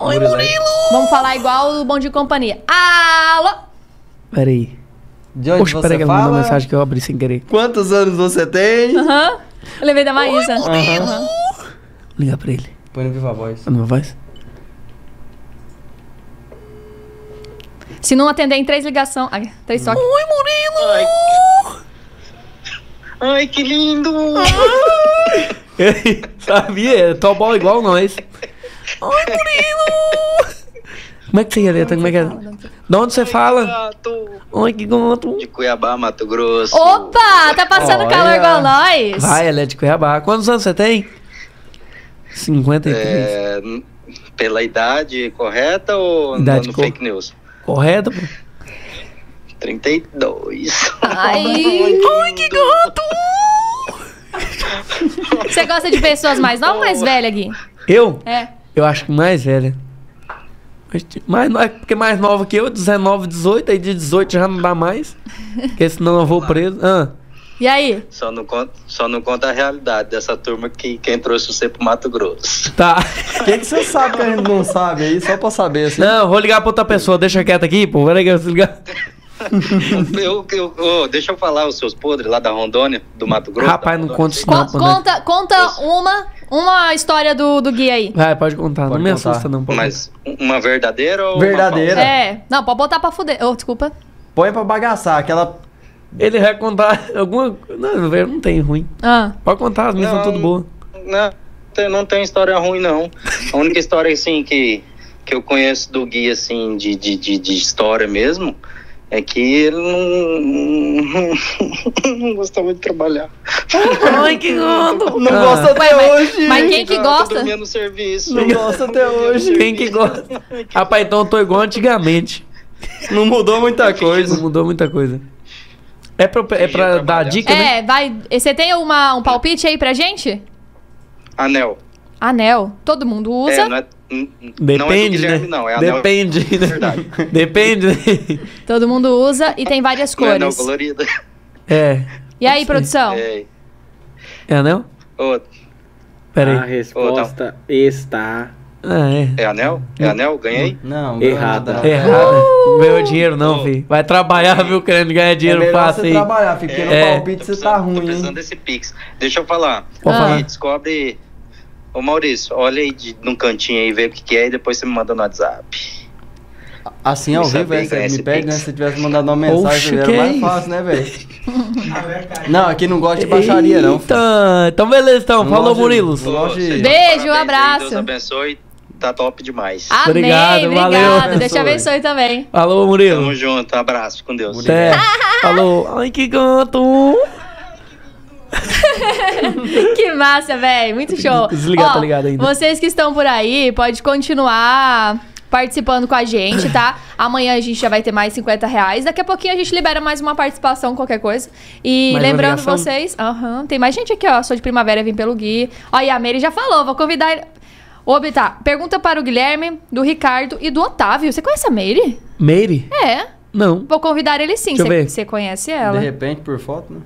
C: Oi, Murilo.
A: Vamos falar igual o Bom de Companhia. Alô?
B: Pera aí.
C: De onde
B: Poxa, peraí
C: você
B: que ela mandou uma
C: fala?
B: mensagem que eu abri sem querer.
C: Quantos anos você tem?
A: Aham. Eu levei da Maísa. Aham.
B: Vou ligar pra ele.
C: Põe no Viva Voz.
B: Tá numa voz?
A: Se não atender em três ligações... Ai, três toques.
D: Ai, que lindo!
B: Sabia? É Tobol igual nós. Oi, Murilo! Como é que você ia ler? Como é que é? De onde você fala?
D: Gato
B: Oi, que gosto.
D: de Cuiabá, Mato Grosso.
A: Opa! Tá passando
C: Olha.
A: calor igual nós.
B: Vai, ela é de Cuiabá. Quantos anos você tem? 53.
D: É, n- pela idade correta ou
B: Idade
D: no
B: cor-
D: fake news?
B: Correto? pô?
D: 32.
A: Ai,
D: Ai, que gato!
A: você gosta de pessoas mais novas ou mais velhas, Gui?
B: Eu?
A: É.
B: Eu acho que mais velha. Mas ti- Mais, no- é porque mais nova que eu, 19, 18, aí de 18 já não dá mais. Porque senão eu vou preso. Ah,
A: E aí?
D: Só não, conta, só não conta a realidade dessa turma que quem trouxe você pro Mato Grosso.
B: tá.
C: O que, que você sabe que a gente não sabe aí? Só pra saber, assim.
B: Não, eu vou ligar pra outra pessoa, deixa quieto aqui, pô. Peraí que eu vou ligar.
D: eu, eu- ô, deixa eu falar os seus podres lá da Rondônia, do Mato Grosso.
B: Rapaz,
D: da
B: não conta
D: Rondônia.
B: isso
A: Co-
B: não, pô. né?
A: conta conta uma, uma história do, do Gui aí.
B: Vai, pode contar, não
C: Pode
B: me
C: contar.
B: assusta não, pô.
D: Mas uma verdadeira ou uma
C: Verdadeira.
A: É. Não, pode botar pra fuder. Oh, desculpa.
C: Põe pra bagaçar, aquela.
B: Ele vai contar alguma. Não, velho, não tem ruim.
A: Ah.
B: Pode contar, as minhas são
D: Não.
B: tudo boas.
D: Não, tem- não tem história ruim, não. A única história, assim, que, que eu conheço do Gui, assim, de, de, de, de história mesmo, é que ele não, não gostava de trabalhar.
B: Ai, que gosto!
C: Não gosta até hoje!
A: Mas quem que
D: Ah,
A: gosta?
D: Dormia no serviço.
C: Não gosta até hoje.
B: Quem que gosta? Rapaz, então eu tô igual antigamente.
C: Não mudou muita
B: Não
C: coisa.
B: mudou muita coisa. É pra, é pra dar dica, né?
A: É, vai. Você tem uma, um palpite aí pra gente?
D: Anel.
A: Anel. Todo mundo usa.
D: É, não é, n- n- não é do
B: Depende,
D: Guilherme,
B: né?
D: não. É anel,
B: Depende, né?
D: Verdade.
B: Depende, né?
A: Todo mundo usa e tem várias
D: não é anel
A: cores.
D: colorido.
B: É.
A: E aí,
B: Sim.
A: produção?
D: É.
B: É anel?
D: Ô,
B: Pera
E: A
B: aí.
E: resposta está
B: Ah, é.
D: é anel? É anel? Ganhei?
C: Não,
E: Errada.
C: não, não.
B: Errado. né? Não ganhou dinheiro, não, filho. Vai trabalhar, viu, querendo ganhar
C: Ah. É
B: dinheiro
C: melhor
B: fácil
C: você
B: aí.
C: trabalhar, filho, porque
B: É.
C: no palpite você tá
D: Tô
C: ruim,
D: precisando
C: hein?
D: desse Pix. Deixa eu falar.
B: Pode
A: Ah.
D: Aí
B: falar.
D: descobre. Ô Maurício, olha aí de, num cantinho aí, vê o que, que é e depois você me manda no WhatsApp.
C: Assim ao
D: Isso é
C: vivo,
D: bem
C: é, você
D: grande,
C: me pede, né?
D: Pix.
C: Se tivesse mandado uma
B: Oxe,
C: mensagem,
B: que
C: era mais
B: isso?
C: fácil, né, velho? Não, aqui não gosta de baixaria, não. filho.
B: Eita. Então, beleza, então.
C: Não
B: Falou,
C: gosta de-
B: Murilo.
C: Não gosta de-
A: Beijo,
D: tá Parabéns
A: um
D: aí,
A: abraço.
D: Deus abençoe, tá top demais.
C: Ah.
A: Amém,
B: Obrigado, valeu.
A: obrigada. Deixa eu abençoe também.
B: Alô, Murilo.
D: Tamo junto, um
C: É.
D: abraço, com Deus.
B: É. Falou. Ai, que gato.
A: que massa, velho. Muito show.
B: Desligar,
A: Ó,
B: tá ligado ainda.
A: Vocês que estão por aí, pode continuar participando com a gente, tá? Amanhã a gente já vai ter mais 50 reais. Daqui a pouquinho a gente libera mais uma participação, qualquer coisa. E
B: Mais uma
A: lembrando
B: ligação?
A: vocês... Aham, tem mais gente aqui, ó. Sou de primavera, vim pelo Gui. Ó, e a Mary já falou, vou convidar... ele- Ô, Bittar, pergunta para o Guilherme, do Ricardo e do Otávio. Você conhece a Mary?
B: Meire?
A: É.
B: Não.
A: Vou convidar ele sim.
B: Deixa eu ver.
A: Você conhece ela?
C: De repente, por foto, né?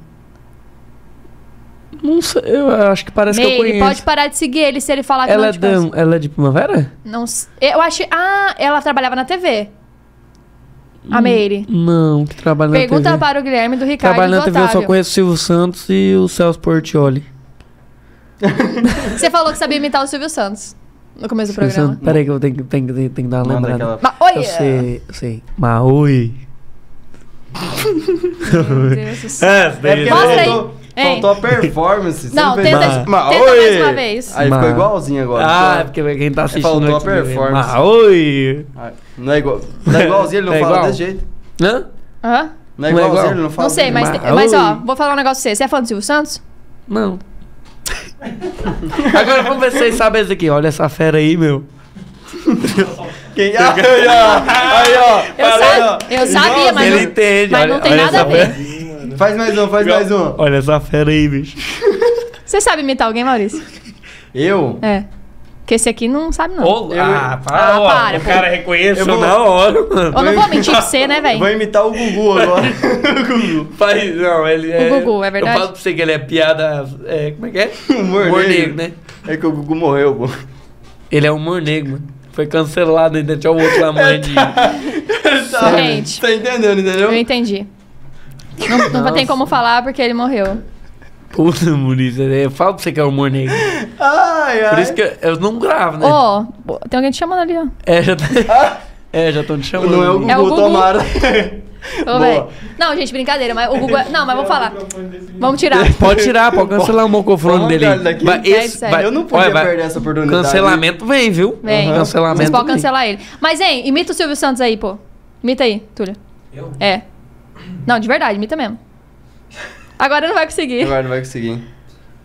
B: Não sei, eu acho que parece que eu
A: Meire,
B: conheço.
A: pode parar de seguir ele se ele falar que
B: ela,
A: não
B: é
A: te conhece.
B: da, ela é de primavera?
A: Não s- Eu achei. Ah, ela trabalhava na TV.
B: Hum.
A: A Meire.
B: Não, que trabalha
A: Pergunta
B: na TV.
A: para o Guilherme do Ricardo
B: Trabalha
A: e do
B: na TV, eu só
A: Otávio.
B: conheço o Silvio Santos e o Celso Portioli.
A: Você falou que sabia imitar o Silvio Santos no começo do programa.
B: Silvio
A: eh.
B: Santos. Peraí que eu tenho, que- tenho, que- tenho, que dar uma
C: Manda
B: lembrada.
C: aquela.
A: Mas, olha!
B: Eu sei, eu sei. Maui.
A: Meu Deus do céu.
E: É,
C: É porque
A: Mostra aí.
C: faltou,
A: Hein?
C: faltou a performance. você
A: Não,
C: fez
A: tenta,
C: mais-
A: tenta
C: Mas,
A: mais
C: oi!
A: uma vez.
C: Aí
B: Mas-
C: ficou igualzinho agora.
B: Ah,
C: só-
B: é porque quem tá assistindo...
C: Faltou a
B: aqui deve ver.
C: performance.
B: Maui.
C: Ah, Não é igual. Não é igualzinho, ele não
B: É
C: fala
B: igual?
C: desse jeito.
B: Hã?
A: Hã?
C: Não é
B: Não é
C: igualzinho,
B: igual?
C: ele não fala
A: Não sei,
C: desse
A: mas,
B: Mas-
A: mas ó,
B: Oi.
A: vou falar um negócio pra você. Você é fã do Silvio Santos?
B: Não. Agora vamos ver se vocês sabem esse aqui. Olha essa fera aí, meu.
C: jeito. Quem... Ah, aí, ó. Aí, ó.
A: Eu, sa- eu sabia, mas.
B: Ele
A: não-
B: entende.
A: mas
B: olha,
A: não tem
B: olha
A: nada
B: essa
A: a ver.
B: fera.
C: Faz mais um, faz mais um.
B: Olha essa fera aí, bicho.
A: Você sabe imitar alguém, Maurício?
C: Eu?
A: É. Porque esse aqui não sabe, não.
B: Ah,
A: para, Ah, ó, para, o pô. cara
B: reconheceu
C: Eu vou-
B: na
C: na
B: hora, mano.
A: Eu não vou mentir pra você, né,
C: Eu Vou
A: velho?
C: imitar o Gugu agora. o Gugu.
B: Faz, não, ele é...
A: Gugu, é verdade?
B: Eu falo pra você que ele é piada... É, como é que é?
C: Humor negro.
B: né?
C: É que o Gugu morreu, pô.
B: Ele é humor negro, mano. Foi cancelado, ainda tinha o outro lá, mãe de...
A: Gente.
C: Tá entendendo, entendeu?
A: Eu entendi. Não, não tem como falar porque ele morreu.
B: Puta, Maurício, eu falo pra você que é humor negro.
C: Ai, ai.
B: Por isso que eu, eu não gravo, né?
A: Ó, tem alguém te chamando ali, ó.
B: É, já tá... É, já estão te chamando.
C: Ah, Não é o
B: né?
A: É
C: Gugu,
A: o Gugu.
C: tomara.
A: Ô,
C: Boa.
A: véi. Não, gente, brincadeira, mas o Google. Não, mas vamos falar. Vamos tirar.
B: Pode tirar, pode cancelar o mocofrone
C: Vamos
B: dele.
C: tirar ele daqui.
B: Vai,
A: É,
B: esse-
A: sério.
B: vai-
C: Eu não podia
B: olha, vai-
C: perder essa oportunidade.
B: Cancelamento vem, viu?
A: Vem.
B: um Cancelamento
A: Vocês podem
B: vem.
A: cancelar ele. Mas, hein, imita o Silvio Santos aí, pô. Imita aí, Túlio. Eu? É. Não, de verdade, imita mesmo. Agora não vai conseguir.
C: Agora não vai conseguir.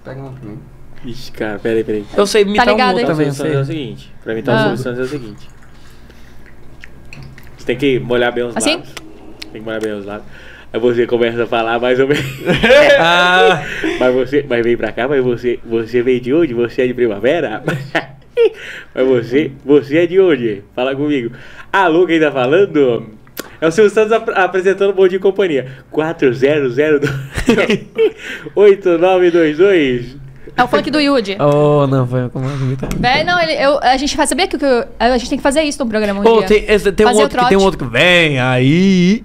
C: Pega uma pra mim.
E: Ixi, cara, peraí, peraí.
B: Eu sei imitar
A: Tá ligado,
B: um outro
A: hein?
E: Pra
B: também.
E: mim,
B: Eu
E: o Santos é o
C: assim.
B: sei.
E: seguinte. Pra mim, tá o
A: Ah.
E: Silvio Santos é o seguinte. Você tem que molhar bem os
A: Assim?
E: lábios. Tem que molhar bem os lábios. Aí você começa a falar mais ou menos.
B: Ah,
E: mas você. Mas vem pra cá, mas você. Você veio de onde? Você é de primavera? mas você. Você é de onde? Fala comigo. Alô, quem tá falando? É o Silvio Santos ap- apresentando o Bom Dia e Companhia. 4002 8922
A: É o funk do Yudi.
B: oh, não, foi como é que imita?
A: Véi, não, ele, eu, a gente faz. Sabia que, o que eu- a gente tem que fazer isso no programa um
B: Ô,
A: dia.
B: tem, esse- tem um
A: Fazer o
B: outro que tem um
A: trote.
B: outro que vem aí.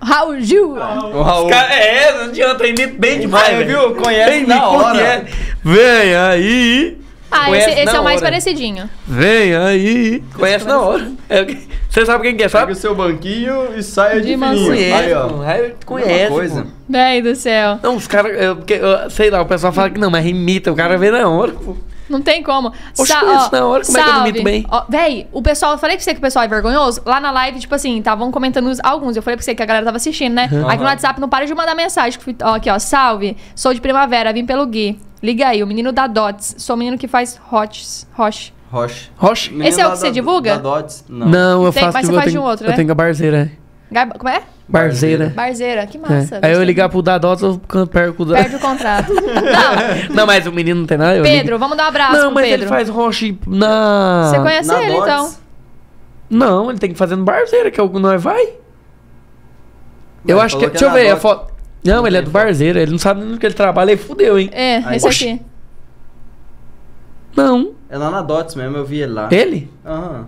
A: Raul Gil.
C: O Raul.
B: Cara, é, não adianta, imita bem demais,
C: Aí,
B: velho.
C: viu? Conhece
B: Bem,
C: na
B: me
C: hora.
B: conhece. Vem aí.
A: Ah,
B: Conhece
A: esse, esse
B: na
A: é o mais
B: hora.
A: parecidinho.
B: Vem aí. Conhece na hora. É o que- Você sabe quem que é,
C: Pega
B: sabe?
C: o seu banquinho e saia de,
A: De
C: fininho.
A: mansinho.
C: Aí,
B: mano,
C: ó.
B: aí
C: Mesma
B: Conhece.
C: coisa.
B: pô.
A: Véi do céu.
B: Não, os caras. eu- porque, eu- Sei lá, o pessoal fala que não, mas imita, o cara vê na hora, pô.
A: Não tem como.
B: Oxe, isso na hora, como é que eu não imito bem?
A: Ó, véi, o pessoal, eu falei pra você que o pessoal é vergonhoso. Lá na live, tipo assim, estavam comentando os- alguns. Eu falei pra você que a galera tava assistindo, né? Aqui no WhatsApp não para de mandar mensagem. Fui- Ó, aqui, ó. Salve, sou de primavera, vim pelo Gui. Liga aí, o menino da Dots. Sou o menino que faz hots. Roche.
C: Roche.
B: Rocha.
C: Menino
A: Esse é o
C: lá
A: que você
C: da-
A: divulga?
C: da Dots? Não.
B: Não, eu
A: Tem-
B: faço
A: mas
B: de-
A: você
B: eu
A: faz de
B: tenho-
A: um outro,
B: Eu
A: né?
B: tenho com a Barzeira.
A: Garba- Como é?
B: Barzeira.
A: Barzeira, que
B: É.
A: massa.
B: Aí eu
A: gostei.
B: ligar pro Dadots, eu canto- perco o Dadots.
A: Perde o contrato. não,
B: Não, mas o menino não tem nada. eu ligo.
A: Pedro, vamos dar um abraço
B: Não,
A: pro
B: mas
A: Pedro.
B: ele faz rocha na.
A: Você conhece
C: Na
A: ele,
C: Dots?
A: então?
B: Não, ele tem que fazer no Barzeira, que é o que nós vai. eu
C: Mas
B: acho que.
C: falou que
B: Deixa
C: é
B: eu
C: na
B: ver a
C: Dots.
B: foto. Não, ele é do Barzeira, ele não sabe nem no que ele trabalha, ele fudeu, hein?
A: É,
C: Aí.
A: esse
B: Oxi.
A: aqui.
B: Não.
C: É lá na Dots mesmo, eu vi ele lá.
B: Ele?
C: Aham.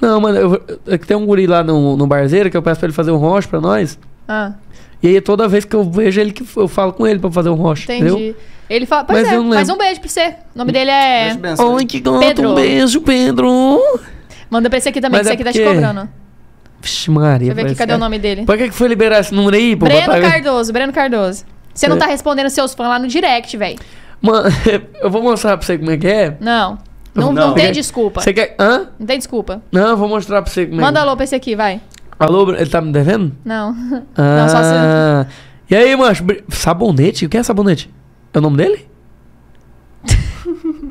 B: Não, mano, eu, é que tem um guri lá no, no Barzeira que eu peço pra ele fazer um rocha pra nós.
A: Ah,
B: E aí toda vez que eu vejo ele, que f- eu falo com ele pra fazer um rocha.
A: entendi.
B: Entendeu?
A: Ele fala. Pois
B: Mas
A: é,
B: eu não
A: mas
B: lembro.
A: um beijo pra você. O nome dele é.
C: Deixa eu pensar.
B: Oi, que gato,
A: Pedro.
B: um beijo, Pedro.
A: Manda pra esse aqui também,
B: Mas
A: que esse aqui
B: é
A: tá te
B: porque-
A: cobrando.
B: Vixe, Maria.
A: Deixa eu ver aqui,
B: parece-
A: cadê o nome dele?
B: Pra que que foi liberar esse número aí? pô?
A: Breno
B: Botar-
A: Cardoso, Breno Cardoso. Você não
B: É.
A: tá respondendo seus fãs lá no direct, velho.
B: Mano, eu vou mostrar pra você como é que é.
A: Não. Não, não
C: Não.
A: tem
B: Você-
A: desculpa.
B: Você quer. Hã?
A: Não tem desculpa.
B: Não, eu vou mostrar pra você como
A: Manda
B: é que
A: alô pra esse aqui, vai.
B: é. Alô, Bruno, ele tá me devendo?
A: Não. Não, só se.
B: Ah, E aí, macho? br- Sabonete? O que é sabonete? É o nome dele?
A: Ele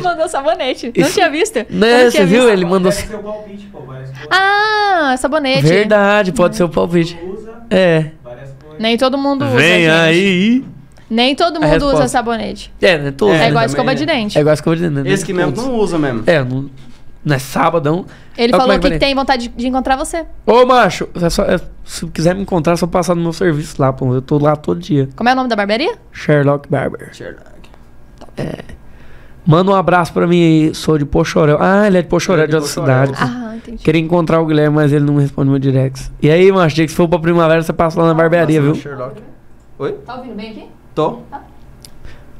A: mandou sabonete. Não
B: Ah. Isso-
A: tinha visto. Eu
B: Né,
A: não tinha
B: você viu?
A: visto.
B: Ele mandou.
F: Deve ser o palpite, pô. Várias coisas.
A: Ah, sabonete.
B: Verdade, pode ser o palpite.
F: Usa
B: É.
F: várias coisas.
A: Nem todo mundo usa. gente.
B: aí.
A: Nem todo
B: A
A: mundo usa
B: resposta.
A: sabonete.
B: É, né? Todos,
A: É,
B: né?
A: igual a
C: também,
A: escova
C: né?
A: de dente.
B: É igual a escova de dente.
C: Esse que mesmo não usa mesmo.
B: É, não, não é sabadão.
A: Ele
B: Olha como
A: falou
B: é
A: que,
B: parei.
A: tem vontade de, de encontrar você.
B: Ô, macho, é só- é- se quiser me encontrar, é só passar no meu serviço lá, pô. Eu tô lá todo dia.
A: Como é o nome da barbearia?
B: Sherlock Barber.
C: Sherlock.
B: Manda um abraço pra mim aí. Sou de Pochorel. Ah, ele é de Pochorel,
C: Ele
B: de
C: é de
B: outra
C: Pochorel.
B: cidade.
A: Ah, entendi.
B: Queria encontrar o Guilherme, mas ele não responde meu direct. E aí, macho, dia que se for pra primavera, você passa lá
A: Ah,
B: na barbearia, viu?
C: Sherlock. Oi?
A: Tá ouvindo bem aqui?
C: Tô?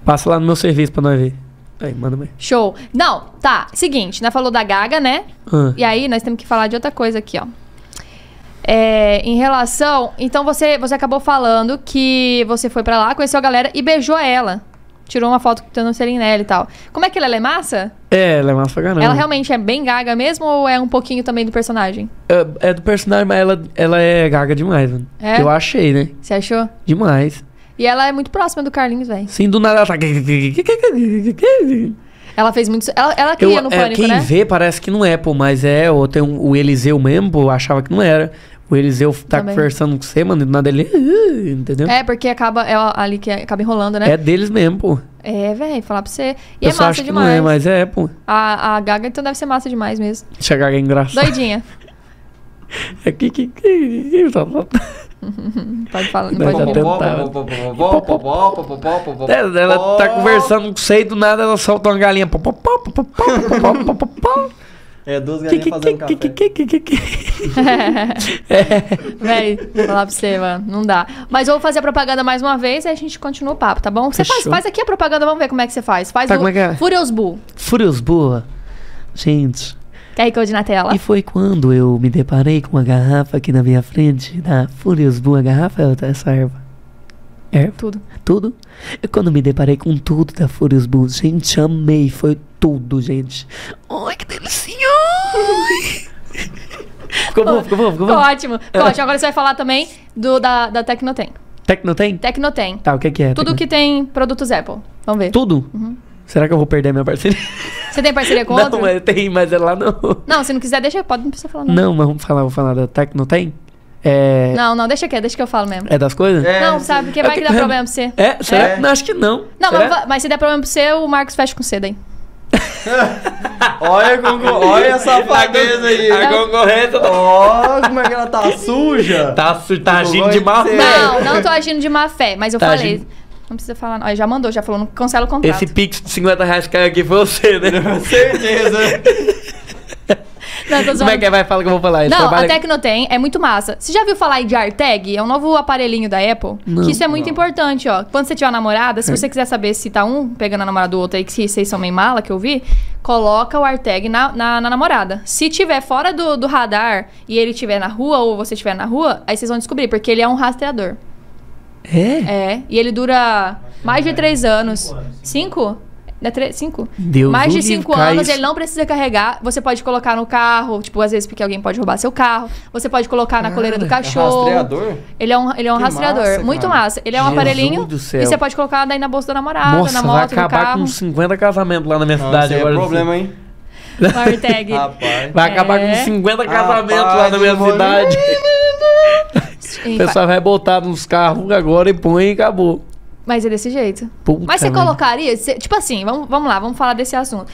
B: Passa lá no meu serviço pra nós ver. Aí, manda bem.
A: Show. Não, tá. Seguinte, nós falou da Gaga, né?
B: Ah.
A: E aí nós temos que falar de outra coisa aqui, ó. É, em relação. Então você, você acabou falando que você foi pra lá, conheceu a galera e beijou ela. Tirou uma foto com o Serinelli e tal. Como é que ela, ela é massa?
B: É, ela é massa pra caramba.
A: Ela realmente é bem gaga mesmo ou é um pouquinho também do personagem?
B: É, é do personagem, mas ela, ela é gaga demais, mano.
A: É?
B: Eu achei, né?
A: Você achou?
B: Demais.
A: E ela é muito próxima do Carlinhos, velho.
B: Sim, do nada ela tá.
A: Ela fez muito. Ela, ela
B: Eu,
A: cria no
B: é,
A: pânico,
B: quem
A: né?
B: vê parece que não é, pô, mas é. Ou tem um- o Eliseu mesmo, pô, eu achava que não era. O Eliseu tá
A: Também.
B: conversando com você, mano, e do nada ele. "Ah", Entendeu?
A: É, porque acaba. É ali que acaba enrolando,
B: É,
A: né?
B: deles mesmo, pô.
A: É, velho, falar pra você. E
B: eu
A: é
B: só
A: massa
B: acho que não
A: demais.
B: é, mas é, pô.
A: a, a Gaga então deve ser massa demais mesmo.
B: Deixa a gaga é engraçada.
A: Doidinha.
B: É que- que- que- que- tá- tá- tá.
A: Pode falar, não
B: Doida
A: pode
B: até
A: abrir.
B: É, Ela tá conversando com você e do nada ela solta uma galinha. Pó, pó, pó, pó, pó, pó, pó, pó, pó, pó.
C: É, duas
B: Que-
C: galinhas
B: que- que-
C: fazendo
B: que-
C: café.
B: que- que- que- que- É.
A: Véi, falar pra você, mano. Não dá. Mas eu vou fazer a propaganda mais uma vez e a gente continua o papo, tá bom? Você faz,
B: Fechou.
A: faz aqui a propaganda, vamos ver como é que você faz. Faz
B: Tá,
A: o
B: como é que é?
A: Furious Bull.
B: Furious Boa. Gente,
A: QR Code na tela.
B: e foi quando eu me deparei com uma garrafa aqui na minha frente, da Furious Boa garrafa, é essa erva. Erva?
A: Tudo.
B: Tudo. E quando me deparei com tudo da Furious Boa, gente, amei, foi tudo, gente. Ai, que delicinha! ficou bom, ficou bom, ficou
A: Ficou
B: bom.
A: ótimo.
B: É.
A: Ficou ótimo. Agora você vai falar também do, da, da Tecnotem.
B: Tecnotem?
A: Tecnotem.
B: Tá, o que que é?
A: Tudo que Uhum. tem produtos Apple. Vamos ver.
B: Tudo? Será que eu vou perder minha parceria?
A: Você tem parceria com outro?
B: Não, mas tem, mas é lá não.
A: Não, se não quiser, deixa. Pode, não precisa falar não.
B: Não, mas vamos falar, vou falar da Tecnotem? É.
A: Hum. Não, não, deixa quieto, deixa que eu falo mesmo.
B: É das coisas?
C: É,
A: não, sabe, porque vai que dá
B: É.
A: problema pra você.
B: É? Será?
C: É.
B: Não, acho que não.
A: Não,
B: Será?
A: mas, va- mas se der problema pra você, o Marcos fecha com cedo aí.
C: Olha, Gugu, olha a safadeza aí.
B: A concorrência tá...
C: Ó, como é que ela tá suja.
B: Tá, su- tá agindo
C: Vai
B: de má
E: É.
C: ser.
B: fé.
A: Não, não tô agindo de má fé, mas eu
B: Tá
A: falei.
B: agindo-
A: Não precisa falar, não. Aí já mandou, já falou, não cancela o contrato.
B: Esse pix de 50 reais que caiu aqui foi você, né?
C: Certeza.
A: Não, tô
B: Como é
A: zoando.
B: que é? Vai falar que eu vou falar isso.
A: Não,
B: Trabalha-
A: a Tecnotem é muito massa. Você já viu falar aí de AirTag? É um novo aparelhinho da Apple.
B: Não. É.
A: que isso é muito importante, ó. Quando você tiver uma namorada, se você quiser saber se tá um pegando a namorada do outro aí, que se vocês são meio mala, que eu vi, coloca o AirTag na, na, na namorada. Se tiver fora do, do radar e ele estiver na rua ou você estiver na rua, aí vocês vão descobrir, porque ele é um rastreador.
B: É?
A: É, e ele dura mais de três anos.
F: anos.
A: Cinco? Não é tre- cinco?
B: Deus
A: mais
B: o
A: de
B: livre,
A: cinco
B: cara,
A: anos,
B: isso-
A: ele não precisa carregar. Você pode colocar no carro, tipo, às vezes porque alguém pode roubar seu carro. Você pode colocar na coleira do cachorro.
C: É Rastreador?
A: Ele é um, ele é um
C: Que
A: rastreador.
C: massa,
A: Muito
C: cara.
A: massa. Ele é um
B: Jesus
A: aparelhinho
B: do céu.
A: e você pode colocar daí na bolsa da namorada, na
B: Nossa, vai
A: moto, no
B: acabar
A: carro.
B: com 50 casamentos lá na minha
C: Não,
B: cidade
C: isso aí é
B: agora.
C: problema, hein?
A: Com AirTag.
C: Rapaz.
B: Vai acabar
A: É.
B: com 50
C: Rapaz,
B: casamentos lá na minha
C: eu vou-
B: cidade. O
A: Enfim,
B: pessoal vai botar nos carros agora e põe e acabou.
A: Mas é desse jeito.
B: Puta
A: Mas você
B: merda.
A: colocaria. você- tipo assim, vamos, vamos lá, vamos falar desse assunto.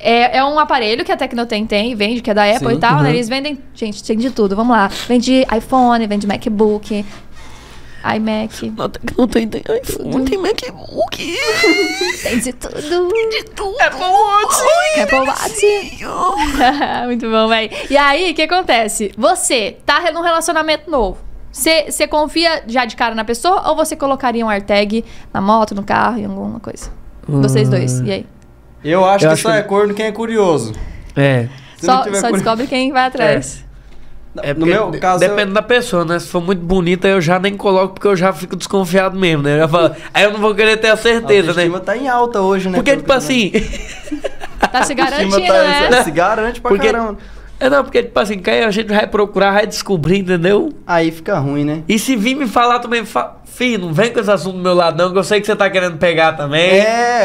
A: É, é um aparelho que a Tecnotem tem, vende, que é da Apple
C: Sim,
A: e tal, né?
B: uhum.
A: Eles vendem. Gente, tem de tudo, vamos lá. Vende iPhone, vende MacBook, iMac.
B: Não tem, não tem, tem iPhone, não tem MacBook.
A: Tem de tudo.
B: É bom,
A: Apple Watch. Muito bom, véi. E aí, o que acontece? Você tá num relacionamento novo. Você você confia já de cara na pessoa ou você colocaria um AirTag na moto, no carro, em alguma coisa? Vocês
B: Ah.
A: dois. E aí?
C: Eu acho
B: Eu
C: que
B: acho
C: só
B: que-
C: é corno quem é curioso.
B: É.
C: Se não
A: Só,
C: tiver
A: só
C: curi-
A: descobre quem vai atrás.
B: É
C: no
B: porque
C: meu
B: de-
C: caso, eu-
B: Depende da pessoa, né? Se for muito bonita, eu já nem coloco porque eu já fico desconfiado mesmo, né? Eu já falo, aí eu não vou querer ter a
C: a
B: certeza,
C: autoestima
B: né?
C: tá em alta hoje, né?
B: Porque,
C: Pelo
B: tipo
C: que eu tô vendo.
B: assim,
A: Tá se
C: A autoestima
A: garantindo,
C: tá-
A: né?
C: Se garante pra
B: Porque-
C: caramba.
B: É não, porque tipo assim, que aí a gente vai procurar, vai descobrir, entendeu?
C: Aí fica ruim, né?
B: E se vir me falar também, fa... filho, não vem com esse assunto do meu lado não, que eu sei que você tá querendo pegar também.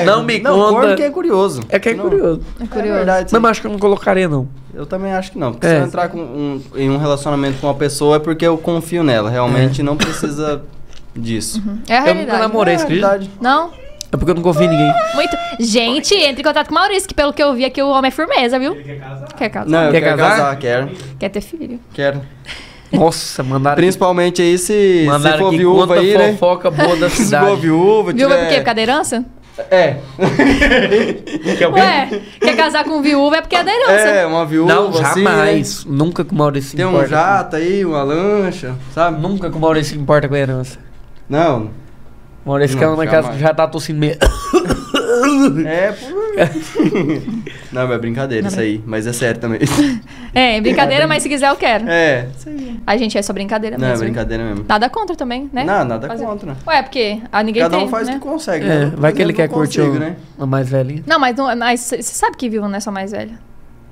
B: Não me
C: É. Não,
B: conta.
C: porque é curioso.
B: É que é
C: Não,
B: curioso.
A: É
C: É
A: curioso.
C: verdade.
B: Não, mas acho que eu não colocaria não.
C: Eu também acho que não. Porque
B: É.
C: se eu entrar com um- em um relacionamento com uma pessoa é porque eu confio nela.
B: É.
C: Realmente não precisa disso.
A: É a
B: Eu nunca
A: realidade.
B: namorei,
C: É
B: você acredita?
C: verdade.
A: Não?
B: É porque eu não confio em ninguém.
A: Muito. Gente, entre em contato com o Maurício, que pelo que eu vi aqui, o homem é firmeza, viu? quer casar. Quer casar.
C: Não, eu
B: Quer
C: quero
B: casar?
C: casar, quero.
A: Quer ter filho.
C: Quero.
B: Nossa, mandaram aqui-
C: Principalmente aí se, se
B: mandaram
C: for
B: aqui
C: viúva
B: quanta
C: aí, né?
B: fofoca boa da
C: Se for
B: cidade.
A: Viúva é por
C: viúva,
A: quê?
C: tiver...
A: Por causa da herança?
C: É.
B: Que alguém-
A: Ué, quer casar com viúva é porque é da herança.
C: É, uma viúva
B: Não,
C: assim, né?
B: jamais. Nunca que o Maurício se
C: Tem um
B: um importa.
C: jato aí, uma lancha, sabe?
B: Nunca que o Maurício se importa com a herança.
C: Não.
B: O Maurício
C: Não,
B: caiu na casa
C: jamais.
B: que já tá tossindo meio.
C: É por... Não, é brincadeira
A: né?
C: isso aí. Mas é sério também.
A: É, brincadeira, mas se quiser eu quero.
C: É.
A: A gente é só brincadeira
C: Não, é
A: mesmo.
C: brincadeira mesmo.
A: Nada contra também, né?
C: Não, nada
A: Fazer-
C: contra.
A: Ué, é porque a ninguém
C: Cada
A: tem,
C: um faz o
A: né?
C: que consegue.
B: É,
C: né?
B: vai que
C: Eu
B: ele
C: não
B: quer curtir um.
C: consigo,
B: o-
C: né?
B: a mais velhinha.
A: Não, mas não- mas você sabe que viúva não é só mais velha.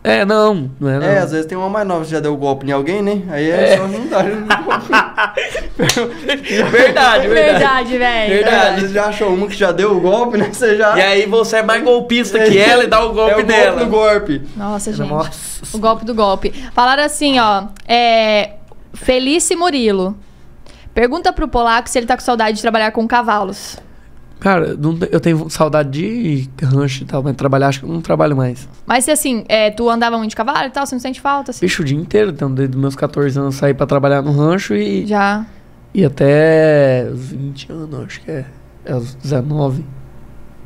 B: É, não, não é não.
C: É, às vezes tem uma mais nova que já deu golpe em alguém, né? Aí é, só juntar.
B: Verdade,
A: Verdade, velho.
C: Verdade. Você É, já achou uma que já deu o golpe, né? Você já.
B: E aí você é mais golpista que ela e dá o
C: é
B: golpe
C: o
B: nela.
C: Golpe do golpe.
A: Nossa,
B: é
A: gente.
B: Nossa.
A: O golpe do golpe. Falaram assim, ó. É, Felice Murilo. Pergunta pro polaco se ele tá com saudade de trabalhar com cavalos.
B: Cara, não te- eu tenho saudade de rancho e tal, mas trabalhar acho que eu não trabalho mais.
A: Mas se assim, é, tu andava muito de cavalo e tal, você não sente falta? Assim?
B: Bicho, o dia inteiro, então, desde meus 14 anos saí pra trabalhar no rancho e,
A: Já.
B: e até os 20 anos, acho que é. É, os 19.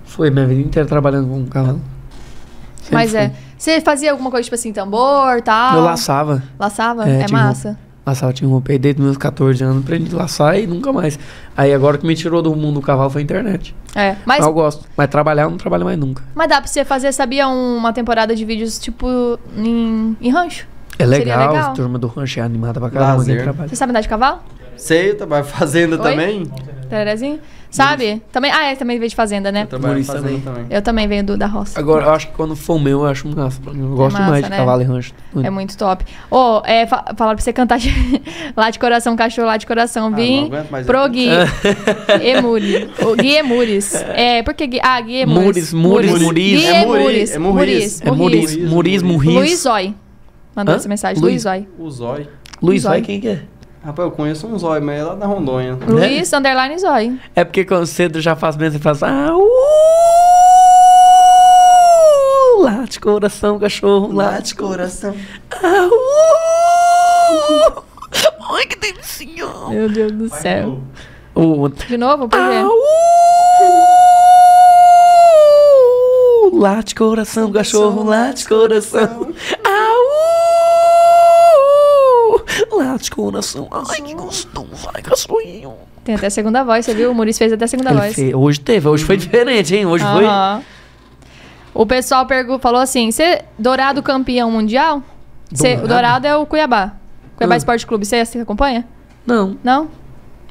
B: Foi minha vida inteira trabalhando com cavalo. Sempre
A: Mas
B: fui.
A: é. Ah. Você fazia alguma coisa, tipo assim, tambor tal?
B: Eu laçava.
A: Laçava?
B: É,
A: É,
B: tipo-
A: massa.
B: Laçava, tinha roupei desde meus 14 anos, aprendi a laçar e nunca mais. Aí agora o que me tirou do mundo do cavalo foi a internet.
A: É. Mas,
B: Mas eu gosto. Mas trabalhar eu não trabalho mais nunca.
A: mas dá pra você fazer, sabia, um, uma temporada de vídeos, tipo, em, em rancho.
B: É legal,
A: legal.
B: a turma do rancho é animada pra caramba,
C: Lazer.
B: ninguém trabalha.
A: Você sabe andar de cavalo?
C: Sei, eu trabalho fazenda
A: Oi?
C: também.
A: Terezinho? Sabe? Também. Ah, é, também veio de fazenda, né?
C: Eu trabalho
B: Maurício
C: fazenda
B: também.
C: também.
A: Eu também venho do, da roça.
B: Agora, eu acho que quando for meu, eu acho massa. Eu gosto
A: massa,
B: demais de
A: né?
B: cavalo e rancho.
A: É muito top. Ô, é, fa- falaram pra você cantar lá de coração, cachorro lá de coração.
C: Ah, não
A: Vim
C: aguento é mais
A: pro
C: essa.
A: Gui. Emuri. O Gui Emures. É, por que Gui? Ah, Gui Emures.
B: Mures, Mures, Muris.
A: Gui
C: É Muri-
A: Emures.
C: é Murris.
B: É Muris,
C: Muris,
B: Muris,
C: Muris.
A: Luiz
B: Murris.
A: Zói. Mandou
B: Hã?
A: essa mensagem.
B: Luiz? Né?
A: Luiz Zói.
C: O zói.
B: Luiz,
A: Zói.
B: vai quem que é?
C: Rapaz, eu conheço um zói, mas é lá da Rondônia.
A: Luiz Underline Zói.
B: É porque quando cedo já faz mesmo, você faz... Ah, Lá de coração, cachorro, lá de coração.
C: coração.
B: Ah, uh! Ai, que delicinha!
A: Meu Deus do céu.
B: O
A: De novo? Por quê?
B: Au! Lá de
A: Um
B: coração, cachorro, lá de coração. Au! Lá de coração. Ai, que gostoso. Ai, cachorrinho.
A: Tem até segunda voz, você viu? O Muriz fez até segunda
B: Ele
A: voz.
B: fez- Hoje teve, hoje foi diferente, hein? Hoje foi.
A: Hum. Aham. O pessoal pergu- falou assim: você Dourado campeão mundial? Cê- o
B: Dourado?
A: Dourado é o Cuiabá. Cuiabá
B: Ah.
A: Esporte Clube, você você acompanha?
B: Não.
A: Não?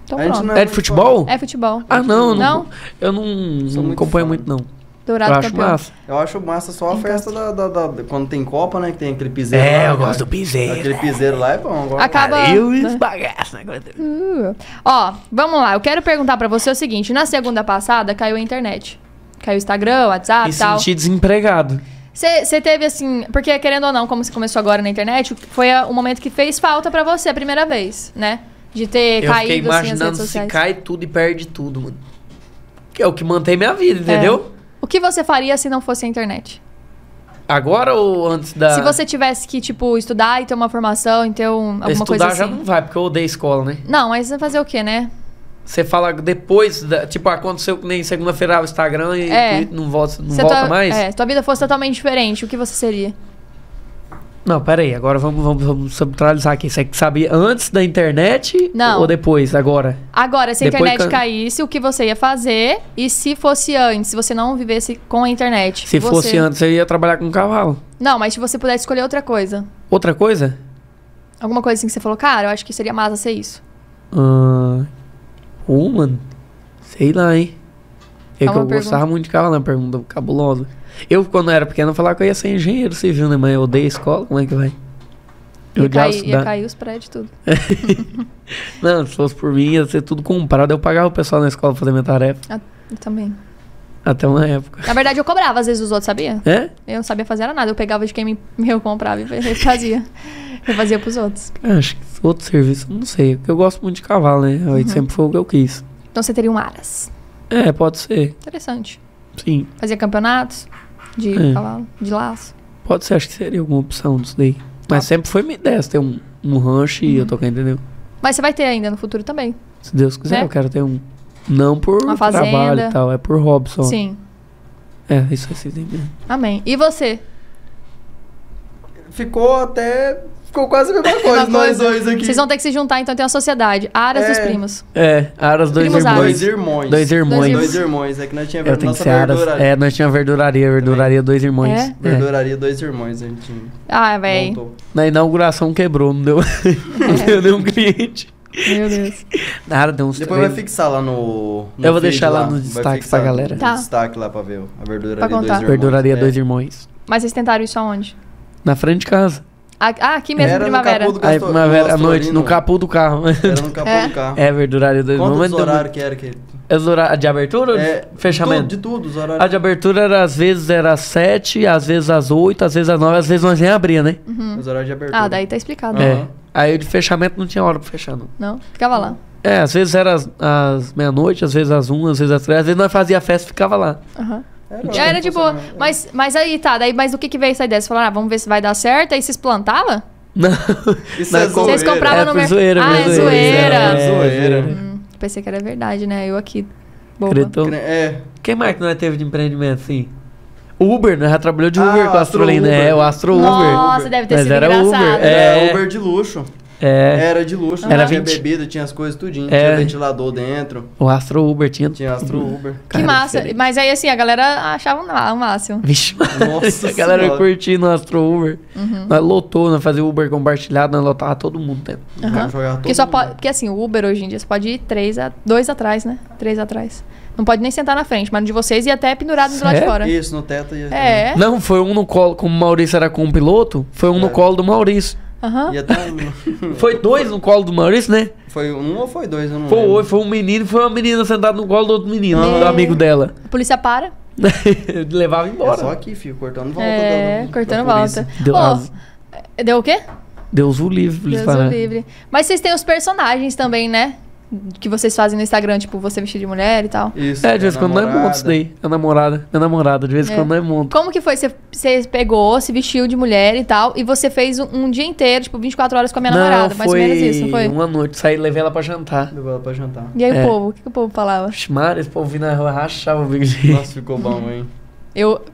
A: Então
C: A gente
A: pronto.
C: não
B: É de futebol?
A: É futebol.
B: Ah, não, eu não.
A: Não?
B: Eu não,
C: Sou
B: não
C: muito
B: acompanho
C: fã.
B: muito, não.
A: Dourado
B: Eu acho
A: campeão.
B: massa.
C: Eu acho massa só a festa da, da- da- da- quando tem Copa, né? Que tem aquele piseiro. lá,
B: É, eu
C: né,
B: gosto do
C: cara?
B: piseiro.
C: Aquele piseiro lá é bom. Agora
A: Acaba.
B: Eu
A: né?
B: esbagaço, né?
A: Uh. Ó, vamos lá. Eu quero perguntar pra você o seguinte: na segunda passada caiu a internet. Caiu o Instagram, WhatsApp
B: Me
A: e tal.
B: senti desempregado.
A: Você teve assim, porque querendo ou não, como você começou agora na internet, foi a- o momento que fez falta pra você a primeira vez, né? De ter
B: Eu fiquei
A: caído assim, nas
B: imaginando
A: redes
B: se
A: sociais.
B: cai tudo e perde tudo, mano. Que é o que mantém minha vida, entendeu?
A: O que você faria se não fosse a internet?
B: Agora ou antes da.
A: Se você tivesse que, tipo, estudar e ter uma formação e ter um, alguma
B: Estudar
A: coisa
B: já
A: assim.
B: não vai, porque eu odeio escola, né?
A: Não, mas você vai fazer o quê, né?
B: Você fala depois, da- tipo, aconteceu que nem segunda-feira o Instagram e
A: É.
B: Twitter não volta, não
A: Se a
B: volta
A: tua,
B: mais.
A: É, se tua vida fosse totalmente diferente, o que você seria?
B: Não, pera aí, agora vamos, vamos, vamos centralizar aqui. Você que sabia antes da internet
A: Não.
B: ou depois, agora?
A: Agora, se a
B: Depois
A: internet
B: que-
A: caísse, o que você ia fazer? E se fosse antes, se você não vivesse com a internet?
B: Se
A: Tipo você-
B: fosse antes, eu ia trabalhar com um cavalo.
A: Não, mas se você pudesse escolher outra coisa.
B: Outra coisa?
A: Alguma coisa assim que você falou, cara, eu acho que seria massa ser isso.
B: Ah, pô, mano. Sei lá, hein? É
A: É
B: que
A: uma
B: eu gostava muito de cavalo, é uma pergunta cabulosa. Eu, quando era pequeno, falava que eu ia ser engenheiro civil, né? Mas eu odeio escola, como é que vai? Eu
A: Ia
B: odiava
A: cair, ia
B: estudar.
A: cair os prédios tudo.
B: Não, se fosse por mim, ia ser tudo comprado. Eu pagava o pessoal na escola pra fazer minha tarefa.
A: Ah, Eu também.
B: Até uma época.
A: Na verdade, eu cobrava às vezes os outros, sabia?
B: É?
A: Eu não sabia fazer era nada. Eu pegava de quem me, me eu comprava e fazia. Eu fazia pros outros.
B: Acho que outro serviço, não sei. Porque eu gosto muito de cavalo, né? Aí sempre foi o que eu quis.
A: Então você teria um Aras.
B: É, pode ser.
A: Interessante.
B: Sim.
A: Fazia campeonatos de
B: É.
A: cavalo, de laço.
B: Pode ser, acho que seria alguma opção disso daí. Mas sempre foi minha ideia, ter um, um rancho e eu tocar, entendeu?
A: Mas você vai ter ainda no futuro também.
B: Se Deus quiser,
A: Né?
B: eu quero ter um. Não por
A: Uma fazenda.
B: trabalho e tal, é por hobby só.
A: Sim.
B: É, isso é assim mesmo.
A: Amém. E você?
C: Ficou até. Ficou quase a mesma coisa,
A: Uma
C: nós
A: coisa.
C: dois aqui.
A: Vocês vão ter que se juntar, então tem uma sociedade. Aras
C: É.
A: dos primos.
B: É, Aras dois
A: Primos
B: irmãos.
A: Aras.
C: Dois irmãos.
B: Dois irmãos.
A: Dois
C: Dois irmãos. É que nós
B: Eu
C: tínhamos
B: tenho que
C: nossa
B: ser Aras.
C: verdura...
B: É, nós tinha verduraria, verduraria dois irmãos.
A: É?
B: É.
C: verduraria, dois irmãos. A gente
A: Ah, véi.
C: montou.
B: Na inauguração quebrou, não deu,
A: É.
B: não deu nenhum cliente.
A: Meu Deus.
B: Nada, deu uns
C: Depois vai
B: três.
C: fixar lá no. no
B: Eu vou
C: feed
B: deixar lá nos
C: Vai
B: destaques
C: fixar
B: pra galera.
C: no
A: Tá.
C: destaque lá pra ver a verduraria
A: Pra
C: dois
A: contar.
C: irmãos.
B: Verduraria
C: É.
B: dois irmãos.
A: Mas vocês tentaram isso aonde?
B: Na frente de casa.
A: A- Ah, aqui mesmo,
C: Era no
A: primavera.
C: capô do
B: Aí,
C: Gastor-
B: primavera à
C: Gastorino.
B: noite, no capô do carro.
C: Era no capô
A: É.
C: do carro.
B: É, verduraria dois irmãos.
C: Quanto
B: mas
C: os
B: deu muito-
C: horários que era que.
B: É os horários de abertura ou de
C: É,
B: fechamento? Ah,
C: Tudo, de tudo, os
B: A
C: horários.
B: de abertura era, às vezes era às 7, às vezes às 8, às vezes às 9, às vezes nós nem abria, né?
C: Os horários de abertura.
A: Ah, daí tá explicado.
C: Aham.
B: É. Aí o de fechamento não tinha hora pra fechar, não.
A: Não? Ficava lá.
B: É, às vezes era às, às meia-noite, às vezes às 1, às vezes às 3, às vezes nós fazia festa e ficava lá.
A: Aham.
B: É
C: Era,
A: Já era de boa.
C: funcionamento.
A: Mas, mas aí tá, daí, mas o que que veio essa ideia? Vocês falaram, ah, vamos ver se vai dar certo, aí vocês plantavam?
B: Não.
C: Isso
B: Não,
C: é
B: com-
C: zoeira.
A: Vocês compravam
B: É,
A: no
B: por
A: mercado.
B: zoeira,
A: Ah, é
B: por
A: zoeira.
B: É,
C: Zoeira.
B: zoeira.
A: Hum, pensei que era verdade, né? Eu aqui. Boa.
B: Cretou.
C: É.
B: Quem mais que nós teve de empreendimento assim? Uber, nós já trabalhou de
C: Ah,
B: Uber com
C: o
B: a
C: Astro
B: Astrolina.
C: Uber.
B: É, o Astro Uber.
A: Nossa,
C: Uber.
A: deve ter
B: Mas
A: sido
B: era Uber,
A: engraçado.
B: É.
C: Era Uber de luxo.
B: É,
C: Era de luxo.
B: Era
C: tinha
B: 20.
C: bebida, tinha as coisas tudinho.
B: É.
C: Tinha ventilador dentro.
B: o Astro Uber tinha.
C: Tinha Astro Uber.
A: Que
B: Cara,
A: massa.
B: diferente.
A: Mas aí, assim, a galera achava o máximo.
B: Vixe,
C: Nossa
B: a galera
C: Senhora.
B: curtindo o Astro Uber.
A: Uhum.
B: Nós lotou, nós fazia Uber compartilhado, nós lotava todo mundo dentro.
A: Aham.
C: Jogava
A: Porque,
C: todo
A: só
C: mundo.
A: pode, porque assim, o Uber hoje em dia, você pode ir três a, dois atrás, né? Três atrás. Não pode nem sentar na frente, mas no de vocês ia até pendurado do lado de
B: Sério?
A: fora.
C: Isso, no teto ia.
A: É.
B: Não, foi um no colo, como o Maurício era com o piloto, foi um no
C: É.
B: colo do Maurício.
A: Aham.
C: Ia até.
B: Foi dois no colo do Maurício, né?
C: Foi um ou foi dois? Eu não
B: Foi,
C: lembro.
B: foi um menino e foi uma menina sentada no colo do outro menino,
A: Meu.
B: do amigo dela.
A: A polícia para.
B: Levava
C: É
B: embora.
C: só aqui, filho, cortando volta.
A: é,
C: da- da
A: cortando
C: polícia.
A: volta.
B: um- Deu
A: Pô,
B: as-
A: deu o quê?
B: Deus o livre, pra eles
A: Deus o
B: pararem.
A: livre. Mas vocês têm os personagens também, né? Que vocês fazem no Instagram, tipo, você vestido de mulher e tal.
C: Isso.
B: É, de vez em
C: a
B: quando nós
C: namorada.
B: monta isso daí. A namorada, a namorada, de vez em
A: É.
B: quando nós monta.
A: Como que foi? Você- Você pegou, se vestiu de mulher e tal, e você fez um, um dia inteiro, tipo, 24 horas com a minha namorada. Mais ou menos isso, não foi?
B: uma noite, saí e levei ela pra jantar.
C: Levou ela pra jantar.
A: E aí
B: um É.
A: o povo, o que, que o povo falava?
B: Vixe, Mara, esse povo vindo na rua rachava o bico de...
C: Nossa, ficou bom, hein?
A: Eu.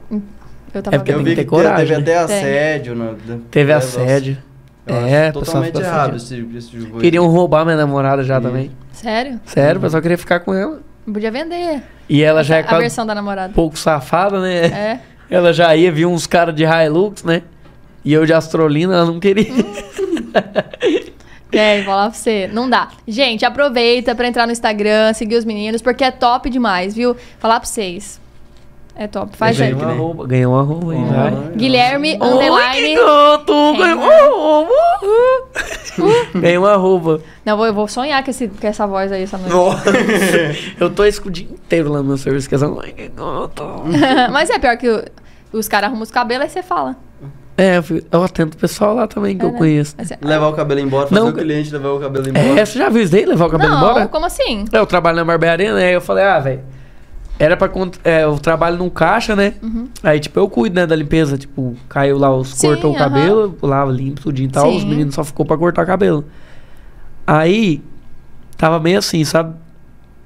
A: Eu tava.
B: É porque
C: eu
B: tem
C: vi
B: que ter
C: que
B: coragem,
C: teve
B: né?
C: até
A: Tem.
C: assédio. né? De-
B: Teve
C: eu
B: assédio.
C: acho- eu acho
B: É, pessoal
C: totalmente
B: ficou
C: errado esse,
B: assediado.
C: esse jogo.
B: Queriam roubar minha namorada já
C: Isso. Uhum.
B: também.
A: Sério?
B: Sério, o pessoal queria ficar com ela.
A: Não podia vender
B: E ela já é
A: a
B: quase
A: versão da namorada.
B: um pouco safada, né?
A: É.
B: Ela já ia, via uns caras de Hilux, né? E eu de Astrolina, ela não queria.
A: Uhum. É, vou falar pra você. Não dá. Gente, aproveita pra entrar no Instagram, seguir os meninos, porque é top demais, viu? Falar pra vocês. É top. Faz aí.
B: ganhou
C: né?
B: uma roupa, ganhou uma roupa
C: Uhum.
B: aí, vai.
A: Guilherme
B: Oi, que
A: Underline.
B: gato! Ganhou
A: né?
B: uma roupa! Ganhei uma roupa.
A: Não, vou- eu vou sonhar com, esse- com essa voz aí essa noite.
C: Nossa.
B: Eu tô esse o dia inteiro lá no meu serviço, que um essa mãe que gato.
A: Mas é pior que o- os caras arrumam os cabelos, aí você fala.
B: É, eu fui- eu atendo o pessoal lá também que
A: É,
B: eu
A: né?
B: conheço.
A: Aí você-
C: Levar o cabelo embora, fazer
B: Não,
C: o cliente levar o cabelo embora.
B: É, você já viu isso daí? Levar o cabelo
A: não,
B: embora?
A: como assim?
B: É, Eu trabalho na barbearia, né? Aí eu falei, ah, velho. Era pra. cont- é, eu trabalho num caixa, né?
A: Uhum.
B: Aí, tipo, eu cuido, né, da limpeza. Tipo, caiu lá, os
A: Sim,
B: cortou o
A: aham.
B: cabelo, eu pulava limpo, tudinho e tal. Os
A: Sim.
B: meninos só ficou pra cortar cabelo. Aí, tava meio assim, sabe?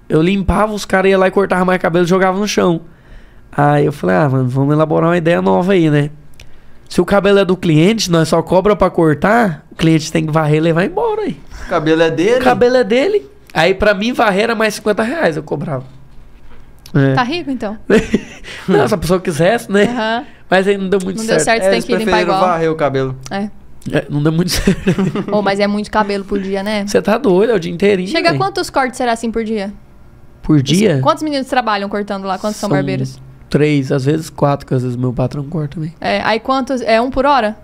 B: Eu limpava, os caras iam lá e cortavam mais cabelo e jogavam no chão. Aí eu falei, ah, mano, vamos elaborar uma ideia nova aí, né? Se o cabelo é do cliente, nós só cobra pra cortar, o cliente tem que varrer e levar embora aí.
C: O cabelo é dele.
B: O cabelo é dele. Aí pra mim, varrer era mais 50 reais, eu cobrava. É.
A: Tá rico então?
B: não, se a pessoa quisesse, né?
A: Aham.
B: Mas aí não deu muito
A: Não deu
B: certo.
A: certo, você tem
C: Eles
A: que limpar
C: preferiram
A: igual.
C: É, varrer o cabelo.
A: É.
B: É, não deu muito certo.
A: Oh, mas é muito cabelo por dia, né?
B: Você tá doido, é o dia inteirinho.
A: Chega a
B: velho.
A: quantos cortes será assim por dia?
B: Por dia?
A: Quantos meninos trabalham cortando lá? Quantos são, barbeiros?
B: Três, às vezes quatro, que às vezes meu patrão corta também.
A: É, aí quantos. É um por hora?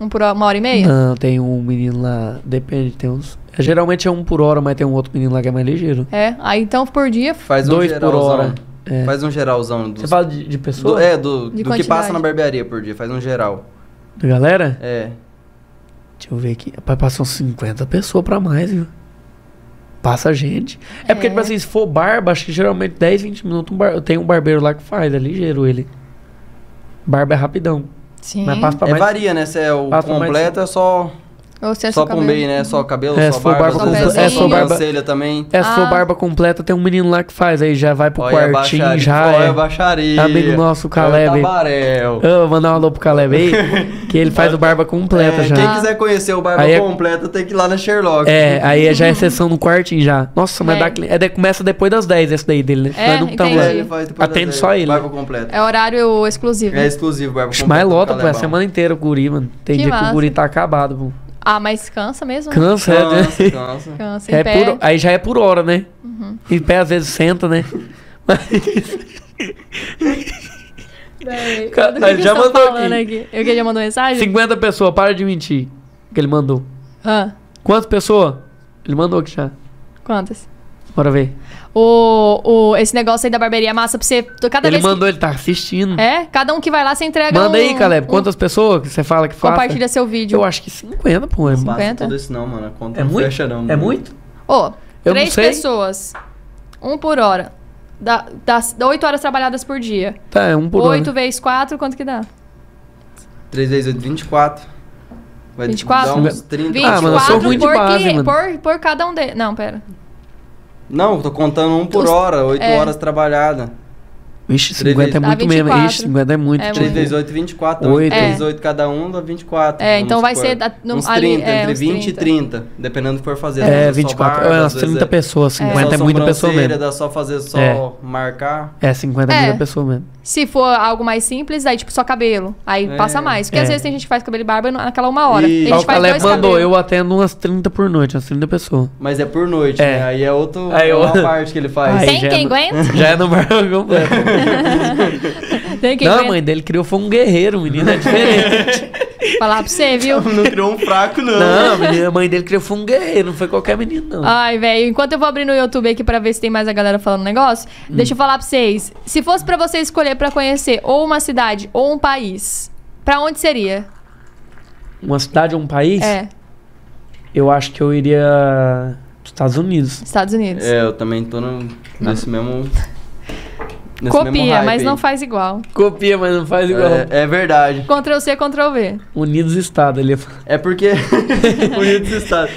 A: Um por hora- uma hora e meia?
B: Não, tem um menino lá, depende, tem uns. Geralmente é um por hora, mas tem um outro menino lá que é mais ligeiro.
A: É, aí então por dia.
C: Faz um
B: Dois por
C: geralzão.
B: hora. É.
C: Faz um geralzão dos-
B: Você fala de, de
C: do,
B: pessoa?
C: é, do,
A: De
C: do que passa
A: quantidade.
C: na barbearia por dia. Faz um geral.
B: Da galera?
C: É.
B: Deixa eu ver aqui. Rapaz, passam 50 pessoas pra mais, viu? Passa gente. É, porque,
A: É.
B: tipo assim, se for barba, acho que geralmente 10, 20 minutos um bar... tem um barbeiro lá que faz, é ligeiro ele. Barba é rapidão.
A: Sim.
B: Mas passa pra
C: É,
B: mais.
C: varia, né? Se é o
B: Passa pra mais-
C: completo, é só,
A: Ou se é
C: só
A: só
C: pro
A: cabelo.
C: meio, né? Só cabelo,
B: É,
C: só
B: se for
C: barba,
B: barba
C: só
A: completa, é, se for barba-
C: sobrancelha também.
B: É, se for
A: Ah.
B: barba completa, tem um menino lá que faz. Aí já vai pro
C: Olha a
B: quartinho,
C: baixaria.
B: já
C: Olha
B: é.
C: a baixaria.
B: Amigo nosso, o
C: Olha
B: Caleb.
C: o Tabarel.
B: Eu vou mandar um alô pro Caleb aí, que ele faz o barba completa
C: É,
B: já.
C: Quem quiser conhecer o Barba
B: Aí é-
C: Completa tem que ir lá na Sherlock.
B: É, aí já é sessão no quartinho já. Nossa, mas
A: É.
B: dá cli- é de- começa depois das 10 esse daí dele, né?
A: É,
B: Nós não estamos
C: É,
B: lá.
A: entendi.
C: ele faz depois
B: Atende
C: das-
B: só ele. né?
C: Barba Completa.
A: É horário exclusivo.
C: É exclusivo, Barba
B: Ixi,
C: Completa.
B: Mas
C: do
B: lota, pô, é a
C: Calebão.
B: semana inteira o guri, mano. Tem
A: Que
B: dia que
A: massa.
B: o guri tá acabado, pô.
A: Ah, mas cansa mesmo? né?
B: Cansa, é, né?
C: Cansa, cansa.
A: Cansa em
B: É
A: pé. Uhum.
B: por, aí já é por hora, né? Em pé às vezes senta, né? Mas,
A: Daí,
B: Ca-
A: do que que
B: já
A: eu tô
B: mandou
A: falando aqui? Eu que já mandou mensagem?
B: 50 pessoas, para de mentir. Que ele mandou.
A: Ah,
B: Quantas pessoas? Ele mandou aqui já.
A: quantas?
B: Bora ver.
A: O, o, esse negócio aí da barbearia é massa pra você. Cada
B: ele
A: vez
B: mandou, ele tá assistindo.
A: que, É? Cada um que vai lá, você entrega.
B: Manda aí,
A: um-
B: Caleb.
A: um-
B: Quantas pessoas que você fala que faz?
A: Compartilha assim um. seu vídeo.
B: Eu acho que 50, pô. É,
C: Não passa
A: 50?
C: tudo isso não, mano. A conta
B: é
C: não
B: muito?
C: fecha não. né?
B: é
C: mano.
B: muito?
A: Ô,
B: Eu
A: três
B: não sei.
A: pessoas. Um por hora. Dá, dá, dá oito horas trabalhadas por dia.
B: Tá, é um por
A: oito
B: hora.
A: vezes quatro, quanto que dá?
C: 3 vezes 8, 24. Vai
A: 24?
C: dar uns 30.
B: Ah, mano, eu sou
A: 24
B: ruim de
A: por,
B: base,
A: cli-
B: mano.
A: por, por cada um deles. Não, pera.
C: Não, eu tô contando um por
A: Os-
C: hora, 8
A: é.
C: horas trabalhada.
B: Vixe,
C: Três
B: 50 é
A: vezes-
B: muito
A: Dá
B: mesmo.
A: 24.
B: Ixi, 50 é muito.
A: É
B: tipo,
C: 3 vezes 8, 24.
B: Oito.
C: 3 vezes
A: É.
C: 8 Então, cada um dá 24.
A: É, então
C: vamos
A: vai
C: supor.
A: ser da- no-
C: uns 30,
A: ali, é,
C: entre
A: uns
C: 20 e 30. Dependendo do que for fazer. Às vezes
B: É,
C: só
B: 24.
C: barba,
B: É,
C: às
B: umas
C: vezes
B: 30 pessoas.
A: É.
B: 50 é,
C: só
B: muita pessoa
C: sobrancelha,
B: mesmo.
C: Dá só fazer, só
B: É.
C: marcar.
B: É, 50 é
A: É.
B: muita pessoa mesmo.
A: Se for algo mais simples, aí tipo só cabelo. Aí
C: É.
A: passa mais. Porque às
B: É.
A: vezes tem gente que faz cabelo e barba naquela uma hora.
C: E-
A: Tem gente
B: Ó, o
A: que faz
B: Caleb
A: dois
B: "É, mandou,
A: cabelos.
B: eu atendo umas 30 por noite, umas 30 pessoas.
C: Mas é por noite,
B: É.
C: né? Aí é outro,
B: Aí
C: é
B: eu-
C: uma parte que ele faz.
B: Aí
A: Tem
B: já
A: quem
B: é no-
A: aguenta?
B: Já é no bar completo.
A: Tem que
B: Não, a mãe dele criou foi um guerreiro, o menino é diferente.
A: falar pra você, viu?
C: Não criou um fraco, não.
B: não, a menina- a mãe dele criou foi um guerreiro, não foi qualquer menino, não.
A: Ai, velho, enquanto eu vou abrir no YouTube aqui pra ver se tem mais a galera falando um negócio,
C: Hum.
A: deixa eu falar pra vocês. Se fosse pra você escolher pra conhecer ou uma cidade ou um país, pra onde seria?
B: Uma cidade ou um país,
A: É,
B: eu acho que eu iria pros Estados Unidos.
A: Estados Unidos.
C: É, eu também tô no, nesse mesmo. nesse mesmo
A: Copia,
C: hype
A: mas
C: aí.
A: não faz igual.
B: Copia, mas não faz igual.
C: É, é verdade.
A: Ctrl C, Ctrl V.
B: Unidos Estado, ele ia falar.
C: É porque. Unidos Estados.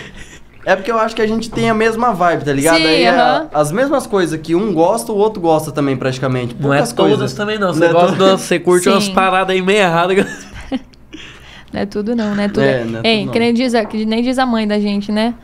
C: É porque eu acho que a gente tem a mesma vibe, tá ligado?
A: Sim,
C: Aí é
A: aham.
C: as mesmas coisas que um gosta, o outro gosta também, praticamente.
B: Não é
C: Poucas
B: todas
C: coisas.
B: também, não. Você
C: Não é
B: gosta de
C: todas.
B: umas- você curte
A: Sim.
B: umas paradas aí meio erradas.
A: Não é tudo não, né? Tudo
C: É, não é tudo
A: Ei,
C: não.
A: que nem, diz, a- que nem diz a mãe da gente, né?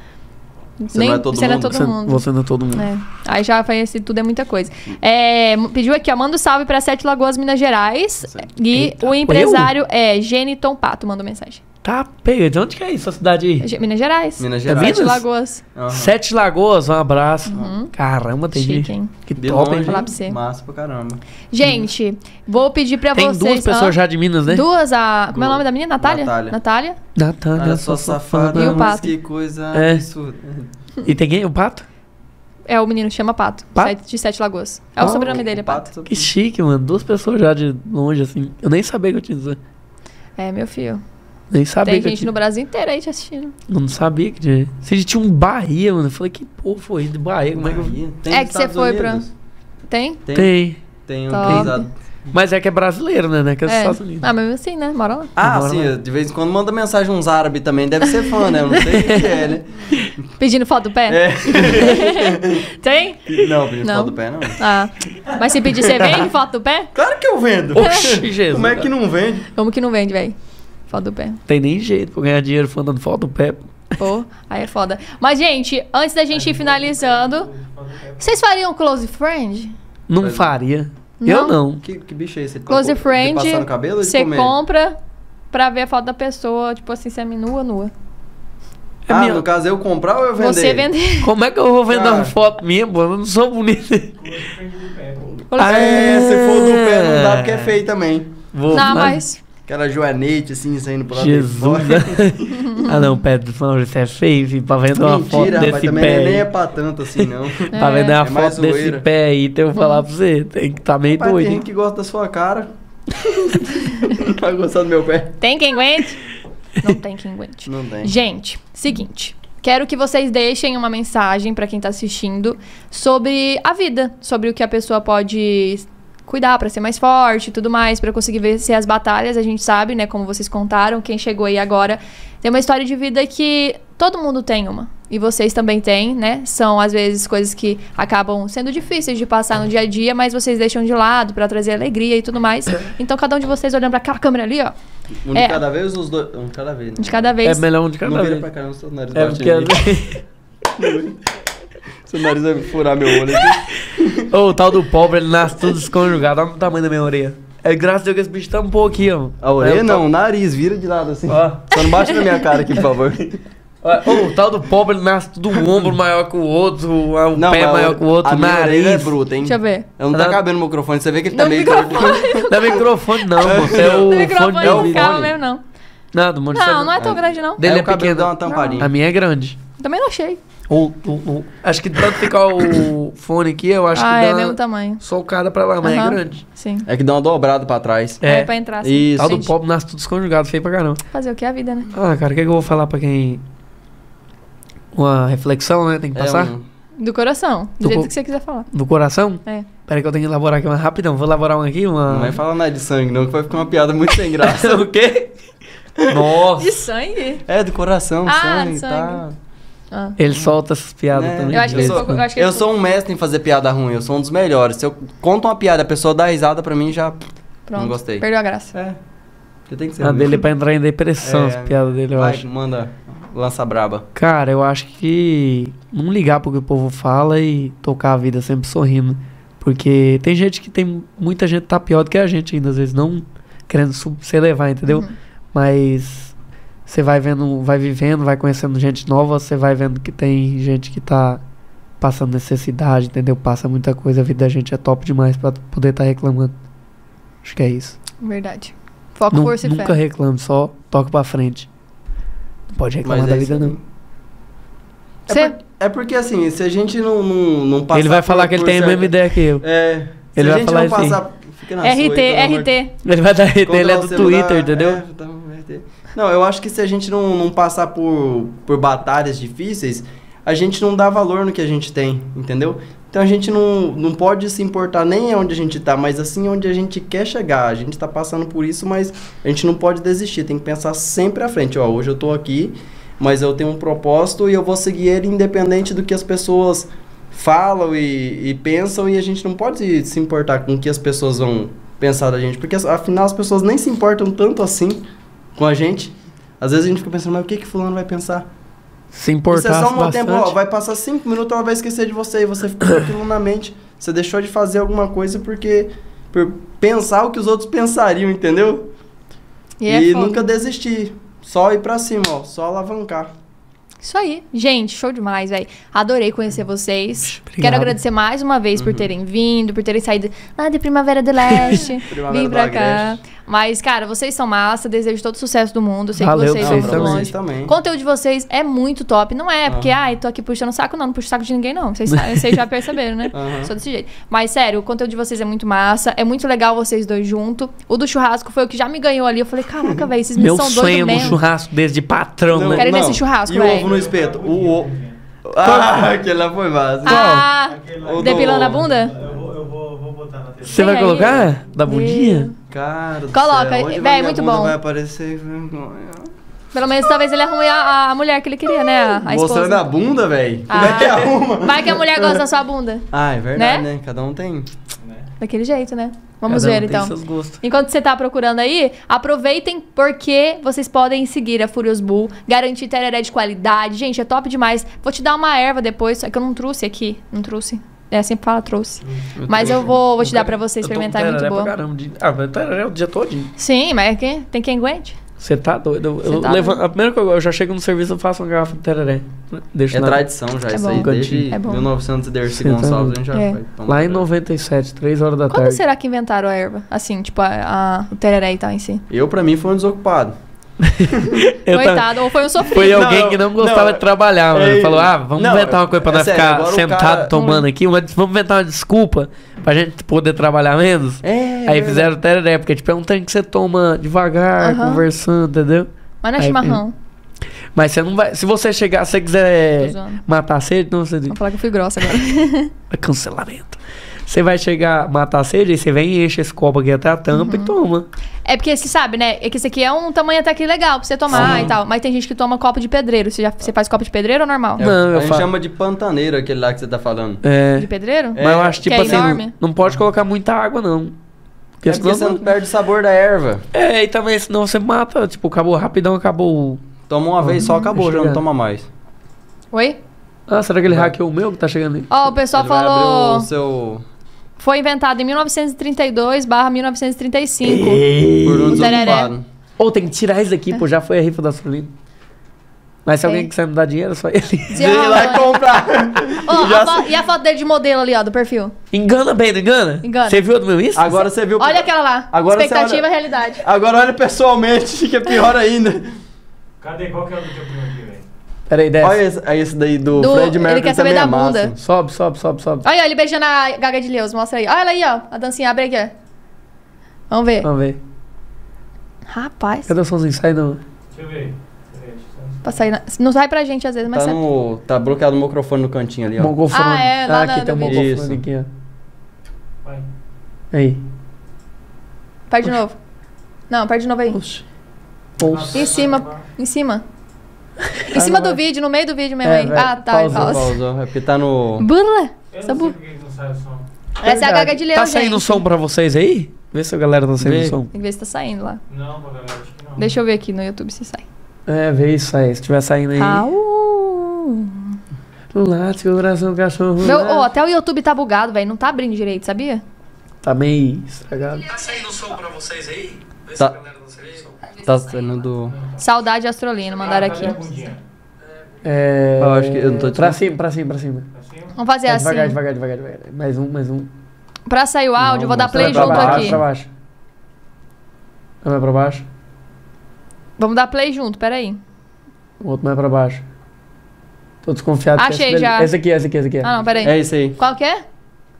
C: Você não é todo
A: você
C: mundo.
B: Você,
A: mundo.
B: você não é todo mundo.
A: É. Aí já foi esse tudo é muita coisa. É, m- pediu aqui, ó, manda um salve pra Sete Lagoas, Minas Gerais. E
B: Eita.
A: o empresário é Geniton Pato, mandou mensagem.
B: Tá, pega. De onde que é isso, a cidade aí?
A: Ge- Minas Gerais.
C: Minas
B: É
C: Gerais.
A: Sete
B: Minas?
A: Lagoas.
C: Aham.
B: Sete Lagoas, um abraço. Caramba, tem
A: Uhum. Chique,
B: gente.
A: hein?
B: Que
C: De
B: top, hein?
C: longe,
A: falar pra você.
C: Massa pra caramba.
A: Gente, vou pedir pra
B: Tem
A: vocês.
B: duas pessoas
A: hã?
B: já de Minas, né?
A: Duas, a. Como é o nome da menina? Natália?
C: Natália.
B: Natália,
C: Olha só Ah, safada,
A: E o
C: mas
A: pato?
C: que coisa
B: É.
C: absurda.
B: E tem quem? O Pato?
A: É o menino que chama Pato.
B: Pato?
A: Sete- de Sete Lagoas. É o
B: Ah,
A: sobrenome dele, é Pato.
B: Que chique, mano. Duas pessoas já de longe, assim. Eu nem sabia que eu tinha isso.
A: É, meu filho.
B: Nem sabia
A: Tem
B: que eu
A: gente
B: tinha.
A: no Brasil inteiro aí te assistindo.
B: Eu não sabia que tinha. Se tinha um Bahia, mano. Eu falei, que porra foi de Bahia? Como é que eu...
C: Tem
A: É
C: nos
A: que você
C: Estados
A: foi
C: Unidos?
A: Tem?
C: Tem. Tem,
B: Tem.
C: um
A: Top.
C: utilizado.
B: Mas é que é brasileiro, né? né? Que é dos
A: É.
B: Estados Unidos.
A: Ah, mas mesmo assim, né? Mora lá.
C: Ah,
B: Agora
C: sim,
B: vai.
C: de vez em quando manda mensagem uns árabes também, deve ser fã, né? Eu não sei o que é, né? É.
A: Pedindo foto do pé? Tem?
C: Não, pedindo
A: Não.
C: foto do pé, não.
A: Ah. Mas se pedir, você vende foto do pé?
C: Claro que eu vendo.
B: Oxi, Jesus.
C: Como é que não vende?
A: Como que não vende, velho? Foto do pé.
B: Tem nem jeito pra ganhar dinheiro falando foto do pé.
A: Pô, aí é foda. Mas, gente, antes da gente ir finalizando, vocês fariam close friend?
B: Não
C: Mas-
B: faria.
A: Não?
B: Eu não.
C: Que, que bicho é esse? Ele
A: Close
C: colocou- de
A: friend,
C: Passar no cabelo ou de
A: você
C: comer?
A: compra pra ver a foto da pessoa, tipo assim, seminua, nua.
B: É
C: ah,
B: minha-
C: no caso eu comprar ou eu vender?
A: Você vender.
B: Como é que eu vou vender uma
C: Ah.
B: foto minha, pô? Eu não sou bonita.
C: Ah, é, se for do pé não dá porque é feio também.
B: Vou,
A: Não,
B: mas-
A: mas
C: Aquela joanete assim saindo pro lado de
B: Jesus.
C: fora.
B: ah, não, Pedro, não, você é feio, filho. Pra vender uma foto
C: Mentira, rapaz,
B: desse
C: também
B: pé.
C: nem
B: aí.
C: é pra tanto assim, não.
B: Pra
A: É.
B: vender uma
C: É mais
B: foto desse
C: zoeira.
B: pé aí, tem que falar pra você. Tem que tá meio
C: Mas
B: doido.
C: tem
B: hein?
C: gente que gosta da sua cara. não vai gostar do meu pé.
A: Tem quem aguente? Não tem quem aguente.
C: Não tem.
A: Gente, seguinte. Quero que vocês deixem uma mensagem pra quem tá assistindo sobre a vida, sobre o que a pessoa pode cuidar pra ser mais forte e tudo mais, pra conseguir vencer as batalhas. A gente sabe, né, como vocês contaram, quem chegou aí agora tem uma história de vida que todo mundo tem uma. E vocês também têm, né? São às vezes coisas que acabam sendo difíceis de passar no dia a dia, mas vocês deixam de lado pra trazer alegria e tudo mais. Então cada um de vocês olhando pra aquela câmera ali, ó,
C: Um de
A: É.
C: cada vez os dois? Um de cada vez. Né?
A: de cada
B: É
A: vez.
B: melhor um de cada
C: Não vira
B: vez.
C: pra cá, não, seu nariz
B: É
C: bate
B: porque às
C: em mim.
B: vezes.
C: Seu nariz vai furar meu olho aqui.
B: Ô, o tal do pobre, ele nasce tudo desconjugado. Olha o tamanho da minha orelha. É graças a Deus que esse bicho tampou aqui, ó.
C: A orelha
B: É, o
C: não, o
B: tal-
C: nariz, vira de lado assim.
B: Ó.
C: Só não bate na minha cara aqui, por favor.
B: Ó, Ô, o tal do pobre, ele nasce tudo um ombro maior que o outro, um
C: Não,
B: pé
C: mas
B: maior que o outro,
C: a minha
B: nariz.
C: orelha é bruta, hein?
A: Deixa eu ver.
C: Eu não tá
B: Ela-
C: cabendo no microfone, você vê que ele tá
A: No
C: meio
A: microfone.
C: gordinho.
B: Não é microfone, não, moço. É
A: O
B: o
A: microfone
B: fone de
A: não
C: ouvido.
A: ficava
C: Fone.
A: mesmo, não.
B: Não, do monte de
A: Não,
B: sabe-
A: não é tão grande, não.
B: Dele
C: Aí
B: é
C: o cabelo
B: pequeno.
C: dá uma tampadinha.
B: A minha é grande.
A: Também não achei.
B: Ou, ou- ou- Acho que tanto ficar o fone aqui, eu acho
A: ah,
B: que
A: é
B: dá né?
A: mesmo tamanho.
B: socada pra lá, mas
A: Aham.
B: é grande.
A: Sim.
C: É que dá uma dobrada pra trás.
A: É,
B: É.
A: pra entrar assim.
C: Isso.
B: Tal do
A: Gente.
B: pobre nasce tudo desconjugado, feio pra caramba.
A: Fazer o que é a vida, né?
B: Ah, cara, o que, é que eu vou falar pra quem. Uma reflexão, né? Tem que
C: É
B: passar?
C: um-
A: Do coração. Do,
B: Do
A: jeito
B: co-
A: que você quiser falar.
B: Do coração?
A: É.
B: Peraí que eu tenho que elaborar aqui uma rapidão. Vou elaborar uma aqui, uma.
C: Não vai falar nada de sangue, não, que vai ficar uma piada muito sem graça.
B: Ah. o quê? Nossa!
A: De sangue?
C: É, do coração,
A: Ah,
C: sangue tá. e
A: sangue.
C: tal.
A: Ah.
B: Ele solta essas piadas
C: É.
B: também.
A: Né? Eu acho que ele
B: de vez em
A: sou-
B: quando.
A: eu acho que
C: Eu
A: ele-
C: sou um mestre em fazer piada ruim, eu sou um dos melhores. Se eu conto uma piada, a pessoa dá risada pra mim, já...
A: Pronto.
C: Não gostei.
A: Perdeu a graça.
C: É, porque tem que ser
B: A
C: ruim.
B: dele é pra entrar em depressão,
C: É.
B: as piadas dele, eu
C: Vai,
B: acho.
C: manda, lança braba.
B: Cara, eu acho que não ligar pro que o povo fala e tocar a vida sempre sorrindo. Porque tem gente que tem. Muita gente que tá pior do que a gente ainda, às vezes, não querendo su- se elevar, entendeu?
A: Uhum.
B: Mas você vai vendo, vai vivendo, vai conhecendo gente nova, você vai vendo que tem gente que tá passando necessidade, entendeu? Passa muita coisa, a vida da gente é top demais pra poder estar reclamando. Acho que é isso.
A: Verdade. Foco,
B: Nun-
A: força e
B: nunca
A: fé.
B: reclame, só toque pra frente. Não pode reclamar
C: Mas
B: da
C: é
B: vida,
C: isso aí.
B: não.
C: É,
A: Você-
C: por- é porque assim, se a gente não, não, não passar
B: Ele vai falar
C: por-
B: que ele
C: por
B: tem a
C: certo-
B: mesma ideia que eu.
C: É. Se
B: Ele
C: a
B: vai
C: gente
B: falar
C: não
B: assim.
C: passar. Fica na sua aí, pelo amor de
A: RT, RT.
B: Ele vai dar RT, ele é
C: Controlar
B: do
C: o celular,
B: Twitter, entendeu?
C: é, dá um RT. Não, eu acho que se a gente não, não passar por, por batalhas difíceis, a gente não dá valor no que a gente tem, entendeu? Então a gente não, não pode se importar nem onde a gente tá, mas assim onde a gente quer chegar. A gente tá passando por isso, mas a gente não pode desistir, tem que pensar sempre à frente. Ó, hoje eu tô aqui, mas eu tenho um propósito e eu vou seguir ele independente do que as pessoas falam e, e pensam e a gente não pode se importar com o que as pessoas vão pensar da gente, porque as- afinal as pessoas nem se importam tanto assim com a gente. Às vezes a gente fica pensando, mas o que que fulano vai pensar?
B: Se
C: Isso é
B: importar
C: só um
B: bastante.
C: tempo, ó, vai passar cinco minutos, ela vai esquecer de você e você fica com aquilo na mente. Você deixou de fazer alguma coisa porque por pensar o que os outros pensariam, entendeu?
A: E, é foda.
C: nunca desistir. Só ir pra cima, ó, só alavancar.
A: Isso aí. Gente, show demais, velho. Adorei conhecer vocês.
B: Hum. Obrigado. Uhum.
A: Quero agradecer mais uma vez por terem vindo, por terem saído lá de Primavera do Leste.
C: Primavera
A: Vim
C: do
A: pra cá.
C: Agreste.
A: Mas, cara, vocês são massa. Desejo todo sucesso do mundo. Sei
B: Valeu,
A: que vocês vão
B: vocês
A: pro
C: Não, pra
B: também.
A: longe.
C: vocês também.
A: O conteúdo de vocês é muito top. Não é porque, ai, tô aqui puxando o saco, não. Não puxo o saco de ninguém, não. Vocês, sa- vocês já perceberam, né?
C: Aham.
A: Sou desse jeito. Mas, sério, o conteúdo de vocês é muito massa. É muito legal vocês dois juntos. O do churrasco foi o que já me ganhou ali. Eu falei, caraca, velho, vocês me
B: Meu
A: são
B: sonho
A: doidos
B: no
A: mesmo.
B: churrasco desde patrão,
C: Não,
B: né?
A: Quero ir nesse
C: não.
A: churrasco,
C: E o
A: velho.
C: ovo no espeto? O ovo. Ah, aquele lá foi massa.
A: Ah,
C: O do-
A: depilando a bunda?
F: Eu vou, eu vou, vou botar na TV.
B: Você
A: Tem
B: vai
A: aí?
B: colocar? Da bundinha?
C: Cara, do
A: Coloca,
C: céu, onde
A: véi,
C: vai minha
A: muito
C: bunda
A: bom.
C: Vai aparecer vergonha.
A: Pelo menos talvez ele arrume a, a mulher que ele queria, né? A, a esposa.
C: Mostrando a bunda, velho. Como é que
A: Ah.
C: arruma?
A: Vai que a mulher gosta da sua bunda.
C: Ah, é verdade,
A: Né?
C: né? Cada um tem.
A: Daquele jeito, né? Vamos
B: Cada
A: ver
B: um tem
A: então.
B: seus gostos.
A: Enquanto você tá procurando aí, aproveitem porque vocês podem seguir a Furious Bull, garantir tereré de qualidade. Gente, é top demais. Vou te dar uma erva depois, é que eu não trouxe aqui, não trouxe. É, sempre fala
B: Hum,
A: trouxe. Mas eu vou, vou te dar pra você
B: um- Eu tomo
A: experimentar, é muito
B: tereré pra
A: boa.
B: caramba de- Ah, mas tereré o dia todo.
A: Sim, mas é que tem quem aguente.
B: Você tá doido? Eu,
A: Cê
B: eu
A: tá
B: levan-
A: doido.
B: A primeira coisa, eu já chego no serviço, eu faço uma garrafa de tereré. Deixa
C: É
B: na-
C: tradição já,
A: É
C: isso
A: bom.
C: aí. Desde
A: É bom.
C: 1900 e Dercy
B: Cê tá doido.
C: Gonçalves, a gente já
A: É.
C: vai tomar
B: Lá em
C: tereré.
B: 97, 3 horas da
A: Quando
B: tarde.
A: será que inventaram a erva? Assim, tipo, a, a- o tereré e tal em si.
C: Eu, pra mim, foi um desocupado.
B: Eu tava-
A: Coitado, ou foi um sofrido.
B: Foi alguém
E: eu-
B: que não gostava
E: não,
B: de trabalhar, mano.
E: é-
B: Falou, ah, vamos
E: não,
B: inventar uma coisa pra
C: é
B: nós
C: sério,
B: ficar
C: agora o
B: sentado
C: cara-
B: tomando aqui. uma- vamos inventar uma desculpa pra gente poder trabalhar menos.
C: É,
B: Aí fizeram tereré, porque tipo, é um trem que você toma devagar,
A: Aham.
B: conversando, entendeu?
A: Mas não é
B: Aí-
A: chimarrão.
B: Mas você não vai. Se você chegar, se você
A: Tô
B: quiser
A: zoando.
B: matar a sede, não, você diz,
A: Vou é. falar que eu fui grossa agora.
B: é cancelamento. Você vai chegar, matar a sede, aí você vem e enche esse copo aqui até a tampa e toma.
A: É porque você sabe, né? É que esse aqui é um tamanho até que legal pra você tomar e tal. Mas tem gente que toma copo de pedreiro. Você, já, você faz copo de pedreiro ou normal?
B: É. Não, eu
C: a gente
B: falo-
C: chama de pantaneiro aquele lá que você tá falando.
B: É.
A: De pedreiro?
B: Mas eu acho,
A: que
B: tipo
A: é
B: assim,
A: enorme.
B: não, não pode colocar muita água, não. Porque
C: É porque você
B: senão-
C: não perde o sabor da erva.
B: É, e também, senão você mata, tipo, acabou rapidão, acabou. o-
C: Toma uma vez só, acabou,
B: deixa
C: já
B: eu
C: não
B: ver.
C: toma mais.
A: Oi?
B: Ah, será que ele hackeou o meu que tá chegando aí?
A: Ó, o pessoal
C: Ele vai abrir
A: falou.
C: o seu...
A: Foi inventado em 1932 barra 1935.
C: Por um
A: O tereré.
C: desocupado.
B: Ou tem que tirar isso
A: É.
B: daqui, pô, já foi a rifa da Solina. Mas se
A: Tem.
B: alguém quiser me dar dinheiro, é só ele.
A: Zé Ramon, né?
C: comprar.
A: Ó,
C: Já
A: a fo- E a foto dele de modelo ali, ó, do perfil.
B: Engana bem, não engana?
A: Engana.
B: Você viu a do meu Insta?
C: Agora você viu...
A: Olha aquela lá.
C: Agora você
A: Expectativa
C: olha-
A: realidade.
C: Agora olha pessoalmente, que é pior ainda.
F: Cadê? Qual que é o do teu primo aqui, velho?
B: Peraí, desce.
C: Olha esse, aí esse daí do,
A: Do-
C: Fred
A: ele
C: Mercury
A: quer saber
C: também
A: da
C: é massa.
A: bunda.
B: Sobe, sobe, sobe, sobe.
A: Olha, ele beijando a Gaga de Leus. Mostra aí. Olha ela aí, ó. A dancinha. Abre aqui, ó. Vamos ver.
B: Vamos ver.
A: Rapaz.
B: Cadê o somzinho? Sai não.
F: Deixa eu ver. Peraí, deixa eu só-
A: Pra sair na- Não sai pra gente às vezes, mas
C: Tá,
A: sai.
C: no, tá bloqueado o microfone no cantinho ali, ó.
B: Mongofone.
A: Ah, é, lá
B: ah,
A: na-
B: aqui tem um
A: no
C: vídeo.
B: mongofone aqui, ó.
F: Vai.
B: Aí.
A: Perde de novo. Não, perde de novo aí.
B: Oxi. Ouça.
A: Em cima. Em cima. Em cima
B: não
A: do
B: vai.
A: vídeo, no meio do vídeo mesmo
B: Tá É,
A: aí.
B: vai.
A: Ah, tá.
B: Pausa,
A: pausa.
C: Pausou, é porque tá no...
A: Burla.
F: Eu
A: Essa
F: não
A: bu-
F: sei por que que não sai o som.
A: Essa é a Gaga de Leão,
B: Tá saindo
A: gente.
B: som pra vocês aí? Vê se a galera tá saindo
C: Vê.
B: som.
A: Tem que ver se tá saindo lá.
F: Não, pô, galera, acho que não.
A: Deixa eu ver aqui no YouTube se sai.
B: É, vê isso aí. Se tiver saindo aí.
A: Ah. Au.
B: Late o coração do cachorro.
A: Meu,
B: late.
A: ô, até o YouTube tá bugado, velho. Não tá abrindo direito, sabia?
B: Tá meio estragado.
G: Tá saindo som pra vocês aí? Vê se
C: Tá.
G: a galera não saiu som.
C: Tá saindo do...
A: Saudade Astrolina, mandaram
F: Ah,
A: aqui.
F: cadê a bundinha?
B: É.
C: Ah, eu acho que eu não tô
B: Pra
C: desculpa.
B: cima, pra cima, pra cima.
F: Tá cheio?
A: Vamos fazer
B: É,
A: assim.
B: devagar, devagar, devagar, devagar. Mais um, mais um.
A: Pra sair o áudio, eu vou
C: Não,
A: dar play
B: Vai pra
A: junto
B: baixo,
A: aqui.
B: pra baixo. Um Vai mais pra baixo.
A: Vamos dar play junto, peraí.
B: O outro mais pra baixo. Tô desconfiado. que
A: Achei
B: esse dele-
A: já.
B: Esse aqui, esse aqui, esse aqui.
A: Ah, não, peraí.
C: É isso aí.
A: Qual que é?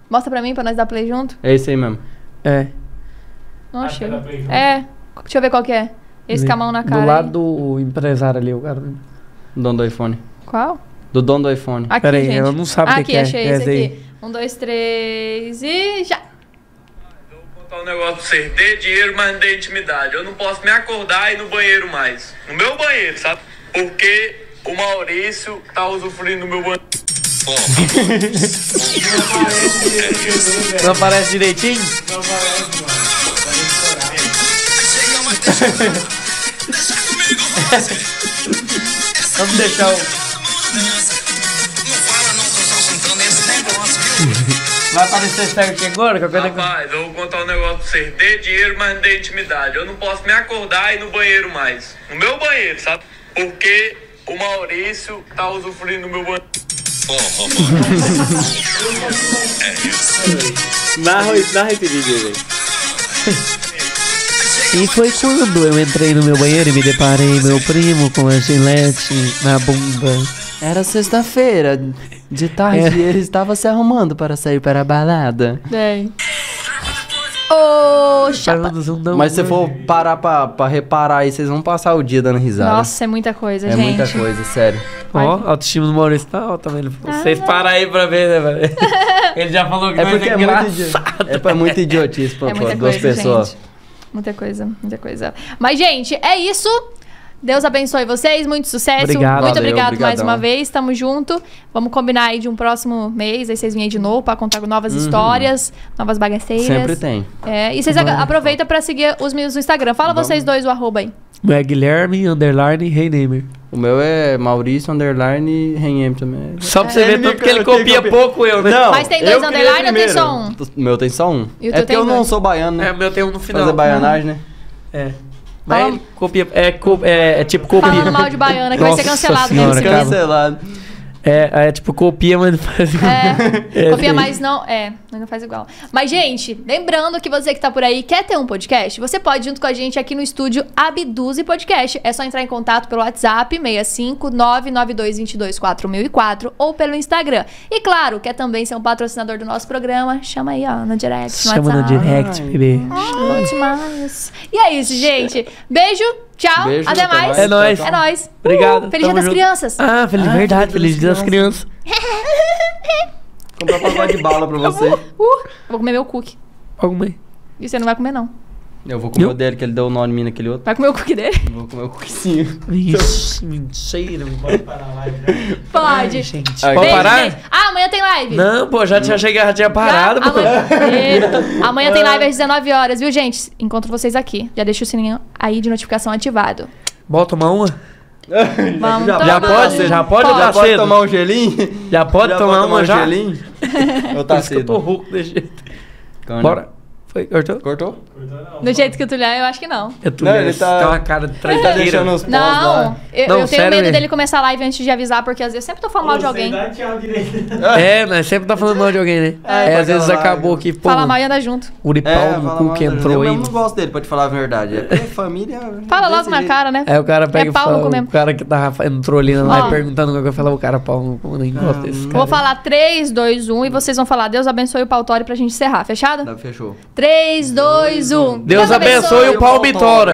A: Mostra pra mim, pra nós dar play junto.
C: É isso aí mesmo.
B: É.
A: Não
F: Ah,
A: achei.
F: quer dar play junto?
A: É. Deixa eu ver qual que é. Esse com a mão na cara.
B: Do lado
A: aí.
B: do empresário ali, o cara. né?
C: Dono do iPhone.
A: Qual?
C: Do dono do iPhone.
A: Aqui,
B: Peraí,
A: gente.
B: ela não sabe o que
A: Aqui,
B: que é.
A: achei
B: É
A: esse
B: esse
A: aqui. Um, dois, três e já.
G: Eu vou botar um negócio pra vocês. Dê dinheiro, mas não dê intimidade. Eu não posso me acordar e ir no banheiro mais. No meu banheiro, sabe? Porque o Maurício tá usufruindo do meu banheiro.
B: Não aparece direitinho? Vamos deixar o. Vai aparecer certinho agora? Que eu quero...
G: Rapaz, eu vou contar um negócio pra vocês. Dê dinheiro, mas não dê intimidade. Eu não posso me acordar e ir no banheiro mais. No meu banheiro, sabe? Porque o Maurício tá usufruindo do meu banheiro.
E: Narra, narra esse vídeo aí, velho.
B: E foi quando eu entrei no meu banheiro e me deparei meu primo com a gilete na bunda.
C: Era sexta-feira. De tarde ele estava se arrumando para sair para a balada.
A: Bem. Ô, chapa.
C: Mas se for parar pra, pra reparar aí, vocês vão passar o dia dando risada.
A: Nossa, é muita coisa,
C: é
A: gente.
C: muita coisa, sério.
B: Ó, a autoestima do Maurício tá alta, velho. Vocês param aí pra ver, né, velho? Ele já falou que
C: É
B: nós
C: porque é muito, idi... é, pô, é muito idiotice pra,
A: É muita
C: pra duas
A: coisa,
C: pessoas.
A: gente. Muita coisa, muita coisa. Mas, gente, é isso. Deus abençoe vocês, muito sucesso.
B: Obrigado.
A: Muito
C: Valeu,
A: obrigado mais
C: brigadão.
A: uma vez, tamo junto. Vamos combinar aí de um próximo mês, aí vocês vêm aí de novo pra contar
B: Uhum.
A: novas histórias, novas bagaceiras.
C: Sempre tem.
A: É, e vocês aga- aproveitam pra seguir os meninos no Instagram. Fala vocês dois o arroba aí.
B: É Guilherme, underline, Reinemer.
C: O meu é Maurício Underline Renhem também.
B: Só pra você ver
C: Ele me
B: tanto que ele
C: copia,
B: É, copia
C: copia.
B: pouco eu, né?
A: Mas tem dois
C: eu criei
A: underline ou tem
C: primeiro.
A: só um?
C: O meu tem só um.
A: E o teu
C: é porque
A: tem
C: eu não
A: dois.
C: sou baiano, né?
B: É, o meu tem um no final.
C: Fazer baianagem, né?
B: É. Mas
A: Fala-
B: ele copia. É, co- é, é tipo copia.
A: Falando mal de baiana, que vai ser
B: Nossa
A: cancelado
B: senhora,
A: nesse
B: cara.
C: Cancelado.
B: É, é tipo copia, mas faz igual.
A: É,
B: É,
A: copia,
B: sim.
A: mas não. É, mas não faz igual. Mas, gente, lembrando que você que tá por aí quer ter um podcast, você pode junto com a gente aqui no estúdio Abduze Podcast. É só entrar em contato pelo WhatsApp 65992224004 ou pelo Instagram. E claro, quer também ser um patrocinador do nosso programa? Chama aí, ó, no direct. No
B: Chama no
A: WhatsApp.
B: direct, bebê.
A: Uh, Bom demais. E é isso, gente. Beijo, tchau,
C: Beijo,
A: até
C: até
A: mais.
C: mais.
B: É nóis.
A: É nóis.
B: Obrigado.
A: Uhul. Feliz dia
B: tamo
A: das
B: junto.
A: crianças.
B: Ah, feliz,
C: Ah,
B: verdade,
C: feliz
B: feliz dia das crianças.
C: Comprar pacote de bala pra você.
A: Uh, vou comer meu cookie.
B: Alguma aí.
A: E você não vai comer, não.
C: Eu vou comer
B: Eu?
C: o dele, que ele deu o nó em mim naquele outro.
A: Vai comer o cookie dele?
C: Vou comer o coquinho.
B: Ixi, Mentira.
F: Pode parar a live, né?
A: Pode.
B: Gente,
C: Ai,
B: pode
A: Beijo,
B: parar? Hum.
A: gente. Ah, amanhã tem live.
B: Não, pô, já tinha chegado, já tinha parado,
A: Já?
B: pô.
A: Amanhã, amanhã tem live às 19 horas, viu, gente? Encontro vocês aqui. Já deixa o sininho aí de notificação ativado.
B: Bota uma uma.
A: Vamos
C: Já-
B: Já
A: tomar
B: pode,
A: um-
B: já pode
A: Pode.
B: dar
C: Já pode
B: cedo.
C: tomar um gelinho?
B: Já pode
C: Já um
B: tomar uma já.
C: gelinho? Eu
B: Por
C: tá
B: isso que eu
C: cedo.
B: tô rouco desse jeito.
C: Cana.
B: Bora. Foi, cortou?
C: Cortou?
F: Curtou não.
A: Do jeito que o Tulio é, eu acho que não.
B: Eu tô
C: Não, ele tá-
B: uma cara de
C: Ele tá
B: traidora.
C: deixando os pós
A: Não,
C: lá.
A: eu, eu
B: Não,
A: tenho
B: sério
A: medo
B: mesmo.
A: dele começar a live antes de avisar, porque às vezes sempre tô falando mal de
F: Ô, sem
A: alguém.
F: dar tchau direito.
C: Ah.
B: É, nós sempre tá falando mal de alguém, né?
C: Ai,
B: é, às vezes
C: vai lá,
B: acabou
C: eu-
B: que, pô,
A: Falar mal
B: mano,
A: e andar junto.
B: Uripau no
C: né? É, fala
B: cu
C: mal
B: que
C: da
B: entrou
C: Juliana.
B: aí.
C: Mas Eu não gosto dele, pode falar a verdade. É porque família. é
A: Fala
C: desse
A: logo na
C: jeito.
A: cara, né?
B: Aí o cara pega
A: É
B: e
A: pau no cu
B: fala,
A: mesmo.
B: o cara que tava fa- entrou ali
A: Ó.
B: lá e perguntando o que eu falava, o cara pau no cu, nem gosta desse cara.
A: Vou falar 3, 2, 1 e vocês vão falar Deus abençoe o pautório pra gente encerrar, fechado? um.
C: Tá, fechou.
A: 3, 2, 1.
B: Deus abençoe o pau
C: Palmitóra.
B: Bitora.